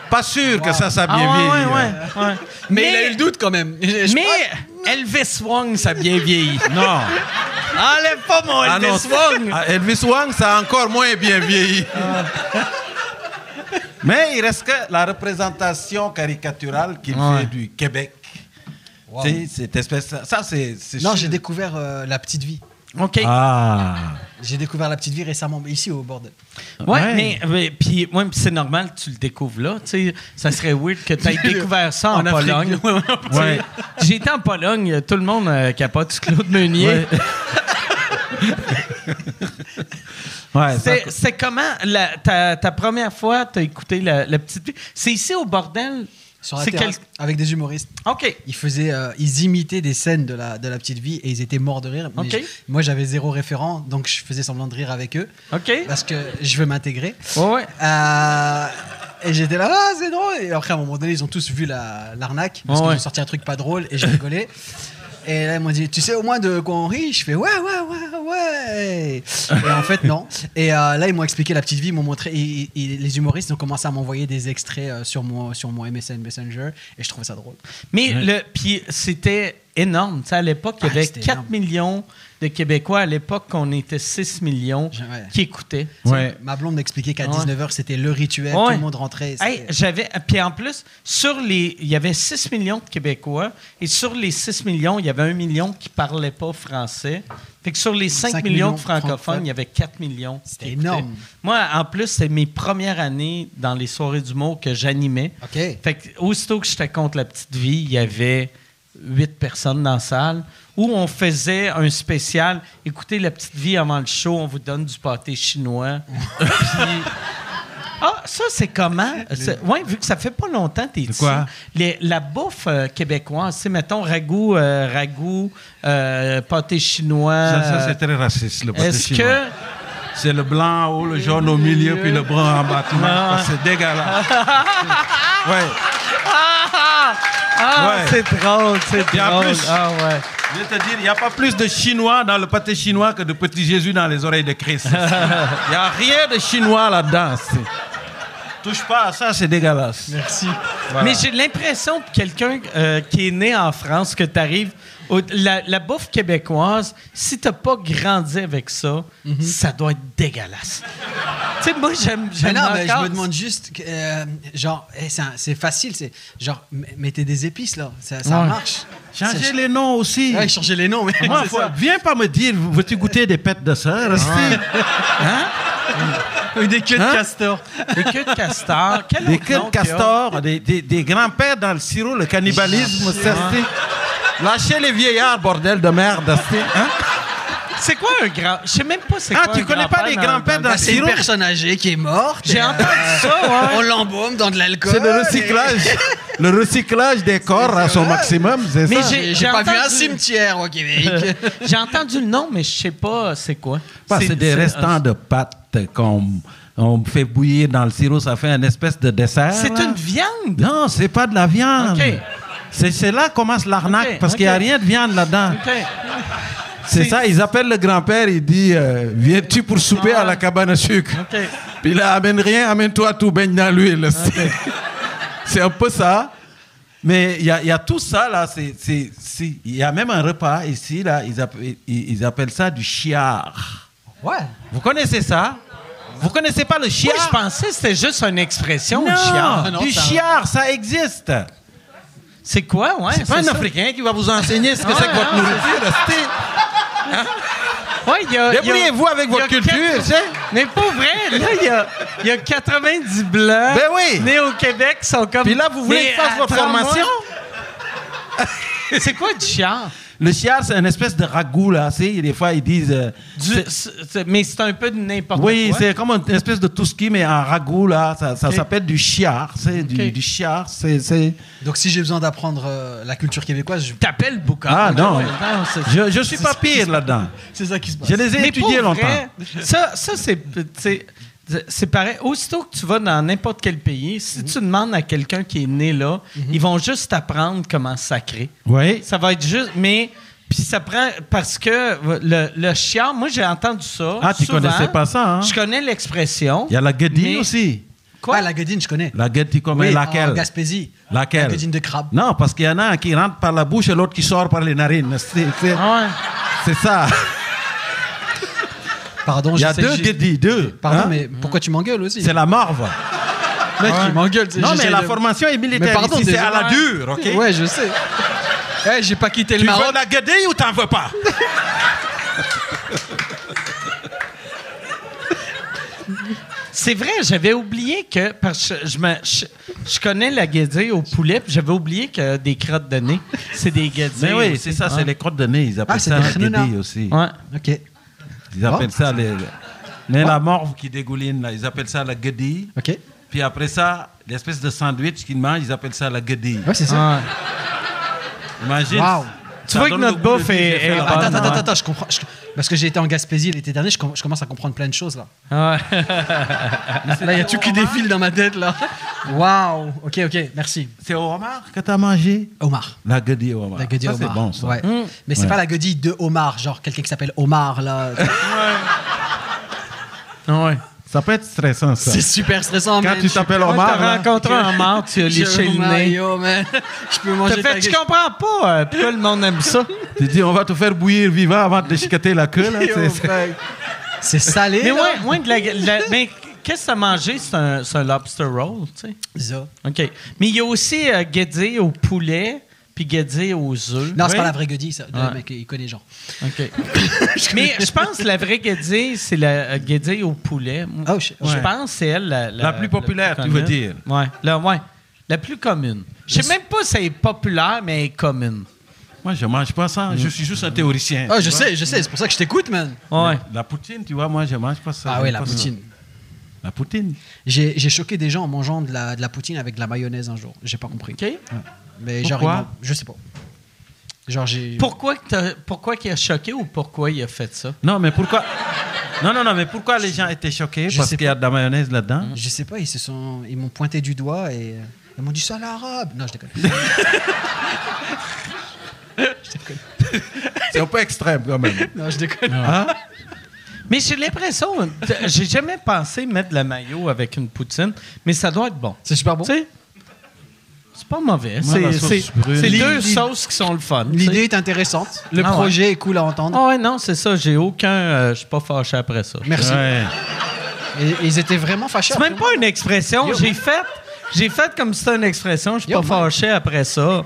pas sûr que ça, ça a
Ah
bien
ouais,
vieilli.
ouais,
hein.
ouais, ouais.
Mais, il a eu le doute quand même. Je- je-
mais Elvis Wong, ça a bien vieilli.
Non.
Enlève pas mon
Ah non,
Elvis Wong! Ah.
ah, Elvis Wang, ça a encore moins bien vieilli. Mais il reste que la représentation caricaturale qu'il fait du Québec. Tu sais, cette espèce. Ça, c'est. c'est
Non,
sûr.
j'ai découvert euh, la petite vie.
OK.
Ah.
J'ai découvert la petite vie récemment, ici au bordel.
Ouais,
Ouais.
mais, mais- puis ouais, puis c'est normal que tu le découvres là. Tu sais, ça serait weird que tu aies découvert ça en,
En Afrique,
Pologne. Tu sais,
Ouais.
J'étais en Pologne, tout le monde euh, capote sur Claude Meunier.
Ouais. Ouais, ça-
C'est c'est comment la- ta, ta première fois t'as écouté la, la petite vie? C'est ici au bordel?
Sur la
C'est
terrasse, avec des humoristes.
OK.
Ils faisaient, euh, ils imitaient des scènes de la, de la petite vie et ils étaient morts de rire. Mais
Ok.
je- moi, j'avais zéro référent, donc je faisais semblant de rire avec eux
OK.
parce que je veux m'intégrer.
Ouais, ouais.
Euh, et j'étais là, ah, c'est drôle. Et après, à un moment donné, ils ont tous vu la- l'arnaque parce
Ouais,
qu'ils
Oh, ouais.
ont sorti un truc pas drôle et je rigolais. Et là, ils m'ont dit, tu sais au moins de quoi on rit Je fais, ouais, ouais, ouais, ouais. Et en fait, non. Et euh, là, ils m'ont expliqué la petite vie, ils m'ont montré. et- et les humoristes ont commencé à m'envoyer des extraits euh, sur, mon, sur mon MSN Messenger et je trouvais ça drôle.
Mais le puis c'était énorme. Tu sais, à l'époque, il y
Ah,
avait
c'était
4
énorme.
millions de Québécois. À l'époque, on était 6 millions
Ouais.
qui écoutaient.
ouais.
Ma blonde m'expliquait qu'à
Ouais.
19h, c'était le rituel,
Ouais.
tout le monde rentrait. c'était-
Hey, j'avais. Puis en plus, sur les. Il y avait 6 millions de Québécois et sur les 6 millions, il y avait 1 million qui ne parlait pas français. Fait que sur les 5,
Cinq
millions,
millions
de francophones,
francophones.
il y avait 4 millions. qui
C'était
écoutaient.
énorme.
Moi, en plus, c'est mes premières années dans les soirées d'humour que j'animais.
Ok.
Fait que, aussitôt que je te compte la petite vie, il y avait huit personnes dans la salle où on faisait un spécial. Écoutez la petite vie avant le show, on vous donne du pâté chinois. Puis- Ah, ça, c'est comment? Oui, vu que ça fait pas longtemps que tu es ici.
quoi?
Les- la bouffe euh, québécoise, c'est, mettons, ragoût, euh, ragoût, euh, pâté chinois.
Ça, ça, c'est très raciste, le pâté
euh, Est-ce
chinois.
que.
C'est le blanc en haut, le jaune au milieu, puis le brun en bas. tout le monde.
Ah.
C'est dégueulasse. ouais.
Ah, ah, ah,
Ouais.
c'est drôle, c'est
Et en
drôle.
plus-
Ah, ouais.
Je vais te dire, il n'y a pas plus de Chinois dans le pâté chinois que de petit Jésus dans les oreilles de Christ. Il n'y a rien de Chinois là-dedans. c'est- Touche pas à ça, c'est dégueulasse.
Merci. Mais j'ai l'impression que quelqu'un euh, qui est né en France, que tu arrives. La, la bouffe québécoise, si t'as pas grandi avec ça,
Mhm.
ça doit être dégueulasse. tu sais, moi, j'aime.
Mais
j'aime
non, mais je
encore-
me demande juste, que, euh, genre, eh, c'est un- c'est facile, c'est genre, m- mettez des épices là, ça, ça
Ouais.
marche.
Changez
Ça-
les noms aussi.
Ouais, changez les noms, mais.
Moi,
c'est
faut-
ça. Ah.
viens pas me dire, veux-tu goûter des pêtes de sœur?
Ou des queues
Hein?
de castor.
Des queues de castor. Quel
Des
autre
queues
nom
de
qu'il y a?
castor, des, des, des grands-pères dans le sirop, le cannibalisme,
Ah.
c'est Lâchez les vieillards, bordel de merde, c'est hein?
C'est quoi un grand. Je sais même pas c'est
Ah,
quoi
tu
un
connais pas les grands-pères
Ben,
dans-
C'est une
Sirop.
personne âgée qui est morte.
J'ai
et, euh,
entendu ça,
On
ouais.
l'embaume dans de l'alcool.
C'est le recyclage. Le recyclage des corps à son maximum, c'est
Mais
ça.
j'ai-
J'ai pas vu un
entendu-
cimetière au Québec.
J'ai entendu le nom, mais je sais pas c'est quoi.
Parce que des restants de pâtes qu'on on fait bouillir dans le sirop, ça fait une espèce de dessert.
C'est
là.
une viande.
hein. Non, c'est pas de la viande.
Ok.
C'est c'est là que commence l'arnaque,
Ok,
parce qu'il n'y a
ok.
rien de viande là-dedans.
OK.
C'est ça, ils appellent le grand-père, il dit euh, Viens-tu pour souper à la cabane à sucre
Ah. OK.
Puis là, amène rien, amène-toi tout, baigne dans l'huile. C'est- C'est un peu ça. Mais il y, a- il y a tout ça, là. c'est- c'est- c'est- Il y a même un repas ici, là, ils, appe- ils- ils appellent ça du chiard.
Ouais.
Vous connaissez ça Vous connaissez pas le
Moi, je
chiard
pensais que c'était juste une expression, le
Non,
chiard. hein.
non,
du
ça-
chiard, ça existe.
C'est quoi, ouais?
C'est pas un
ça.
Africain qui va vous enseigner ce que
Ah,
c'est que votre
non,
nourriture. restez.
Ouais, il y a- il y a-
Débrouillez-vous avec
il y a
votre culture,
quatre-
tu sais.
Mais pour vrai, là, il y a, il y a 90 blancs
Ben oui.
nés au Québec qui sont comme.
Puis là, vous voulez
Mais
que je fasse votre
attends-moi.
formation
C'est quoi du chiard?
Le chiard, c'est une espèce de ragoût, là. tu sais, Des fois, ils disent. euh,
Du- c'est- c'est- mais c'est un peu de n'importe
Oui,
quoi.
c'est comme une espèce de touski, mais en ragoût, là. Ça, ça
Ok.
s'appelle du chiard. C'est
Ok.
du, du chiard, c'est... c'est-
Donc si j'ai besoin d'apprendre euh, la culture québécoise, je-
T'appelles Boucard.
Ah, non.
c'est-
Je, je suis pas pire là-dedans.
c'est ça qui se passe.
Je les ai
Mais
étudiés
pour
longtemps.
vrai, ça, ça c'est, tu sais, c'est pareil. Aussitôt que tu vas dans n'importe quel pays,
Mhm.
si tu demandes à quelqu'un qui est né là, ils vont juste t'apprendre comment sacrer.
Oui.
Ça va être juste, mais puis ça prend parce que le, le chiard, moi j'ai entendu ça.
Ah, tu
souvent.
connaissais pas ça, hein?
Je connais l'expression.
Il y a la guédille
Mais-
aussi.
Quoi?
Ah, la guedine, je connais.
La guédille, tu connais
Oui,
laquelle
En Gaspésie.
Laquelle
La guedine de crabe.
Non, parce qu'il y en a un qui rentre par la bouche et l'autre qui sort par les narines. C'est c'est-
Ah ouais.
c'est ça.
Pardon,
Il y a
j'essaie-
deux
j'ai-
guédilles, deux.
Pardon,
Hein?
mais pourquoi tu m'engueules aussi
C'est la morve.
mec qui m'engueule. c'est-
Non, mais
j'essaie
la
de-
formation est
Mais
militaire.
pardon,
ici, c'est
désolé.
à la dure, OK?
Ouais, je sais. Eh, j'ai pas quitté le
Tu veux
Maroc.
de la guédille ou t'en veux pas?
C'est vrai, j'avais oublié que. Parce que je, je me- je- je connais la guédille au poulet, puis j'avais oublié que des crottes de nez, c'est des guédilles.
Mais Ben oui,
aussi.
c'est ça,
Ouais.
c'est les crottes de nez. Ils appellent
Ah, c'est
ça
des
la
chenonards.
guédille aussi.
Ah.
Ouais.
Ok.
Ils appellent ça les, les- mais la morve qui dégouline, là, ils appellent ça la guédille.
Ok.
Puis après ça, l'espèce de sandwich qu'ils mangent, ils appellent ça la guédille.
Ouais, c'est ça.
Ouais.
Imagine.
Wow.
Tu vois que notre bouffe est- est bonne.
Attends,
Ah,
attends,
non,
attends, attends, je comprends. je- Parce que j'ai été en Gaspésie l'été dernier, je, com- je commence à comprendre plein de choses là.
Ouais.
Là, il y a tout qui défile dans ma tête là. Waouh. Ok, ok, merci.
C'est au homard que t'as mangé
Omar.
La guédille au homard.
La guedille
Ça,
Omar.
c'est bon, ça.
Ouais. Mais c'est
Ouais.
pas la guedille de Omar, genre quelqu'un qui s'appelle Omar là.
Ça peut être stressant, ça.
c'est super stressant.
Quand
man.
tu t'appelles
Quand
homard,
t'as
là,
rencontré un mort, tu as
Je-
léché le
Omar,
nez.
yo, man. Je peux
T'as
manger ta
fait, je
guedille.
comprends pas euh, pourquoi le monde aime ça.
tu dis on va te faire bouillir vivant avant de déchiqueter la queue. Là, c'est- c'est-
C'est salé.
Mais
là.
ouais, ouais, de la, de la- mais qu'est-ce que t'as mangé? C'est un, c'est un lobster roll, tu sais.
Ça.
OK. Mais il y a aussi euh, guédé au poulet, puis guédé aux œufs.
Non, c'est
Oui.
pas la vraie guedille, ça. Le
Ouais.
mec, il connaît genre.
OK. mais je pense que la vraie guédille, c'est la euh, guédille au poulet.
Oh, shit.
Je
Ouais.
pense que c'est elle la,
La plus populaire, tu veux
commune.
dire.
Ouais, la, ouais. La plus commune. Je sais même pas si elle est populaire, mais elle est commune.
Moi, je mange pas ça. Je suis juste un théoricien.
Ah, je
tu vois.
sais, je sais, c'est pour ça que je t'écoute, man.
Ouais.
La poutine, tu vois, moi, je mange pas ça.
Ah
J'aime
oui, la
pas ça.
poutine.
La poutine.
J'ai j'ai choqué des gens en mangeant de la, de la poutine avec de la mayonnaise un jour. J'ai pas compris.
OK.
Mais genre,
Pourquoi
ils m'ont- je sais pas. Genre, j'ai.
Pourquoi, que t'as- pourquoi qu'il a choqué ou pourquoi il a fait ça?
Non, mais pourquoi Non, non, non, mais pourquoi les gens étaient choqués
Je
Parce
sais
qu'il y a de la mayonnaise là-dedans.
Je sais pas, ils se sont. Ils m'ont pointé du doigt et. euh, Ils m'ont dit ça à l'arabe. Non, je déconne.
C'est un peu extrême quand même.
Non, je déconne.
Hein?
Mais j'ai l'impression, t- j'ai jamais pensé mettre de la mayo avec une poutine, mais ça doit être bon.
Ah
C'est super bon.
Tu sais, c'est pas mauvais.
Moi, la
C'est-
sauce
C'est
brune.
c'est les deux
L'idée-
sauces qui sont le fun. tu sais.
L'idée est intéressante. Le
Ah ouais.
projet est cool à entendre.
Ah ouais, non, c'est ça. J'ai aucun. euh, je suis pas fâché après ça.
Merci.
Ouais.
Et- et ils étaient vraiment fâchés. hein.
C'est même pas une expression. J'ai fait, j'ai fait comme si c'était une expression. Je suis
Yo,
pas fâché après ça.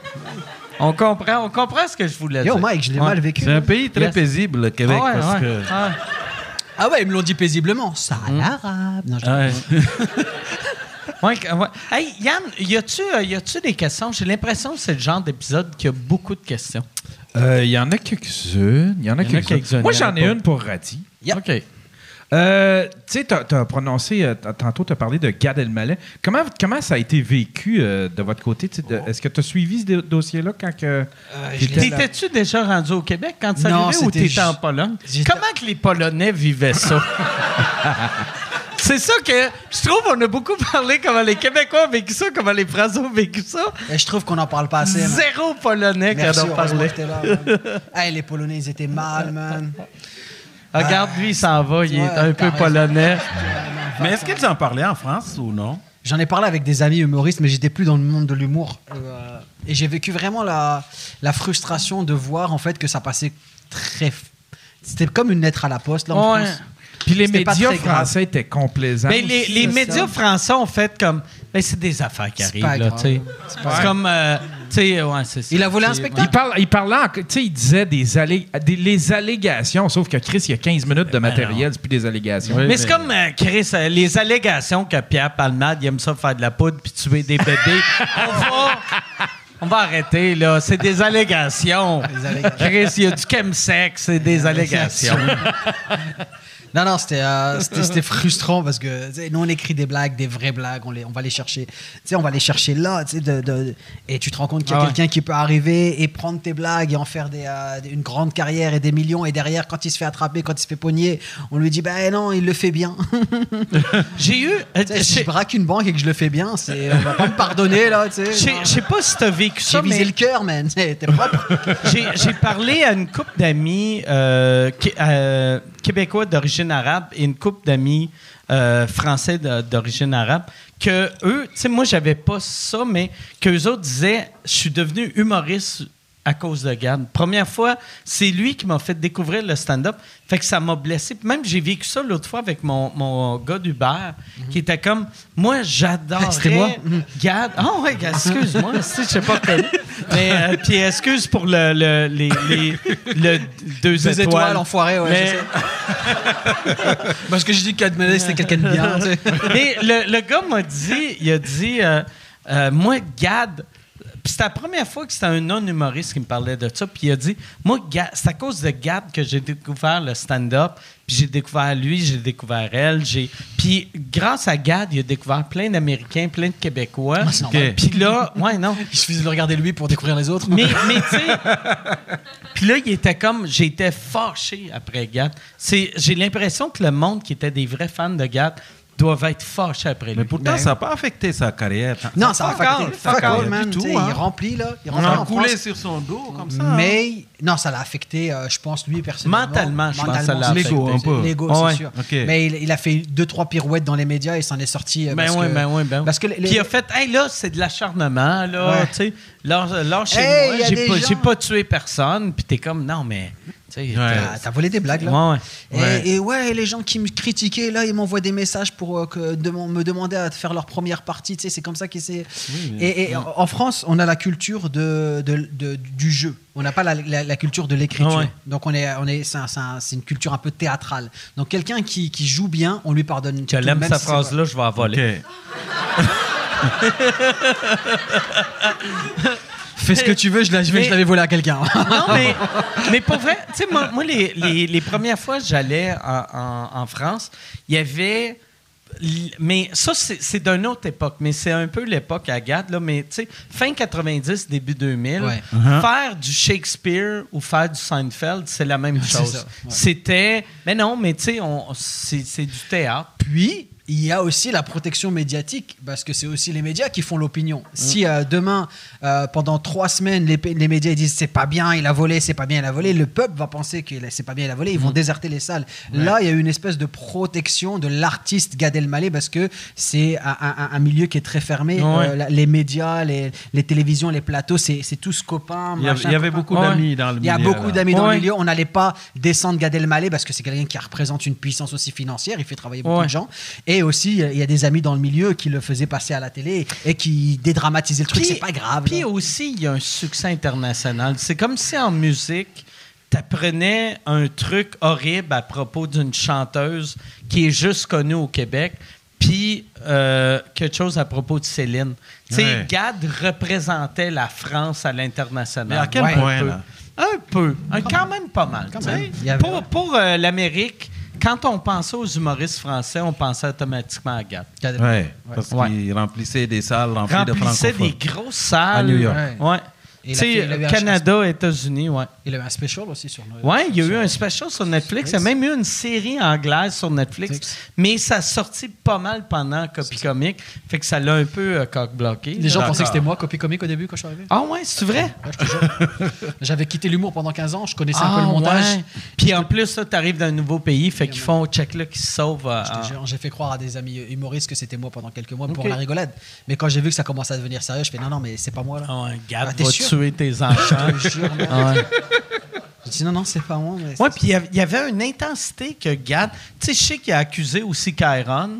On comprend, on comprend ce que je voulais dire.
Yo, Mike, je l'ai
Ouais.
mal vécu.
C'est un pays très
Yes.
paisible, le
Ah ouais,
Québec, parce
ouais,
que.
ouais.
Ah ouais, ils me l'ont dit paisiblement. Ça a l'arabe. Non, je-
Ouais.
Ouais, que- ah ouais. Hey, Yann, y a-tu, euh, y a-tu des questions? J'ai l'impression que c'est le genre d'épisode qui a beaucoup de questions.
Euh, Il y en a quelques-unes. Il y en a
Il y en a
quelques-unes.
quelques-unes,
Moi,
il y en a
j'en ai
pas.
une pour Rati.
Yep.
OK.
Euh, tu sais, t'as as prononcé, euh, t- tantôt, t'as parlé de Gad Elmaleh. Comment, comment ça a été vécu euh, de votre côté? tu sais, de- Est-ce que t'as suivi ce do- dossier-là quand que.
je
t'étais là?
T'étais-tu déjà rendu au Québec quand ça
Non,
arrivait ou
c'était
t'étais
ju-
en Pologne?
j'étais-
Comment que les Polonais vivaient ça? C'est ça que je trouve, on a beaucoup parlé comment les Québécois ont vécu ça, comment les Français ont vécu ça.
Et je trouve qu'on en parle pas assez. man.
Zéro Polonais qui
Merci,
en ont
heureusement
parlé.
que t'es là. man. hey, les Polonais, ils étaient mal, man.
Regarde, lui, il s'en va, il est un
Ouais, t'as
peu
raison.
Polonais.
Mais est-ce qu'ils en parlaient en France ou non?
J'en ai parlé avec des amis humoristes, mais j'étais plus dans le monde de l'humour. Euh, et j'ai vécu vraiment la, la frustration de voir en fait que ça passait très. f- C'était comme une lettre à la poste là en
Ouais.
France.
Puis les
C'était pas
médias
très grave.
français étaient complaisants.
Mais les, les
c'est
médias
ça.
français ont fait comme. Ben, c'est des affaires qui
C'est
arrivent,
pas
là,
grave.
tu sais.
grave.
C'est comme. euh, tu sais, ouais, c'est ça.
Il a volé un
C'est-
spectacle.
Il, parle, il parlait, en- tu sais, il disait des, allé- des- les allégations, sauf que Chris, il y a 15 minutes de matériel, c'est plus des allégations.
Mais c'est comme, euh, Chris, euh, les allégations que Pierre Palmade, il aime ça faire de la poudre puis tuer des bébés. on va. On va arrêter, là. C'est des allégations.
Des allégations.
Chris, il y a du chemsex, c'est des allégations.
Non, non, c'était euh, c'était- c'était frustrant parce que tu sais, nous, on écrit des blagues, des vraies blagues, on, les, on va les chercher. Tu sais, on va les chercher là, tu sais, de, de- et tu te rends compte qu'il y a
Ah ouais.
quelqu'un qui peut arriver et prendre tes blagues et en faire des, euh, des- une grande carrière et des millions. Et derrière, quand il se fait attraper, quand il se fait pogner, on lui dit, ben non, il le fait bien.
J'ai eu. euh,
Tu sais, si je
j'ai-
braque une banque et que je le fais bien, c'est- on va pas me pardonner là, tu sais.
j'ai-
Non.
Je sais pas si t'as vécu
J'ai
ça,
visé
mais.
le cœur, man. T'es propre.
J'ai j'ai parlé à une couple d'amis euh, qué- euh, québécois d'origine arabe et une couple d'amis euh, français de- d'origine arabe que eux, tu sais, moi j'avais pas ça, mais qu'eux autres disaient, je suis devenu humoriste à cause de Gad. Première fois, c'est lui qui m'a fait découvrir le stand-up. Fait que ça m'a blessé. Puis Même j'ai vécu ça l'autre fois avec mon, mon gars d'Uber qui était comme, moi j'adore
Mhm. C'était moi.
Gad. Ah ouais, Gad, excuse-moi, si, je sais pas connu. Mais euh, puis excuse pour le, le- les, les- le deux,
Deux étoiles, enfoiré, ouais.
Mais-
je sais. Parce que j'ai dit qu'Admelé, c'était quelqu'un de bien. tu sais.
Mais le, le gars m'a dit, il a dit, euh, euh, moi, Gad, puis c'était la première fois que c'était un non-humoriste qui me parlait de ça, puis il a dit, moi, Gad, c'est à cause de Gad que j'ai découvert le stand-up, puis j'ai découvert lui, j'ai découvert elle, j'ai... Puis grâce à Gad, il a découvert plein d'Américains, plein de Québécois.
Ah, c'est normal.
Puis là, ouais, non.
Il suffisait de le regarder lui pour découvrir les autres.
Mais, mais tu sais, puis là, il était comme, j'étais fâché après Gad. C'est- J'ai l'impression que le monde qui était des vrais fans de Gad doivent être fâchés après lui.
Mais pourtant,
Ben,
ça n'a pas affecté sa carrière.
Non, ça va
Fuck
pas
all,
coûter-
fuck
fuck all,
all,
man.
du tout,
Tu sais,
hein.
Il remplit, là. Il
On
remplit
a
en
coulé
France.
sur son dos, comme
hein.
ça.
Mais non, ça l'a affecté, euh, je pense, lui personnellement.
Mentalement, je pense que ça l'a
c'est
affecté.
L'ego, un peu.
L'ego,
Ah
c'est
ouais,
sûr.
ok.
Mais il, il a fait deux, trois pirouettes dans les médias et s'en est sorti. euh,
Ben
parce
oui,
que-
ben oui, ben oui.
Parce que les-
Puis il a fait, hey là, c'est de l'acharnement, là,
Ouais.
tu sais, là, là, chez
Hey, y
moi,
a
j'ai
des
pas,
gens.
j'ai pas tué personne, puis t'es comme, non, mais, tu sais,
Ah, T'as volé des blagues,
t'as-
là.
ouais,
Et-
ouais.
Et, ouais, les gens qui me critiquaient, là, ils m'envoient des messages pour euh, que de- me demander à faire leur première partie. Tu sais, c'est comme ça qu'ils s'est. et et en en France, on a la culture de, de- de- du jeu. On n'a pas la, la- la culture de l'écriture.
Ah ouais.
Donc, on est, on est, c'est, un- c'est un- c'est une culture un peu théâtrale. Donc, quelqu'un qui, qui joue bien, on lui pardonne.
Que
tout,
l'aime
même
sa
si c'est pas-
phrase-là, je vais la voler.
Fais ce que tu veux, je, la- je vais-
Mais-
je l'avais volé à quelqu'un.
Non, mais, mais pour vrai, tu sais, moi, moi, les, les- les premières fois que j'allais en, en- en France, il y avait. l- Mais ça, c'est c'est d'une autre époque, mais c'est un peu l'époque à Gad, là, mais tu sais, fin 90, début 2000,
Ouais.
faire du Shakespeare ou faire du Seinfeld, c'est la même
C'est
chose.
ça, ouais.
C'était, mais non, mais tu sais, on- c'est c'est du théâtre.
Puis, il y a aussi la protection médiatique, parce que c'est aussi les médias qui font l'opinion.
Mm.
Si euh, demain, euh, pendant trois semaines, les, pa- les médias ils disent c'est pas bien, il a volé, c'est pas bien, il a volé, le peuple va penser que c'est pas bien, il a volé, ils vont
Mm.
déserter les salles. Là, il y a une espèce de protection de l'artiste Gad Elmaleh, parce que c'est un, un- un milieu qui est très fermé.
Ouais.
Euh, la- les médias, les, les télévisions, les plateaux, c'est c'est tous copains.
Il y avait-
machin,
il y avait
copains.
beaucoup d'amis
Ouais.
dans le
Il y a
milieu,
beaucoup
là.
d'amis dans
Ouais.
le milieu. On n'allait pas descendre Gad Elmaleh parce que c'est quelqu'un qui représente une puissance aussi financière. Il fait travailler beaucoup
Ouais.
de gens. Et aussi, il y a des amis dans le milieu qui le faisaient passer à la télé et qui dédramatisaient le truc. C'est pas grave.
Puis
là.
aussi, il y a un succès international. C'est comme si en musique, t'apprenais un truc horrible à propos d'une chanteuse qui est juste connue au Québec, puis euh, quelque chose à propos de Céline. Tu sais,
Ouais.
Gad représentait la France à l'international.
Mais à quel
Ouais.
point,
Un peu.
là?
Un peu. Un- quand même pas mal. tu sais.
même. Il y avait-
Pour, pour, euh, l'Amérique, quand on pensait aux humoristes français, on pensait automatiquement à Gad.
Gad Elmaleh.
Ouais, parce
Ouais.
qu'ils remplissaient des salles remplies
remplissait
de
des
francophones.
grosses salles.
À New York.
Ouais. Ouais.
Et il
Tu
a fait-
sais,
il a eu un
Canada, États-Unis, ouais.
Il avait un special aussi sur Noël.
Ouais, il y a eu
Sur-
un special sur Netflix. Il y a même eu une série anglaise sur Netflix,
Netflix.
mais ça sortit pas mal pendant Copy Comic. Fait que ça l'a un peu euh, cock-bloqué.
Les gens
D'accord.
pensaient que c'était moi, copie comique au début quand je suis arrivé.
Ah ouais, c'est vrai?
Ouais, je te jure. J'avais quitté l'humour pendant 15 ans, je connaissais
Ah
un peu le montage.
ouais. Puis en plus, tu arrives d'un nouveau pays, fait qu'ils font check-là qui se sauve. euh,
Je te jure, J'ai fait croire à des amis humoristes que c'était moi pendant quelques mois pour
Ok.
la rigolade. Mais quand j'ai vu que ça commençait à devenir sérieux, je fais non, non, mais c'est pas moi là.
Ah ouais, Gad
Ah, t'es
va
sûr?
tuer tes enfants.
Je te jure, merde.
Ah ouais.
J'ai dit non, non, c'est pas moi. mais c'est-
Oui, puis il y av- il y avait une intensité que Gad. Tu sais, je sais qu'il a accusé aussi Kyron.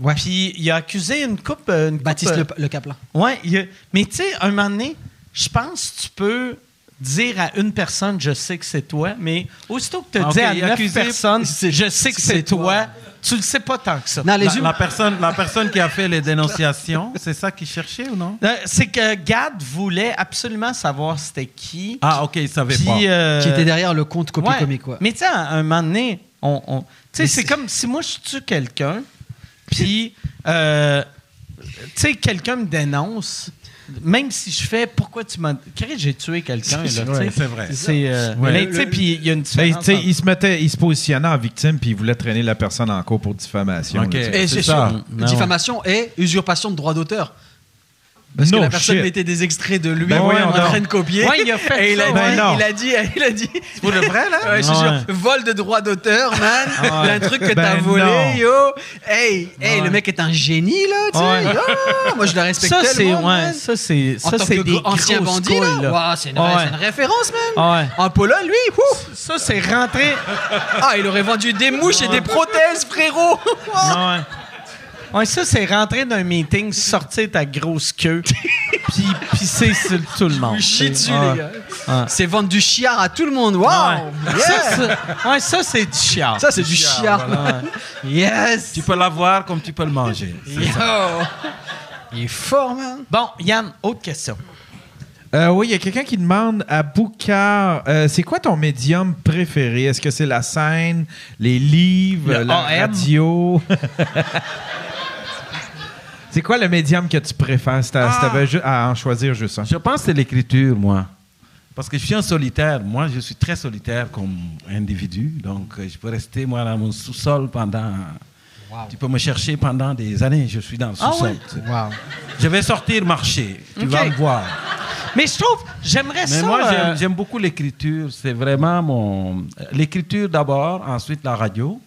Ouais.
Puis il a accusé une coupe. euh, Une coupe,
Baptiste
euh,
le, le Caplin.
Ouais, il y a- mais tu sais, un moment donné, je pense que tu peux dire à une personne, je sais que c'est toi, mais aussitôt que tu
Ah,
dis
ok,
à
il
neuf
accusait-
personnes, je sais que c'est toi, tu le sais pas tant que ça.
Non, les
La,
humains.
la personne, la personne qui a fait les dénonciations, c'est ça qu'ils cherchaient ou non
Euh, C'est que Gad voulait absolument savoir c'était qui.
Ah, ok, ils savaient pas.
puis, euh,
qui était derrière le compte copie
ouais.
comique. Ouais.
Mais tu sais, à un moment donné, on, on- tu sais,
Mais
c'est
c'est-
comme si moi je tue quelqu'un, puis euh, tu sais, quelqu'un me dénonce. Même si je fais pourquoi tu m'as Crée, j'ai tué quelqu'un là, tu sais.
Ouais, c'est vrai.
C'est euh,
Ouais.
mais tu sais puis il y a une
Ben,
différence.
tu sais,
entre-
il se mettait, il se positionnait en victime puis il voulait traîner la personne en cours pour diffamation.
Ok.
là, tu sais.
Et
c'est
c'est
ça.
ça.
Non.
Diffamation et usurpation de droit d'auteur. Parce
No
que la personne
shit.
mettait des extraits de lui
Ben
en
voyons
train
donc.
de copier.
Ouais, il a fait
et il a
ça,
dit,
ouais. Ben non.
il a dit, il a dit.
Pour de vrai, là
Ouais, je te
Ouais.
jure, vol de droit d'auteur, man.
Ah ouais.
Un truc que t'as
Ben
volé,
non.
yo. Hey, hey,
Ouais.
le mec est un génie, là, tu sais. Ah, moi, je le respecte
ça c'est
tellement,
ouais,
man.
ça c'est
En
ça
tant
c'est
que
des
gros ancien
grosses
bandit,
couilles,
là.
là.
Waouh, c'est une,
Ouais.
c'est une référence, man.
Ah ouais.
En Pologne, lui, ouf.
Ça c'est rentré.
Ah, il aurait vendu des mouches et des prothèses, frérot.
Ouais. Ouais, ça c'est rentrer d'un meeting, sortir ta grosse queue, puis pisser sur tout le monde.
Chie dessus,
Ouais.
les gars.
Ouais.
C'est vendre du chiard à tout le monde. Waouh!
Ouais.
Oh, Yeah.
Ça, c'est- ouais, ça, c'est du chiard.
Ça, c'est du chiard. Yes!
Tu peux l'avoir comme tu peux le manger.
Yo. Il est fort, man.
Bon, Yann, autre question.
Euh, oui, il y a quelqu'un qui demande à Boucard, euh, c'est quoi ton médium préféré? Est-ce que c'est la scène, les livres,
Le
la
AM?
radio? c'est quoi le médium que tu préfères si t'a- si t'avais ju- à en choisir juste un?
Je pense que c'est l'écriture, moi. Parce que je suis un solitaire. Moi, je suis très solitaire comme individu. Donc, euh, je peux rester, moi, dans mon sous-sol pendant... Tu peux me chercher pendant des années. Je suis dans le
Ah
sous-sol.
ouais?
tu sais. Je vais sortir marcher. Tu
Ok.
vas me voir.
Mais je trouve, j'aimerais
Mais
ça.
moi, j'aime-
euh,
j'aime beaucoup l'écriture. C'est vraiment mon... L'écriture d'abord, ensuite la radio.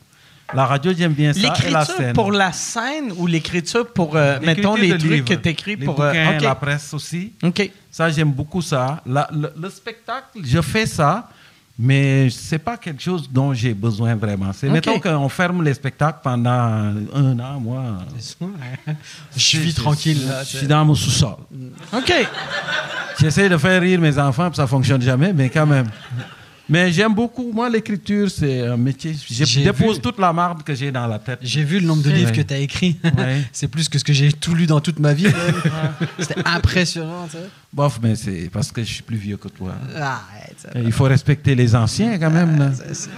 La radio, j'aime bien ça. et la
L'écriture
scène.
pour la scène ou l'écriture pour, euh, mettons, les
L'écriture de
trucs
livres.
que t'écris
Les
pour... euh,
bouquins,
OK.
la presse aussi.
OK.
Ça, j'aime beaucoup ça. La- le, le spectacle, je fais ça, mais c'est pas quelque chose dont j'ai besoin vraiment. C'est
Ok.
mettons qu'on ferme les spectacles pendant un an, moi.
Je vis tranquille, là.
Je suis dans mon sous-sol.
OK.
J'essaie de faire rire mes enfants, puis ça fonctionne jamais, mais quand même. Mais j'aime beaucoup. Moi, l'écriture, c'est un métier. Je
J'ai
dépose
vu.
toute la marde que j'ai dans la tête.
J'ai vu le nombre de livres
Ouais.
que t'as écrit.
Ouais.
C'est plus que ce que j'ai tout lu dans toute ma vie. man. C'était impressionnant, tu sais.
Bof, mais c'est parce que je suis plus vieux que toi.
Arrête. ça.
Il faut respecter les anciens quand même. là.
C'est c'est-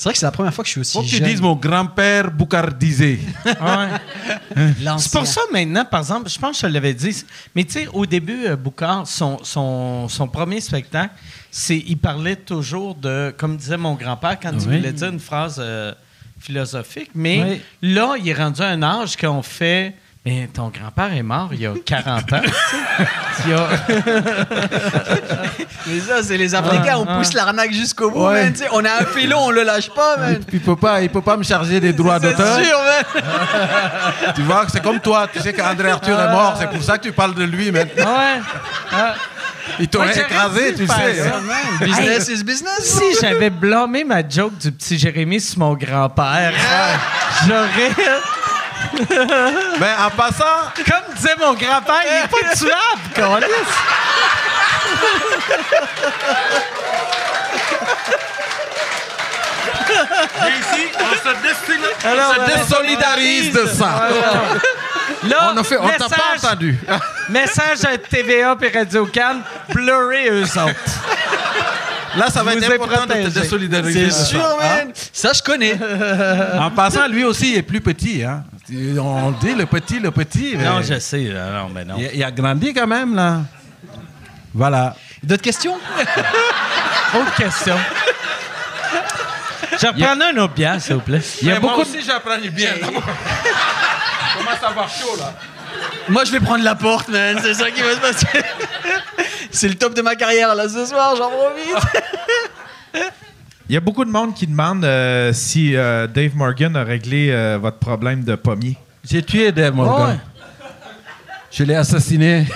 c'est vrai que c'est la première fois que je suis aussi
Faut que tu
Euh, jeune.
dises mon grand-père boucardisé.
L'ancien.
C'est pour ça, maintenant, par exemple, je pense que je te l'avais dit, mais tu sais, au début, euh, Boucard, son, son, son premier spectacle, c'est il parlait toujours de, comme disait mon grand-père, quand il
Oui.
voulait dire une phrase euh, philosophique, mais là, il est rendu à un âge qu'on fait. Mais ton grand-père est mort il y a 40 ans. tu sais. Il y a-
Mais ça, c'est les Africains,
Ah,
on
ah.
pousse l'arnaque jusqu'au bout,
Ouais.
man, tu sais. On a un filon, on le lâche pas, man.
Il peut pas, il peut pas me charger des droits
C'est
d'auteur.
Ah
sûr, man.
Tu vois, c'est comme toi. Tu sais qu'André Arthur est mort. C'est pour ça que tu parles de lui maintenant.
Ouais. Ah.
Il
Ouais,
t'aurait
j'aurais
écrasé,
dû
tu
faire
sais.
ça.
hein.
Business is business.
Si j'avais blâmé ma joke du petit Jérémy sur mon grand-père, j'aurais.
Mais en passant,
Comme disait mon grand-père, il est pas tuable, câlisse.
Mais ici, on se destine.
on
euh,
se désolidarise de ça.
Là,
On a fait, on t'a pas
message-
entendu.
Message à TVA et Radio Cannes, blurrez eux autres.
Là, ça va
Vous
être
êtes
important de te
protégés.
désolidariser. de
C'est
ça.
sûr, man. Ça, je connais.
En passant, lui aussi il est plus petit. Hein. On dit le petit, le petit. mais
Non, je sais. là, Non, mais non.
il, a- il a grandi quand même, là. Voilà.
D'autres questions?
Autre question. Je reprends un autre bière, s'il vous plaît.
Il y a
Moi
beaucoup
aussi, j'apprends du bien. là. Commence à avoir chaud, là.
Moi, je vais prendre la porte, man. C'est ça qui va se passer. C'est le top de ma carrière, là, ce soir. J'en profite.
Il y a beaucoup de monde qui demande euh, si euh, Dave Morgan a réglé euh, votre problème de pommier.
J'ai tué Dave Morgan. Je l'ai assassiné.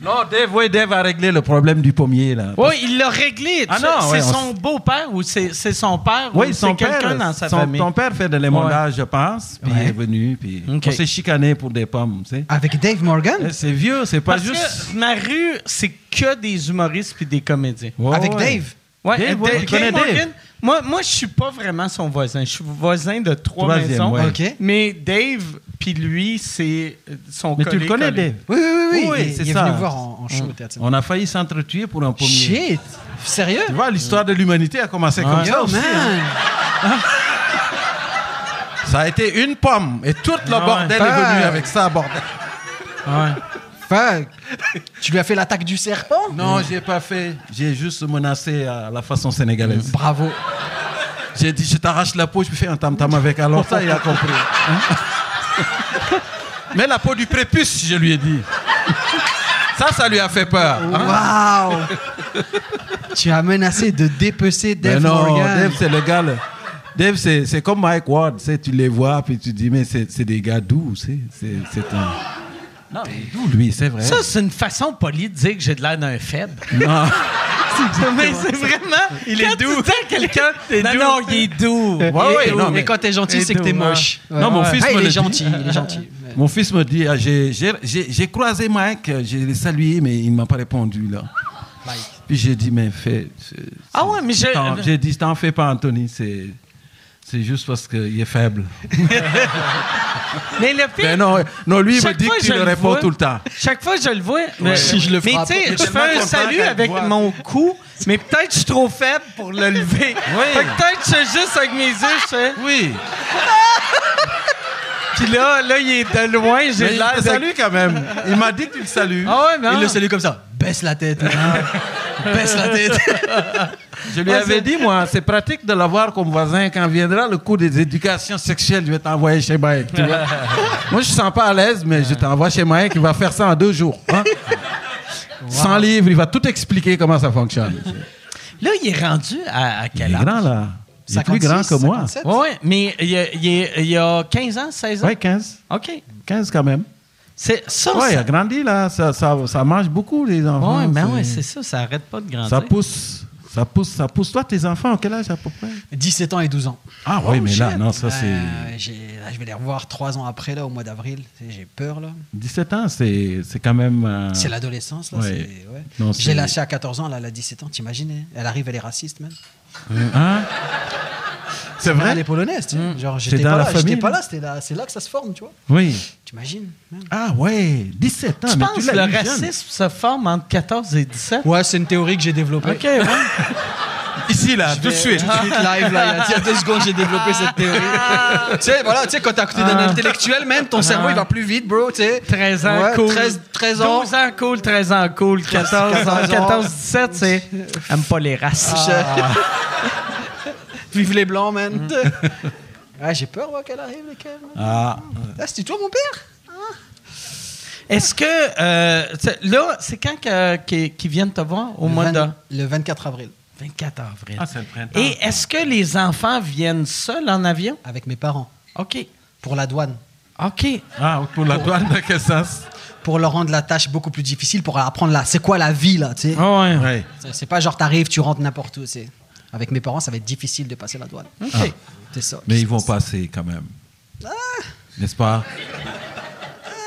non, Dave, oui, Dave a réglé le problème du pommier, là.
Oui, il l'a réglé.
Ah
Tu-
non,
c'est
ouais, on
son beau-père ou c'est c'est son père
Oui,
ou
son
c'est quelqu'un
père,
dans sa
son-
famille?
ton père fait de l'émondage, je pense, puis il est venu, puis
Ok. Ah.
on s'est chicané pour des pommes, tu sais. Eh,
Avec Dave Morgan?
C'est vieux, c'est pas
Parce
juste...
que ma rue, c'est que des humoristes puis des comédiens.
Ouais,
Avec
ouais.
Dave?
Ouais,
Dave,
euh,
ouais,
Dave-
tu connais
Dave Morgan,
Dave?
Moi, moi, je suis pas vraiment son voisin. Je suis voisin de trois
Troisième,
maisons.
ouais.
Ok.
Mais Dave, puis lui, c'est euh, son
Mais tu
collé-
le connais,
collé.
Dave?
Oui, oui, oui. oui.
Oui,
il,
c'est
il est
ça.
venu voir en, en show au théâtre.
On a failli s'entretuer pour un pommier.
Shit. Sérieux?
Tu vois, l'histoire de l'humanité a commencé comme ça
Yo,
aussi. hein.
man.
Ça a été une pomme, et tout le
Ah ouais.
bordel est venu avec ça, bordel.
Fuck. Tu lui as fait l'attaque du serpent?
Non, j'ai pas fait. J'ai juste menacé à la façon sénégalaise.
Bravo.
J'ai dit, je t'arrache la peau, je me fais un tam-tam avec. Alors ça, il a compris. Hein? Mais la peau du prépuce, je lui ai dit. Ça, ça lui a fait peur. hein.
Wow. tu as menacé de dépecer
Mais
Dave
non,
Morgan.
Dave, c'est le gars. là. Dave, c'est c'est comme Mike Ward. tu sais, Tu les vois, puis tu dis, mais c'est c'est des gars doux. C'est c'est- c'est un... Non, il est doux, lui, c'est vrai.
Ça, c'est une façon polie de dire que j'ai de l'air d'un faible.
Non.
Mais c'est vraiment. Il est doux. Tu dis à quelqu'un. non,
doux.
non, il est doux.
Ouais, ouais,
Et-
non,
mais,
mais-
quand t'es gentil,
Et
c'est que t'es
tout,
moche.
ouais. Non, mon fils
Ah,
me
il
le
est
dit.
gentil, il est gentil. Ouais.
Mon fils me dit, ah, j'ai- j'ai j'ai- j'ai croisé Mike, euh, j'ai salué, mais il ne m'a pas répondu là. Puis j'ai dit, mais fais. c'est-
Ah ouais, mais j'ai.
t'en- J'ai dit, t'en fais pas, Anthony, c'est. C'est juste parce qu'il est faible.
Mais le pire.
Mais non, non lui, il me
Chaque
dit
fois,
que tu
je
le
le
réponds
vois.
tout le temps.
Chaque fois que je le vois, mais,
Si je le
mais
frappe.
tu sais, je
tellement
fais un
content
salut
qu'elle
avec
voit.
mon cou, mais peut-être que je suis trop faible pour le lever. Fait que peut-être que je fais juste avec mes yeux, je fais.
Oui.
Puis là, là, il est de loin,
Mais
j'ai
il te
l'air de...
salue quand même. Il m'a dit que tu le salues.
Ah ouais, mais
Il
non.
le
Hein
salue comme ça. Baisse la tête. hein. Baisse la tête.
Je lui avais dit, moi, c'est pratique de l'avoir comme voisin. Quand viendra le cours des éducations sexuelles, je vais t'envoyer chez Mike. tu vois. moi, je ne sens pas à l'aise, mais je t'envoie chez Mike. Il va faire ça en deux jours. hein. Sans livre, il va tout expliquer comment ça fonctionne.
Là, il est rendu à, à quel
Il est
âge?
grand, là. Il est plus
56,
grand que moi.
57.
Oui, mais il y, a, il y a- il y a 15 ans, 16 ans?
Oui, 15.
OK.
15 quand même.
C'est ça,
Oui, il
ça...
a grandi, là. Ça, ça, ça mange beaucoup, les enfants.
Ouais, ben ouais,
C'est-
c'est ça, ça arrête pas de grandir.
Ça pousse. Ça pousse, ça pousse. Toi, tes enfants, quel âge à peu près
17 ans et 12 ans.
Ah oui, mais là, non, ça c'est...
Euh, j'ai- là, je vais les revoir trois ans après, là, au mois d'avril. J'ai peur, là.
17 ans, c'est c'est quand même... euh,
C'est l'adolescence, là.
Ah. Ouais.
c'est- ouais.
Non,
J'ai
c'est-
lâché à 14 ans, là, elle a 17 ans, t'imagines hein. Elle arrive, elle est raciste, même.
Hein? C'est
Elle est
vrai? Mmh.
polonaise, tu sais. Genre, j'étais
dans
pas,
la
là, j'étais
famille,
pas
là.
là, c'était là- c'est là que ça se forme, tu vois.
Oui.
T'imagines man.
Ah ouais, 17 ans.
tu
mais
penses que
l'as eu
le
jeune.
racisme se forme entre 14 et 17?
Ouais, c'est une théorie que j'ai développée.
OK, ouais.
Ici, là, tout de suite.
live, là, il y a- il y a deux secondes, j'ai développé cette théorie. tu sais, voilà, tu sais, quand t'es à côté d'un intellectuel, même, ton cerveau, il va plus vite, bro, tu sais.
13 ans,
Ouais,
cool.
13, 13 ans.
12 ans, cool. 13 ans, cool.
Ah.
14 ans, 14, 17, c'est. Aime pas les races.
Vive les blancs, man. Ouais, j'ai peur moi, qu'elle arrive, les Kev.
Ah,
Mm-hmm. Ah, c'était toi, mon père
Est-ce que. euh, t'sais, là, c'est quand que- qu'ils qu'ils viennent te voir? Au
Le
mois de.
20 Le 24 avril,
24 avril.
ah, c'est le printemps.
Et est-ce que les enfants viennent seuls en avion?
avec mes parents,
OK.
pour la douane.
OK.
Ah, pour la douane de Kansas.
Pour leur rendre la tâche beaucoup plus difficile, pour apprendre là, c'est quoi la vie, là, tu sais.
Ah ouais.
Oui.
C'est- C'est pas genre t'arrives, tu rentres n'importe où. C'est avec mes parents, ça va être difficile de passer la douane. Ah. C'est ça.
Mais ils vont passer quand même. N'est-ce pas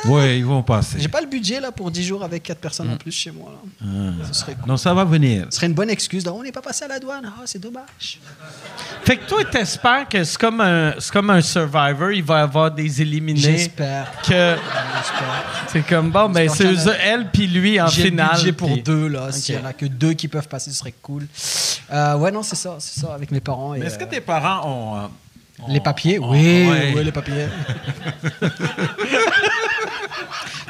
Oui, ils vont passer.
J'ai pas le budget là pour 10 jours avec 4 personnes en plus chez moi. là.
Ah.
Ce serait cool.
Non, ça va venir.
Ce serait une bonne excuse. là. on n'est pas passé à la douane. Ah, c'est dommage.
Fait que toi, t'espères que c'est comme, un- c'est comme un survivor, il va y avoir des éliminés.
J'espère.
Que
J'espère.
c'est comme bon, ben c'est
J'espère qu'il y en
eux- elle puis lui en
J'ai le
finale.
budget pour
puis-
deux là. S'il y en a que deux qui peuvent passer, ce serait cool. Euh, ouais, non, c'est ça, c'est ça avec mes parents. et,
Est-ce que
euh,
tes parents ont. euh,
les papiers
ont-
Oui,
ouais.
oui, les papiers.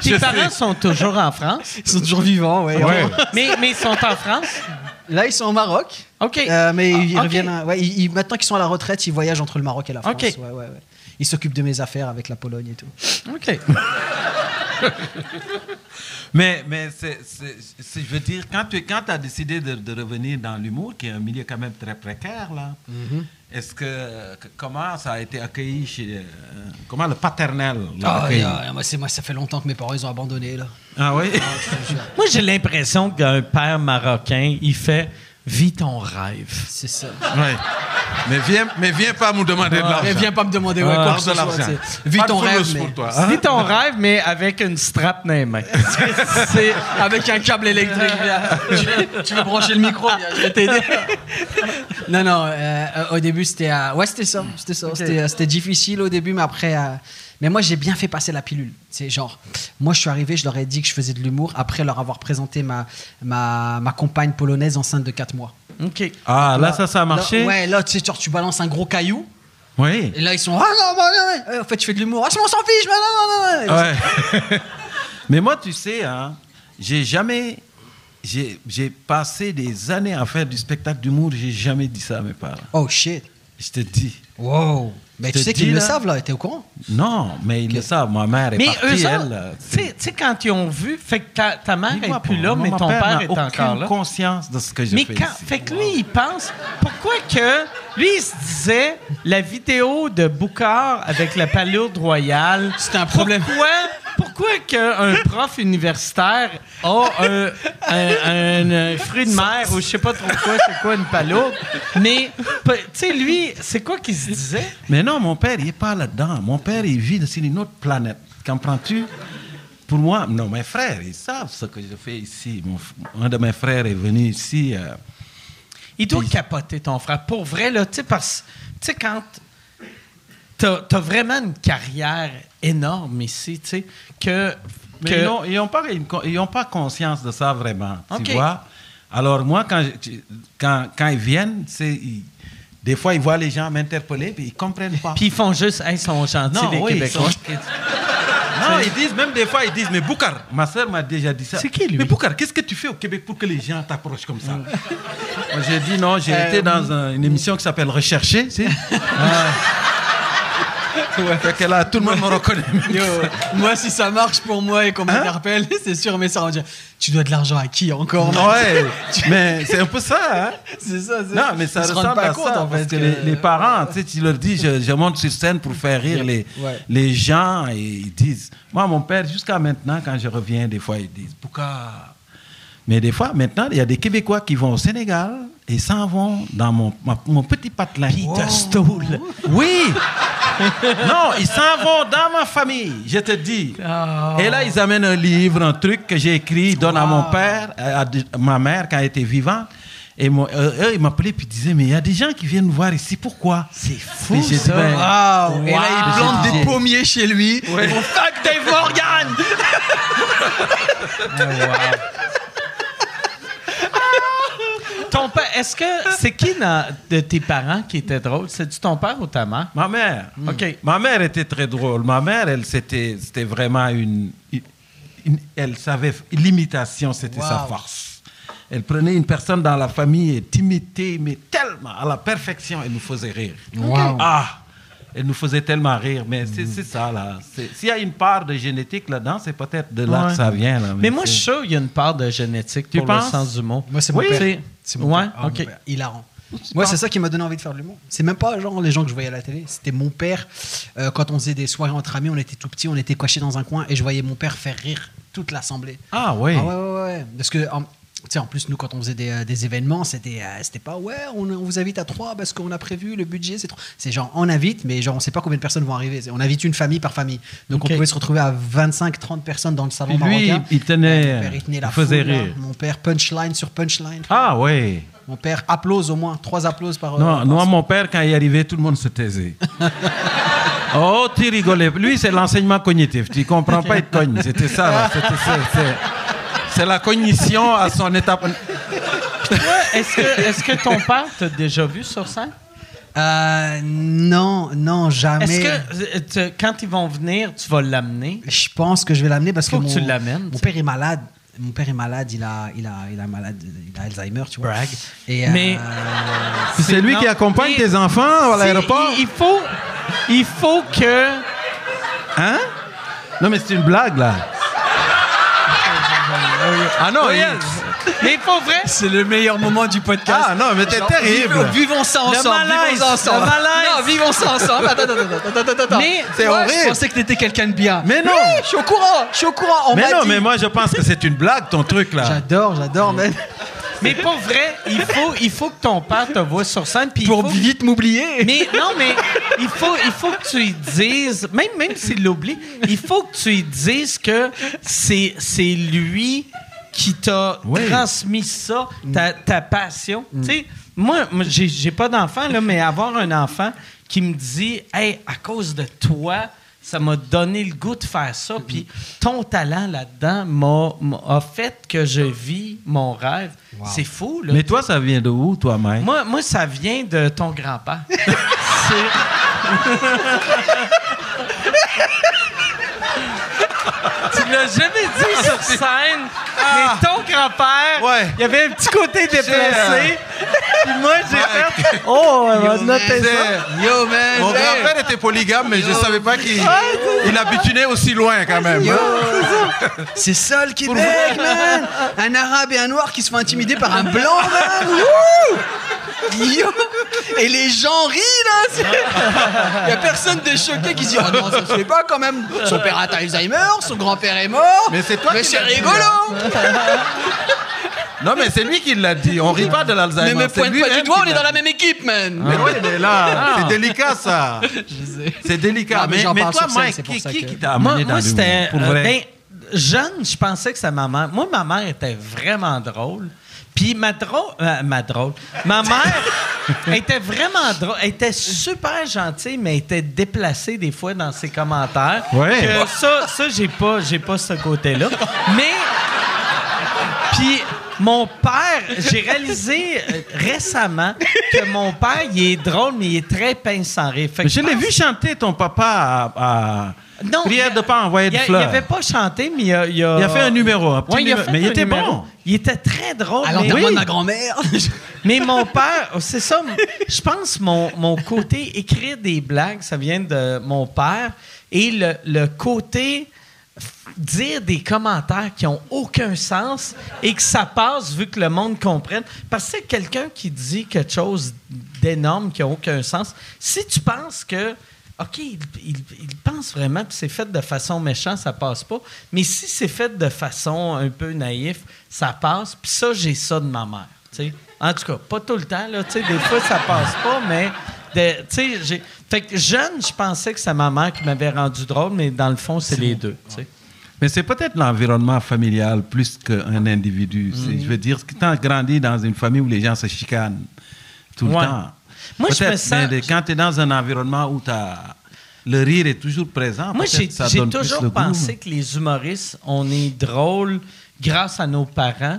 Tes parents sont toujours en France,
Ils sont toujours vivants, ouais.
mais, mais ils sont en France.
Là, ils sont au Maroc.
OK.
Euh, mais ils
Ah, ok.
reviennent. à- ouais, ils- ils- maintenant qu'ils sont à la retraite, ils voyagent entre le Maroc et la France.
Ok.
Ouais, ouais, ouais. Ils s'occupent de mes affaires avec la Pologne et tout.
OK.
Mais, mais c'est, c'est- c'est- je veux dire, quand tu quand as décidé de, de revenir dans l'humour, qui est un milieu quand même très précaire, là,
Mm-hmm.
est-ce que, que- comment ça a été accueilli chez. euh, comment le paternel l'a
Ah,
accueilli
ouais, ouais, moi, c'est- moi, ça fait longtemps que mes parents ils ont abandonné là.
Ah oui
Moi, j'ai l'impression qu'un père marocain, il fait vis ton rêve.
C'est ça.
Ouais. Mais viens, mais viens pas me demander de l'argent.
Mais viens pas me demander ouais,
Ah,
quoi
de
que ce soit,
l'argent.
tu sais. Vis
Pas de
ton
fouleuse
rêve,
pour
mais-
toi, hein.
Ah. Vis ton rêve, mais avec une strap dans les mains.
C'est avec un câble électrique. viens. tu, veux, tu veux brancher le micro viens, Je vais t'aider. non, non. euh, euh, au début, c'était euh, ouais, c'était ça, c'était ça. C'était, euh, c'était difficile au début, mais après. euh, mais moi, j'ai bien fait passer la pilule. C'est genre, moi, je suis arrivé, je leur ai dit que je faisais de l'humour après leur avoir présenté ma ma, ma compagne polonaise enceinte de 4 mois.
OK.
Ah, là, ça, ça a
là,
marché
ouais, là, tu sais, genre, tu balances un gros caillou.
Oui.
Et là, ils sont ah non, bah, ouais, ouais. Ouais, en fait, je fais de l'humour. Ah, je m'en s'en fiche. mais non, non, non, non.
Ouais. Mais moi, tu sais, hein, j'ai jamais. J'ai, j'ai passé des années à faire du spectacle d'humour, j'ai jamais dit ça à mes parents.
Oh shit.
Je te dis.
Wow. Mais
Je
tu
te
sais qu'ils
dis,
le
là.
savent là. T'es au courant
Non, mais ils le savent, ma mère est
Mais
partie,
eux
elle.
autres,
euh,
tu sais- tu sais, quand ils ont vu, fait que ta, ta mère
Dis-moi
est plus
pas,
là,
moi,
mais
mon
ton père,
n'a
est encore
aucune
là.
conscience de ce que je
Mais
fais
quand,
ici.
fait que lui, il pense, pourquoi que, lui, il se disait, la vidéo de Boucard avec la palourde royale,
C'est un problème.
pourquoi, pourquoi qu'un prof universitaire a un, un- un- un fruit de mer ou je sais pas trop quoi, c'est quoi une palourde, mais, pe- tu sais, lui, c'est quoi qu'il se disait?
Mais non, mon père, il n'est pas là-dedans. Mon père, il vit sur une autre planète. Comprends-tu Pour moi, non, mes frères, ils savent ce que je fais ici. Mon f- un de mes frères est venu ici. euh,
Il doit capoter ton frère. Pour vrai, là, tu sais, parce tu sais, quand t'as as vraiment une carrière énorme ici, tu sais, que.
Mais
que-
ils n'ont- ils n'ont pas, une con- ils ont pas conscience de ça vraiment,
Ok.
tu vois. Alors moi, quand, je- tu- quand, quand ils viennent, c'est, ils- des fois, ils voient les gens m'interpeller, puis ils comprennent pas.
Puis ils font juste, hey, ils sont gentils,
non,
les
oui, ils
Québécois.
sont- non, ils disent, même des fois, ils disent, mais Boukar, ma soeur m'a déjà dit ça.
C'est qui, lui
Mais Boukar, qu'est-ce que tu fais au Québec pour que les gens t'approchent comme
Mm.
ça Moi, J'ai dit, non, j'ai
Euh,
été dans un- une émission qui s'appelle Rechercher, tu sais. Ah. Fait que là, tout le monde me reconnaît.
Yo, moi, si ça marche pour moi et qu'on
Hein?
m'interpelle, c'est sûr, mais ça, on va dire Tu dois de l'argent à qui encore man?
Ouais, mais c'est un peu ça, hein
C'est ça, c'est
Non, mais ça
Ils se rendent
ressemble
pas
à
compte,
ça.
en
parce
fait,
que
que-
les, les parents, tu sais, tu leur dis, je, je monte sur scène pour faire rire les,
Ouais.
les gens. Et ils disent, moi, mon père, jusqu'à maintenant, quand je reviens, des fois, ils disent, Bouka. Mais des fois, maintenant, il y a des Québécois qui vont au Sénégal et s'en vont dans mon, ma- mon petit patelin.
Peter Stoll.
Oui! non, ils s'en vont dans ma famille, je te dis. Et là, ils amènent un livre, un truc que j'ai écrit, ils donnent à mon père, à, à de- ma mère quand elle était vivante. Et moi, euh, eux, ils m'appelaient puis ils disaient, mais il y a des gens qui viennent nous voir ici, pourquoi C'est fou,
ça.
Waouh. Et là, il
Wow.
plante
Wow.
des pommiers chez lui.
Ouais.
Ils vont, fuck Dave Morgan
Oh, Ton père, est-ce que. C'est qui dans- de tes parents qui était drôle? C'est-tu ton père ou ta mère?
Ma mère.
OK.
Ma mère était très drôle. Ma mère, elle, c'était, c'était vraiment une, une- Elle savait. L'imitation, c'était sa
Wow.
force. Elle prenait une personne dans la famille et t'imitait, mais tellement.
parfaitement, à la perfection, elle nous faisait rire.
Wow.
Ah, elle nous faisait tellement rire, mais c'est- c'est ça, là. C'est- S'il y a une part de génétique là-dedans, c'est peut-être de là
Ouais.
que ça vient, là.
Mais moi, je
c'est-
suis sûr qu'il y a une part de génétique
Tu
pour
penses?
le sens du mot.
Moi, c'est mon
Oui,
père.
c'est-
C'est mon
ouais,
père. Ah, mon
OK.
père. Hilarant. Moi, c'est ça qui m'a donné envie de faire de l'humour. C'est même pas genre les gens que je voyais à la télé. C'était mon père. Euh, quand on faisait des soirées entre amis, on était tout petits, on était coichés dans un coin et je voyais mon père faire rire toute l'assemblée.
Ah, oui.
Ah ouais, ouais, ouais. Parce que, en, tu sais, en plus, nous, quand on faisait des, euh, des événements, c'était euh, c'était pas, ouais, on, on vous invite à trois parce qu'on a prévu le budget, c'est trop. C'est genre, on invite, mais genre, on sait pas combien de personnes vont arriver. C'est- On invite une famille par famille. Donc,
Ok.
on pouvait se retrouver à 25, 30 personnes dans le salon
Puis lui,
marocain.
il tenait-
Mon père, il tenait la
il faisait
foule, là.
rire.
Mon père, punchline sur punchline.
Ah, oui.
Mon père, applause au moins, trois applauses par. euh,
Non,
par-
non, mon père, quand il arrivait, tout le monde se taisait. oh, tu rigolais. Lui, c'est l'enseignement cognitif. Tu comprends pas, il te cogne. C'était ça. là. C'était- c'est- c'est- C'est la cognition à son étape.
Ouais, Est-ce que, est-ce que ton père t'a déjà vu sur scène?
Euh, non, non, jamais.
Est-ce que euh, tu- quand ils vont venir, tu vas l'amener?
Je pense que je vais l'amener parce
Faut
que,
que
mon,
tu l'amènes,
Mon
t'sais.
père est malade. Mon père est malade, il a, il a, il a malade, il a Alzheimer, tu vois.
Brag.
Et,
Mais-
euh,
C'est lui
non,
qui accompagne
mais-
tes
Ah,
enfants
Si,
à l'aéroport.
Il, il faut, il faut que.
Hein? Non, mais c'est une blague, là. Ah non, il-
Mais pour vrai,
c'est le meilleur moment du podcast.
ah, non mais t'es terrible.
Vivons ça
Le
ensemble,
malaise,
vivons ça ensemble.
le malaise.
Non, vivons ça ensemble. Attends, attends, attends, attends, attends, attends.
Mais-
C'est
Moi,
horrible.
Je pensais que t'étais quelqu'un de bien.
Mais non.
Oui, je suis au courant, je suis au courant. On
Mais
m'a
non,
dit.
mais moi je pense que c'est une blague ton truc là.
J'adore, j'adore, mais
mais pour vrai, il faut, il faut que ton père te voit sur scène. puis il
pour
faut-
vite m'oublier.
Mais non, mais il faut, il faut que tu lui dises, même, même s'il l'oublie, il faut que tu lui dises que c'est, c'est lui qui t'a transmis ça, ta, ta passion. Tu sais, moi, moi, j'ai, j'ai pas d'enfant, là, mais avoir un enfant qui me dit, hey, à cause de toi, ça m'a donné le goût de faire ça, puis ton talent là-dedans m'a, m'a- a fait que je vis mon rêve. C'est fou, là.
Mais toi, ça vient de où, toi, Mike?
Moi, moi, ça vient de ton grand-père. C'est- tu l'as jamais dit sur scène, mais ton grand-père,
Ouais.
il y avait un petit côté déplacé. Puis moi, j'ai fait.
Oh, on va
Yo man.
Mon grand-père était polygame, mais je savais pas qu'il il habitait aussi loin quand même.
Yo, c'est ça le Québec, man! Un arabe et un noir qui se font intimider par un blanc, man! Wouh! Yo! Et les gens rient, là! c'est- Y a personne de choqué qui se dit « Oh non, ça se fait pas, quand même! Son père a Alzheimer, son grand-père est mort!
Mais c'est toi
Mais
qui
c'est
l'as dit,
rigolo!
Non, mais c'est lui qui l'a dit. On rit pas de
Ne
l'Alzheimer.
me
c'est
pointe
lui
pas du
même
doigt,
qui
on est
l'a
dans la
dit.
même équipe, man!
Mais oui, mais là, c'est délicat ça. C'est délicat.
Non, mais
mais
j'en
mais
parle
toi,
sur scène,
Mike,
c'est pour
qui,
ça
qui-
que-
qui t'a
Moi,
amené dans
moi, c'était.
l'humour pour
euh,
vrai?
ben, jeune, je pensais que sa maman. Moi, ma mère était vraiment drôle. Puis ma drôle. euh, ma drôle. Ma mère était vraiment drôle. Elle était super gentille, mais elle était déplacée des fois dans ses commentaires.
Ouais.
Que ça, ça j'ai pas, j'ai pas ce côté-là. Mais. Puis mon père, j'ai réalisé euh, récemment que mon père, il est drôle, mais il est très pince sans rire. Fait que
je l'ai
pense-
vu chanter ton papa à, à-
non,
Prière
il a-
de pas envoyer de
il a-
fleurs.
Il avait pas chanté, mais il a. Il a,
Il a fait un numéro, un petit
Ouais, il a
numéro.
fait
mais il
un
était
numéro.
bon.
Il était très drôle.
À
Mais,
l'enterrement
Oui,
de ma grand-mère!
mais mon père, oh, c'est ça, je pense mon, mon côté écrire des blagues, ça vient de mon père. Et le, le côté f- dire des commentaires qui ont aucun sens et que ça passe vu que le monde comprenne. Parce que c'est quelqu'un qui dit quelque chose d'énorme qui n'a aucun sens. Si tu penses que OK, il, il- il pense vraiment que c'est fait de façon méchante, ça passe pas. Mais si c'est fait de façon un peu naïf, ça passe. Puis ça, j'ai ça de ma mère. tu sais. En tout cas, pas tout le temps. Là, tu sais, des fois, ça passe pas, mais. de- tu sais, j'ai- fait que jeune, je pensais que c'est ma mère qui m'avait rendu drôle, mais dans le fond, c'est les deux. tu sais.
Mais c'est peut-être l'environnement familial plus qu'un individu. C'est-
Mhm.
Je veux dire, quand tu grandis dans une famille où les gens se chicanent tout le
Ouais.
temps.
Moi, je me
Peut-être,
sens-
mais de- quand tu es dans un environnement où t'as- le rire est toujours présent,
Moi,
peut-être
j'ai
ça
j'ai
donne plus le
toujours
goût.
pensé que les humoristes, on est drôle grâce à nos parents,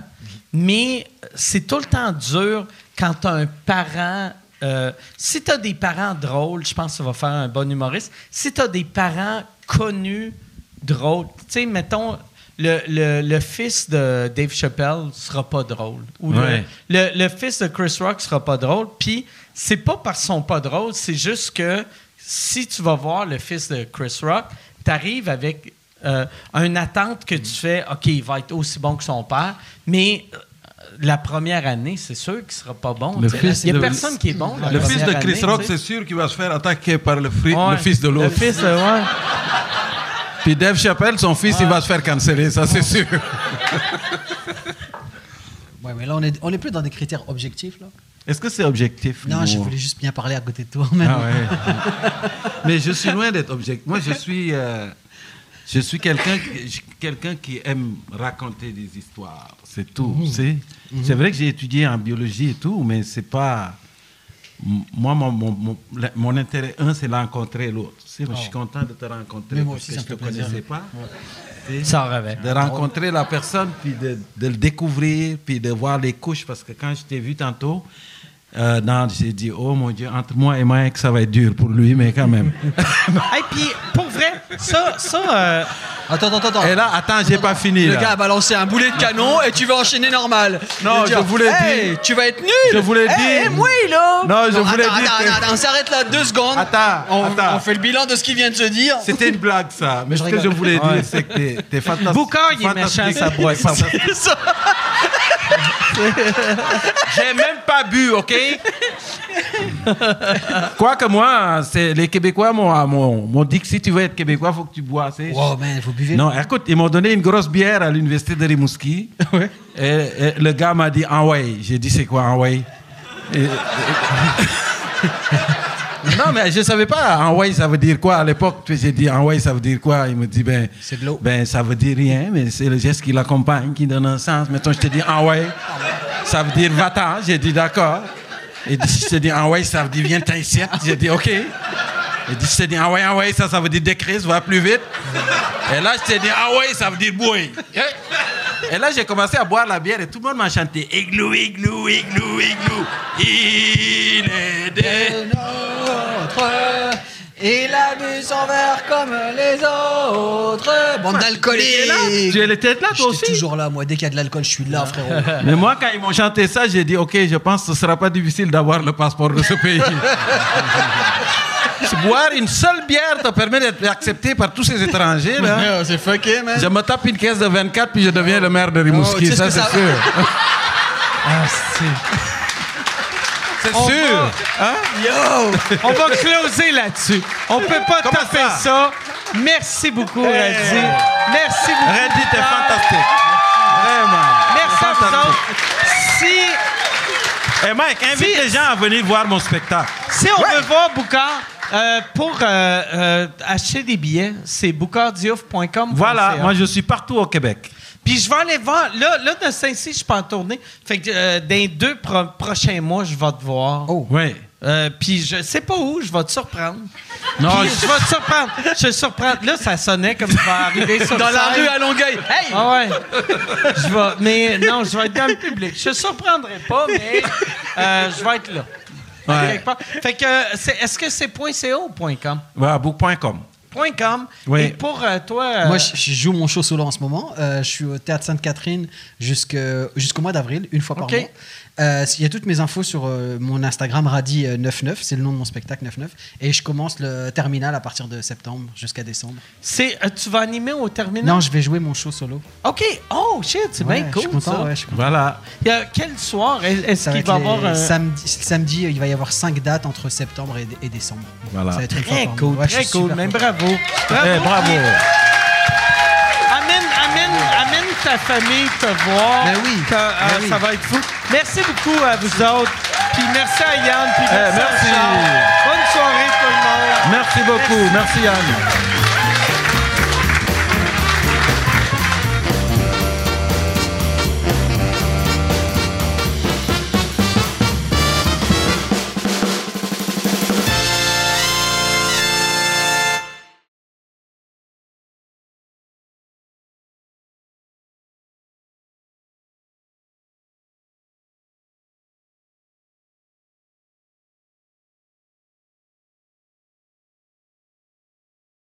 mais euh, c'est tout le temps dur quand t'as un parent. euh, si tu as des parents drôles, je pense que ça va faire un bon humoriste. Si tu as des parents connus, drôles, tu sais, mettons, le, le- le fils de Dave Chappelle sera pas drôle. Ou le-
Ouais.
le, le fils de Chris Rock sera pas drôle. Puis c'est pas par son pas drôle, c'est juste que si tu vas voir le fils de Chris Rock, t'arrives avec euh, une attente que tu fais, OK, il va être aussi bon que son père, mais euh, la première année, c'est sûr qu'il sera pas bon.
Le
Tu sais,
fils
Il y a
de-
personne qui est bon. la
Le fils de
première
Chris
année,
Rock,
tu sais.
c'est sûr qu'il va se faire attaquer par le, fri-
Ouais.
le fils de
Le
l'autre.
fils de- ouais.
Puis Dave Chappelle, son fils, il va se faire canceller, ça c'est sûr.
Ouais, mais là, on est, on est plus dans des critères objectifs. Là.
Est-ce que c'est objectif
Non, je
l'humour?
voulais juste bien parler à côté de toi. man.
Ah ouais. Mais je suis loin d'être objectif. Moi, je suis, euh, je suis quelqu'un qui- je- quelqu'un qui aime raconter des histoires. C'est tout.
Mmh.
C'est c'est vrai que j'ai étudié en biologie et tout, mais c'est pas. M- Moi, mon, mon, mon- la- mon intérêt, un, c'est de rencontrer l'autre. Tu sais, Je suis content de te rencontrer
Oh. Mais moi
parce
aussi,
que
ça
je
me
ne te
fait plaisir.
connaissais pas.
Ça en revient.
De rencontrer la personne, puis de, de le découvrir, puis de voir les couches. Parce que quand je t'ai vu tantôt, euh, dans- j'ai dit, oh mon Dieu, entre moi et Mike, ça va être dur pour lui, mais quand même.
Hey, puis pour vrai, ça, ça, euh,
Attends, attends, attends.
et là, attends, j'ai pas fini.
le
là.
gars a balancé un boulet de canon et tu veux enchaîner normal.
Non,
veux dire,
je voulais
Hey,
dire-
Tu vas être nul.
je voulais
Hey,
dire-
hey, moi, là.
Non, je voulais
attends,
dire
Attends,
que-
attends, on s'arrête là deux secondes.
Attends,
on,
attends.
on fait le bilan de ce qu'il vient de se dire.
C'était une blague, ça. Mais
Je
ce que je
rigole.
voulais dire, c'est que t'es, t'es fantas-
Boucard, il est
fantastique.
méchant, sa boisson.
C'est ça.
J'ai même pas bu, OK? Quoique moi, c'est, les Québécois m'ont, ah, m'ont- m'ont dit que si tu veux être Québécois, il faut que tu bois. c'est-
Wow, man, vous buvez.
Non, écoute, ils m'ont donné une grosse bière à l'université de Rimouski. Et, et le gars m'a dit Enway. J'ai dit c'est quoi Enway Et- et- Non, mais je ne savais pas Enway, ça veut dire quoi à l'époque. tu sais, J'ai dit Enway, ça veut dire quoi Il me dit ben,
C'est de l'eau.
Ben, ça veut dire rien, mais c'est le geste qui l'accompagne, qui donne un sens. Mettons, je te dis Enway, ça veut dire va-t'en. J'ai dit d'accord. Et dit, je te dis Enway, ça veut dire viens-t'en ici. J'ai dit ok. Il dit, je t'ai dit, ah ouais, ah ouais, ça, ça veut dire décris, va plus vite. Et là, je t'ai dit, ah ouais, ça veut dire bouille. Et là, j'ai commencé à boire la bière et tout le monde m'a chanté, igloo, igloo, igloo, igloo. Il est dé-
De notre- Il abuse envers comme les autres. Bande d'alcooliques.
Tu étais là, toi
J'étais
aussi?
toujours là, moi. Dès qu'il y a de l'alcool, je suis là, frérot.
Mais moi, quand ils m'ont chanté ça, j'ai dit, OK, je pense que ce sera pas difficile d'avoir le passeport de ce pays. Boire une seule bière te permet d'être accepté par tous ces étrangers. Là.
C'est fucké, man.
Je me tape une caisse de 24 puis je deviens le maire de
Oh,
Rimouski,
tu sais
ça Ah,
ce que
c'est
ça-
sûr. C'est sûr.
on va closer là-dessus. On peut pas
Comment
taper
ça?
ça? Merci
Eh.
beaucoup, Radzi. Merci beaucoup.
Reddy, t'es
Pierre.
fantastique. Vraiment.
Merci à vous
Fantastique.
autres. Si,
Et Eh, Mike, invite
Si-
les gens à venir voir mon spectacle.
si on veut voir Boucard, euh, pour euh, euh, acheter des billets, c'est boucardiouf.com.
Voilà, moi je suis partout au Québec.
Puis je vais aller voir. Là, là de Saint-Cy, je suis pas en tournée. Fait que euh, dans les deux pro- prochains mois, je vais te voir.
Oui.
Euh, puis je sais pas où, je vais te surprendre.
Non,
Puis
je-
je vais te surprendre. Je te surprends. Là, ça sonnait comme je vais arriver sur
Dans la
scène.
rue à Longueuil. Hey!
Ah ouais. Je vais, mais non, je vais être dans le public. Je te surprendrai pas, mais euh, je vais être là.
Ouais.
Quelque part. Fait que, c'est, est-ce que c'est .co ou .com?
Voilà, book.com.
Point .com.
Oui.
Et pour euh, toi... euh,
Moi, je, je joue mon show solo en ce moment. Euh, je suis au Théâtre Sainte-Catherine jusque- jusqu'au mois d'avril, une fois par
Ok.
mois. Euh, Il y a toutes mes infos sur euh, mon Instagram, Radi99, c'est le nom de mon spectacle, 99. Et je commence le terminal à partir de septembre jusqu'à décembre.
c'est, euh, tu vas animer au terminal?
Non, je vais jouer mon show solo.
OK. Oh, shit, c'est
Ouais,
bien
je
cool,
suis content,
ça.
ouais, je suis content.
Voilà.
Il y a- quel soir est- est-ce
Ça va
qu'il
être
va y
les-
avoir... un-
samedi, samedi, il va y avoir cinq dates entre septembre et, et décembre.
Voilà.
Ça va être une fois
Très
par
cool,
mois. Ouais, je
très
suis
cool.
super
Mais
content.
bravo. Bravo.
Eh, bravo.
Amène, amène, amène ta famille te voir.
Ben oui,
Que, euh,
ben oui.
Ça va être fou. Merci beaucoup à vous autres. Puis merci à
Eh,
Yann. Puis merci, à
merci.
Charles. Bonne soirée tout le monde.
Merci beaucoup. Merci Yann.